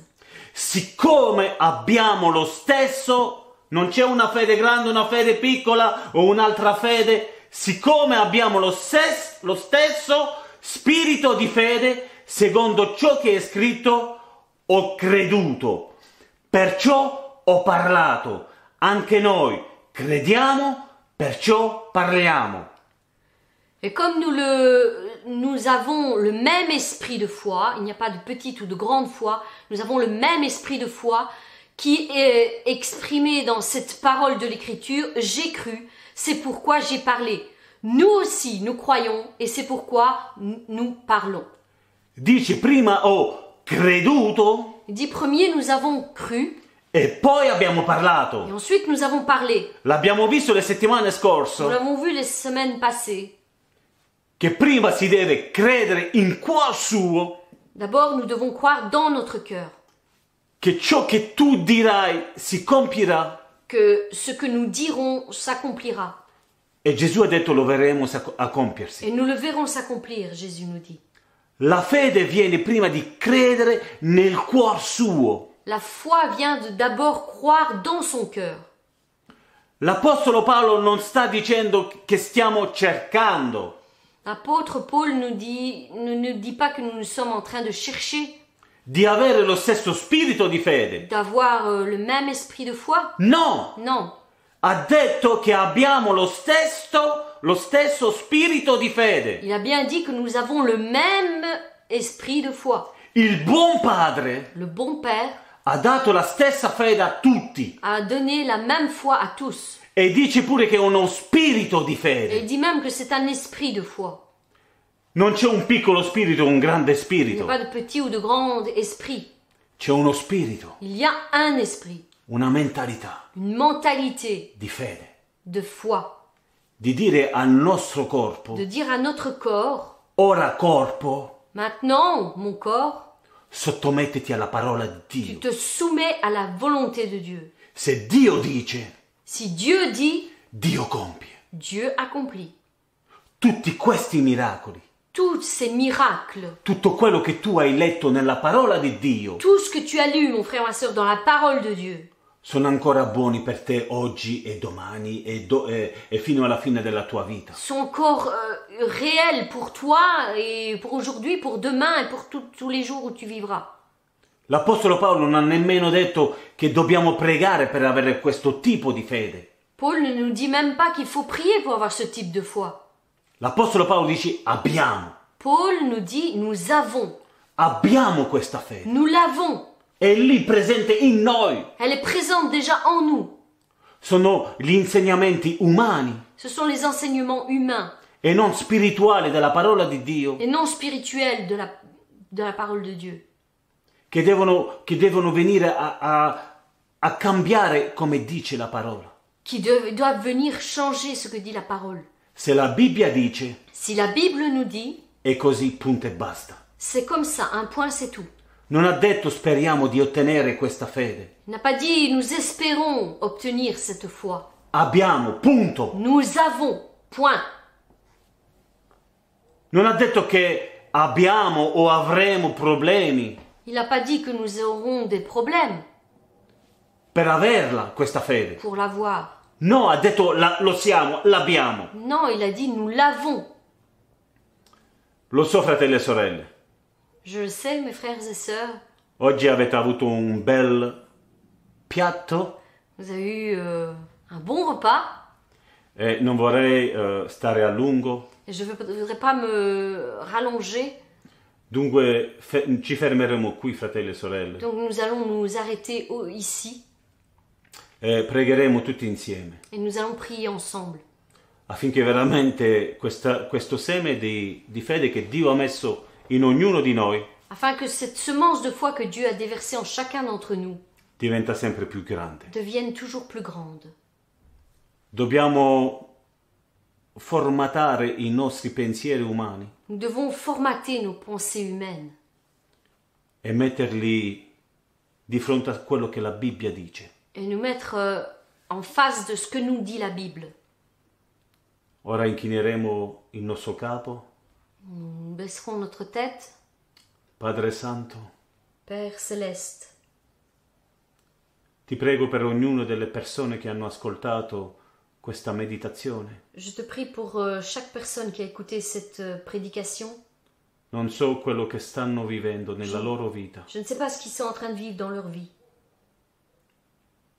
[SPEAKER 4] siccome abbiamo lo stesso, non c'è una fede grande, una fede piccola o un'altra fede, siccome abbiamo lo, stes- lo stesso spirito di fede, secondo ciò che è scritto, ho creduto, perciò ho parlato, anche noi crediamo, perciò parliamo.
[SPEAKER 2] Et comme nous, le, nous avons le même esprit de foi, il n'y a pas de petite ou de grande foi, nous avons le même esprit de foi qui est exprimé dans cette parole de l'Écriture, j'ai cru, c'est pourquoi j'ai parlé. Nous aussi, nous croyons et c'est pourquoi nous- nous parlons.
[SPEAKER 4] Dice prima ho creduto
[SPEAKER 2] Il dit premier, nous avons cru
[SPEAKER 4] e poi abbiamo
[SPEAKER 2] et
[SPEAKER 4] parlato.
[SPEAKER 2] ensuite nous avons parlé.
[SPEAKER 4] L'abbiamo visto le settimane
[SPEAKER 2] Nous
[SPEAKER 4] scorse.
[SPEAKER 2] l'avons vu les semaines passées.
[SPEAKER 4] che prima si deve credere in cuor suo
[SPEAKER 2] D'abord, nous devons croire dans notre cœur
[SPEAKER 4] che ciò che tu dirai si compirà.
[SPEAKER 2] que ce que nous dirons s'accomplira.
[SPEAKER 4] E Gesù ha detto lo verremo sa- a compiersi.
[SPEAKER 2] Et nous le verrons s'accomplir, Jésus nous dit.
[SPEAKER 4] La fede viene prima di credere nel cuor suo.
[SPEAKER 2] La foi vient de d'abord croire dans son cœur.
[SPEAKER 4] L'Apostolo Paolo non sta dicendo che stiamo cercando,
[SPEAKER 2] L'apôtre Paul nous dit, ne nous dit pas que nous nous sommes en train de chercher
[SPEAKER 4] di avere lo stesso spirito di fede.
[SPEAKER 2] d'avoir euh, le même esprit de foi.
[SPEAKER 4] No,
[SPEAKER 2] Non,
[SPEAKER 4] ha detto che abbiamo lo stesso, lo stesso spirito di fede.
[SPEAKER 2] il a bien dit que nous avons le même esprit de foi.
[SPEAKER 4] Il buon padre
[SPEAKER 2] Le bon Père
[SPEAKER 4] ha dato la stessa fede a tutti
[SPEAKER 2] a donné la même foi à tous.
[SPEAKER 4] e dice pure che è uno spirito di
[SPEAKER 2] Et
[SPEAKER 4] fede.
[SPEAKER 2] il dit même que c'est un esprit de foi.
[SPEAKER 4] Non c'è un piccolo spirito, un grande
[SPEAKER 2] Il n'y a
[SPEAKER 4] spirito.
[SPEAKER 2] pas de petit ou de grand esprit.
[SPEAKER 4] C'è uno spirito,
[SPEAKER 2] Il y a un esprit,
[SPEAKER 4] una mentalità
[SPEAKER 2] une mentalité
[SPEAKER 4] di fede.
[SPEAKER 2] de foi.
[SPEAKER 4] Di dire al nostro corpo,
[SPEAKER 2] De dire à notre corps,
[SPEAKER 4] ora corpo,
[SPEAKER 2] maintenant, mon corps,
[SPEAKER 4] sottomettiti alla parola di
[SPEAKER 2] tu
[SPEAKER 4] Dio.
[SPEAKER 2] te soumets à la volonté de Dieu.
[SPEAKER 4] Se Dio dice,
[SPEAKER 2] Si Dieu dit,
[SPEAKER 4] Dio compie.
[SPEAKER 2] Dieu accomplit.
[SPEAKER 4] Tutti questi miracoli
[SPEAKER 2] Tous ces miracles,
[SPEAKER 4] tutto quello che tu hai letto nella parola di Dio
[SPEAKER 2] tout ce que tu as lu, mon frère, ma soeur, dans la parole de Dieu,
[SPEAKER 4] sono ancora buoni per te oggi e domani e, do- e- e fino alla fine della tua vita.
[SPEAKER 2] sont encore euh, réels pour toi et pour aujourd'hui, pour demain et pour tout- tous les jours où tu vivras.
[SPEAKER 4] L'Apostolo Paolo non ha nemmeno detto che dobbiamo pregare per avere questo tipo di fede.
[SPEAKER 2] Paul ne nous dit même pas qu'il faut prier pour avoir ce type de foi.
[SPEAKER 4] L'Apostolo Paolo dice abbiamo,
[SPEAKER 2] Paul nous dit nous avons,
[SPEAKER 4] abbiamo questa fede.
[SPEAKER 2] nous l'avons.
[SPEAKER 4] È lì presente in noi.
[SPEAKER 2] Elle est présente déjà en nous.
[SPEAKER 4] Sono gli insegnamenti umani
[SPEAKER 2] Ce sont les enseignements humains
[SPEAKER 4] e non spirituali della parola di Dio
[SPEAKER 2] et non spirituels de la, de la parole de Dieu
[SPEAKER 4] che devono, che devono venire a- a- a cambiare come dice la parola.
[SPEAKER 2] qui de- doivent venir changer ce que dit la parole.
[SPEAKER 4] Se la Bibbia dice
[SPEAKER 2] Si la Bible nous dit,
[SPEAKER 4] è così, punto e basta.
[SPEAKER 2] c'est comme ça, un point c'est tout.
[SPEAKER 4] Non ha detto speriamo di ottenere questa fede.
[SPEAKER 2] Il n'a pas dit nous espérons obtenir cette foi.
[SPEAKER 4] Abbiamo, punto.
[SPEAKER 2] Nous avons, point.
[SPEAKER 4] Non ha detto che abbiamo o avremo problemi
[SPEAKER 2] Il n'a pas dit que nous aurons des problèmes
[SPEAKER 4] per averla questa fede.
[SPEAKER 2] pour l'avoir.
[SPEAKER 4] No, ha detto la- lo siamo, l'abbiamo.
[SPEAKER 2] Non, il a dit nous l'avons.
[SPEAKER 4] Lo so, fratelli e sorelle,
[SPEAKER 2] Je le sais, mes frères et sœurs.
[SPEAKER 4] oggi avete avuto un bel piatto
[SPEAKER 2] Vous avez eu euh, un bon repas.
[SPEAKER 4] e non vorrei eh, stare a lungo,
[SPEAKER 2] Et je ne voudrais pas me rallonger.
[SPEAKER 4] dunque fe- ci fermeremo qui, fratelli e sorelle,
[SPEAKER 2] Donc nous allons nous arrêter au- ici
[SPEAKER 4] e pregheremo tutti insieme.
[SPEAKER 2] et nous allons prier ensemble.
[SPEAKER 4] affinché veramente questa- questo seme di, di fede che Dio ha messo in ognuno di noi
[SPEAKER 2] Afin que cette semence de foi que Dieu a déversée en chacun d'entre nous
[SPEAKER 4] diventa sempre più grande.
[SPEAKER 2] devienne toujours plus grande.
[SPEAKER 4] Dobbiamo formatare i nostri pensieri umani
[SPEAKER 2] Nous devons formater nos pensées humaines
[SPEAKER 4] e metterli di fronte a quello che la Bibbia dice.
[SPEAKER 2] et nous mettre euh, en face de ce que nous dit la Bible.
[SPEAKER 4] Ora inchineremo il nostro capo.
[SPEAKER 2] Nous baisserons notre tête.
[SPEAKER 4] Padre Santo,
[SPEAKER 2] Père céleste,
[SPEAKER 4] ti prego per ognuna delle persone che hanno ascoltato questa meditazione.
[SPEAKER 2] je te prie pour euh, chaque personne qui a écouté cette euh, prédication.
[SPEAKER 4] Non so quello che stanno vivendo nella loro vita.
[SPEAKER 2] Je ne sais pas ce qu'ils sont en train de vivre dans leur vie,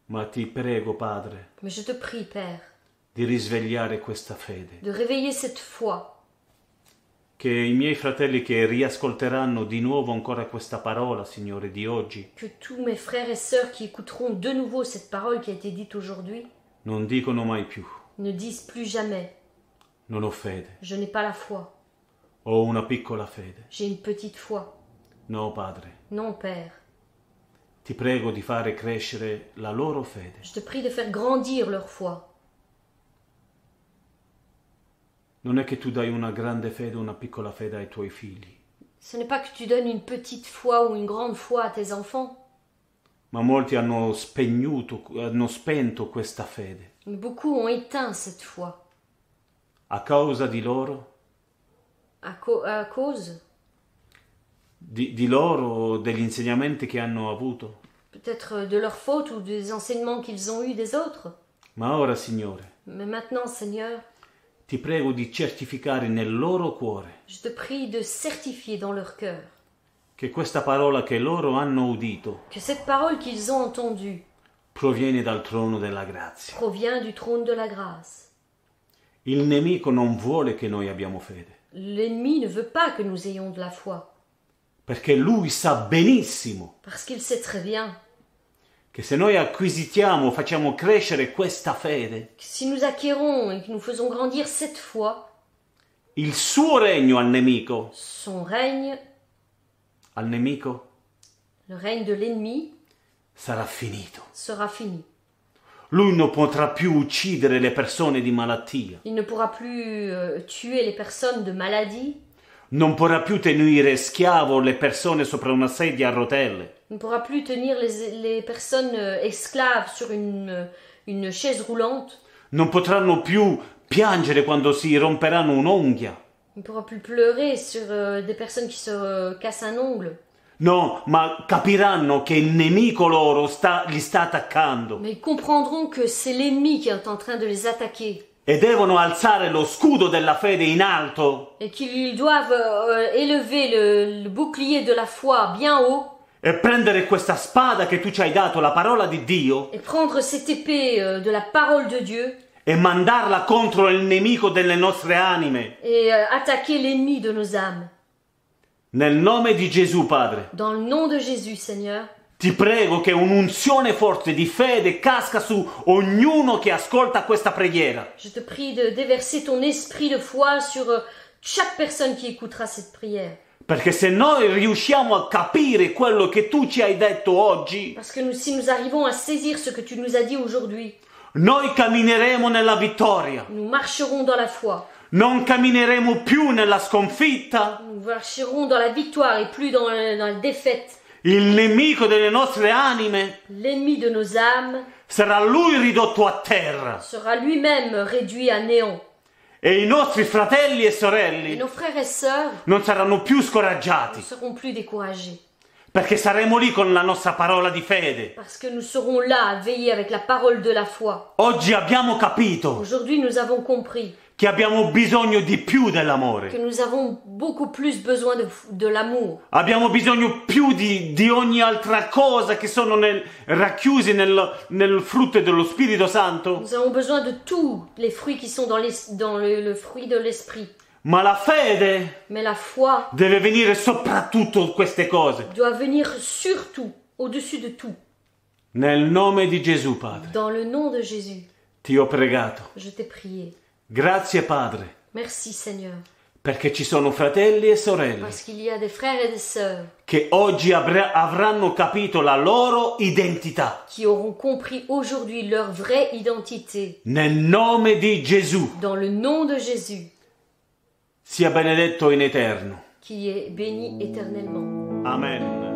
[SPEAKER 4] Ma ti prego, Padre,
[SPEAKER 2] mais je te prie, Père,
[SPEAKER 4] di risvegliare questa fede,
[SPEAKER 2] de réveiller cette foi,
[SPEAKER 4] che i miei fratelli che riascolteranno di nuovo ancora questa parola, Signore, di oggi,
[SPEAKER 2] que tous mes frères et sœurs qui écouteront de nouveau cette parole qui a été dite aujourd'hui
[SPEAKER 4] non dicono mai più,
[SPEAKER 2] ne disent plus jamais
[SPEAKER 4] non ho fede,
[SPEAKER 2] Je n'ai pas la foi,
[SPEAKER 4] ho una piccola fede.
[SPEAKER 2] j'ai une petite foi.
[SPEAKER 4] No, Padre,
[SPEAKER 2] Non, Père,
[SPEAKER 4] ti prego di fare crescere la loro fede.
[SPEAKER 2] je te prie de faire grandir leur foi.
[SPEAKER 4] Non è che tu dai una grande fede o una piccola fede ai tuoi figli,
[SPEAKER 2] Ce n'est pas que tu donnes une petite foi ou une grande foi à tes enfants.
[SPEAKER 4] ma molti hanno spegnuto, hanno spento questa fede.
[SPEAKER 2] Beaucoup ont éteint cette foi.
[SPEAKER 4] A causa di loro,
[SPEAKER 2] À, co- à cause,
[SPEAKER 4] di, di loro, degli insegnamenti che hanno avuto.
[SPEAKER 2] peut-être de leur faute ou des enseignements qu'ils ont eus des autres.
[SPEAKER 4] Ma ora, Signore,
[SPEAKER 2] Mais maintenant, Seigneur,
[SPEAKER 4] ti prego di certificare nel loro cuore
[SPEAKER 2] je te prie de certifier dans leur cœur
[SPEAKER 4] che questa parola che loro hanno udito
[SPEAKER 2] que cette parole qu'ils ont entendue
[SPEAKER 4] proviene dal trono della grazia.
[SPEAKER 2] provient du trône de la grâce.
[SPEAKER 4] Il nemico non vuole che noi abbiamo fede,
[SPEAKER 2] L'ennemi ne veut pas que nous ayons de la foi,
[SPEAKER 4] perché lui sa benissimo
[SPEAKER 2] parce qu'il sait très bien
[SPEAKER 4] che se noi acquisitiamo, facciamo crescere questa fede,
[SPEAKER 2] que si nous acquérons et que nous faisons grandir cette foi,
[SPEAKER 4] il suo regno al nemico,
[SPEAKER 2] son règne,
[SPEAKER 4] al nemico
[SPEAKER 2] le règne de l'ennemi,
[SPEAKER 4] sarà finito.
[SPEAKER 2] sera fini.
[SPEAKER 4] Lui non potrà più uccidere le persone di malattia,
[SPEAKER 2] Il ne pourra plus euh, tuer les personnes de maladie,
[SPEAKER 4] non potrà più tenere schiavo le persone sopra una sedia a rotelle.
[SPEAKER 2] il ne pourra plus tenir les, les personnes euh, esclaves sur une, euh, une chaise roulante,
[SPEAKER 4] Non potranno più piangere quando si romperanno un'unghia.
[SPEAKER 2] il ne pourra plus pleurer sur euh, des personnes qui se euh, cassent un ongle,
[SPEAKER 4] No, ma capiranno che il nemico loro sta- li sta attaccando
[SPEAKER 2] mais ils comprendront que c'est l'ennemi qui est en train de les attaquer
[SPEAKER 4] e devono alzare lo scudo della fede in alto
[SPEAKER 2] et qu'ils doivent euh, élever le, le bouclier de la foi bien haut
[SPEAKER 4] e prendere questa spada che tu ci hai dato, la parola di Dio,
[SPEAKER 2] et prendre cette épée euh, de la parole de Dieu
[SPEAKER 4] e mandarla contro il nemico delle nostre anime.
[SPEAKER 2] et euh, attaquer l'ennemi de nos âmes.
[SPEAKER 4] Nel nome di Gesù, Padre,
[SPEAKER 2] Dans le nom de Jésus, Seigneur,
[SPEAKER 4] ti prego che un'unzione forte di fede casca su ognuno che ascolta questa preghiera.
[SPEAKER 2] je te prie de déverser ton esprit de foi sur euh, chaque personne qui écoutera cette prière.
[SPEAKER 4] Perché se noi riusciamo a capire quello che tu ci hai detto oggi,
[SPEAKER 2] Parce que nous, si nous arrivons à saisir ce que tu nous as dit aujourd'hui,
[SPEAKER 4] noi cammineremo nella vittoria.
[SPEAKER 2] nous marcherons dans la foi,
[SPEAKER 4] Non cammineremo più nella sconfitta.
[SPEAKER 2] nous marcherons dans la victoire et plus dans, la- dans la défaite.
[SPEAKER 4] Il nemico delle nostre anime
[SPEAKER 2] L'ennemi de nos âmes
[SPEAKER 4] sarà lui ridotto a terra
[SPEAKER 2] sera lui-même réduit à néant.
[SPEAKER 4] e i nostri fratelli e
[SPEAKER 2] Et
[SPEAKER 4] sorelle
[SPEAKER 2] nos frères et sœurs
[SPEAKER 4] non saranno più
[SPEAKER 2] ne
[SPEAKER 4] scoraggiati
[SPEAKER 2] seront plus découragés.
[SPEAKER 4] perché saremo lì con la nostra parola di fede.
[SPEAKER 2] Parce que nous serons là à veiller avec la parole de la foi.
[SPEAKER 4] Oggi abbiamo capito
[SPEAKER 2] Aujourd'hui, nous avons compris
[SPEAKER 4] che abbiamo bisogno di più
[SPEAKER 2] que
[SPEAKER 4] dell'amore.
[SPEAKER 2] nous avons beaucoup plus besoin de, de l'amour.
[SPEAKER 4] Abbiamo bisogno più di, di ogni altra cosa che sono nel- racchiusi nel, nel frutto dello Spirito Santo.
[SPEAKER 2] Nous avons besoin de tous les fruits qui sont dans, l'es- dans le, le fruit de l'esprit.
[SPEAKER 4] Ma la fede
[SPEAKER 2] Mais la foi
[SPEAKER 4] deve venire soprattutto queste cose.
[SPEAKER 2] doit venir surtout, au-dessus de tout.
[SPEAKER 4] Nel nome di Gesù, Padre,
[SPEAKER 2] Dans le nom de Jésus,
[SPEAKER 4] ti ho pregato.
[SPEAKER 2] je t'ai prié.
[SPEAKER 4] Grazie, Padre,
[SPEAKER 2] Merci Seigneur,
[SPEAKER 4] perché ci sono fratelli e sorelle
[SPEAKER 2] parce qu'il y a des frères et des sœurs
[SPEAKER 4] che oggi avrà- avranno capito la loro identità.
[SPEAKER 2] qui auront compris aujourd'hui leur vraie identité.
[SPEAKER 4] Nel nome di Gesù,
[SPEAKER 2] Dans le nom de Jésus,
[SPEAKER 4] sia benedetto in eterno.
[SPEAKER 2] qui est béni éternellement.
[SPEAKER 4] Amen.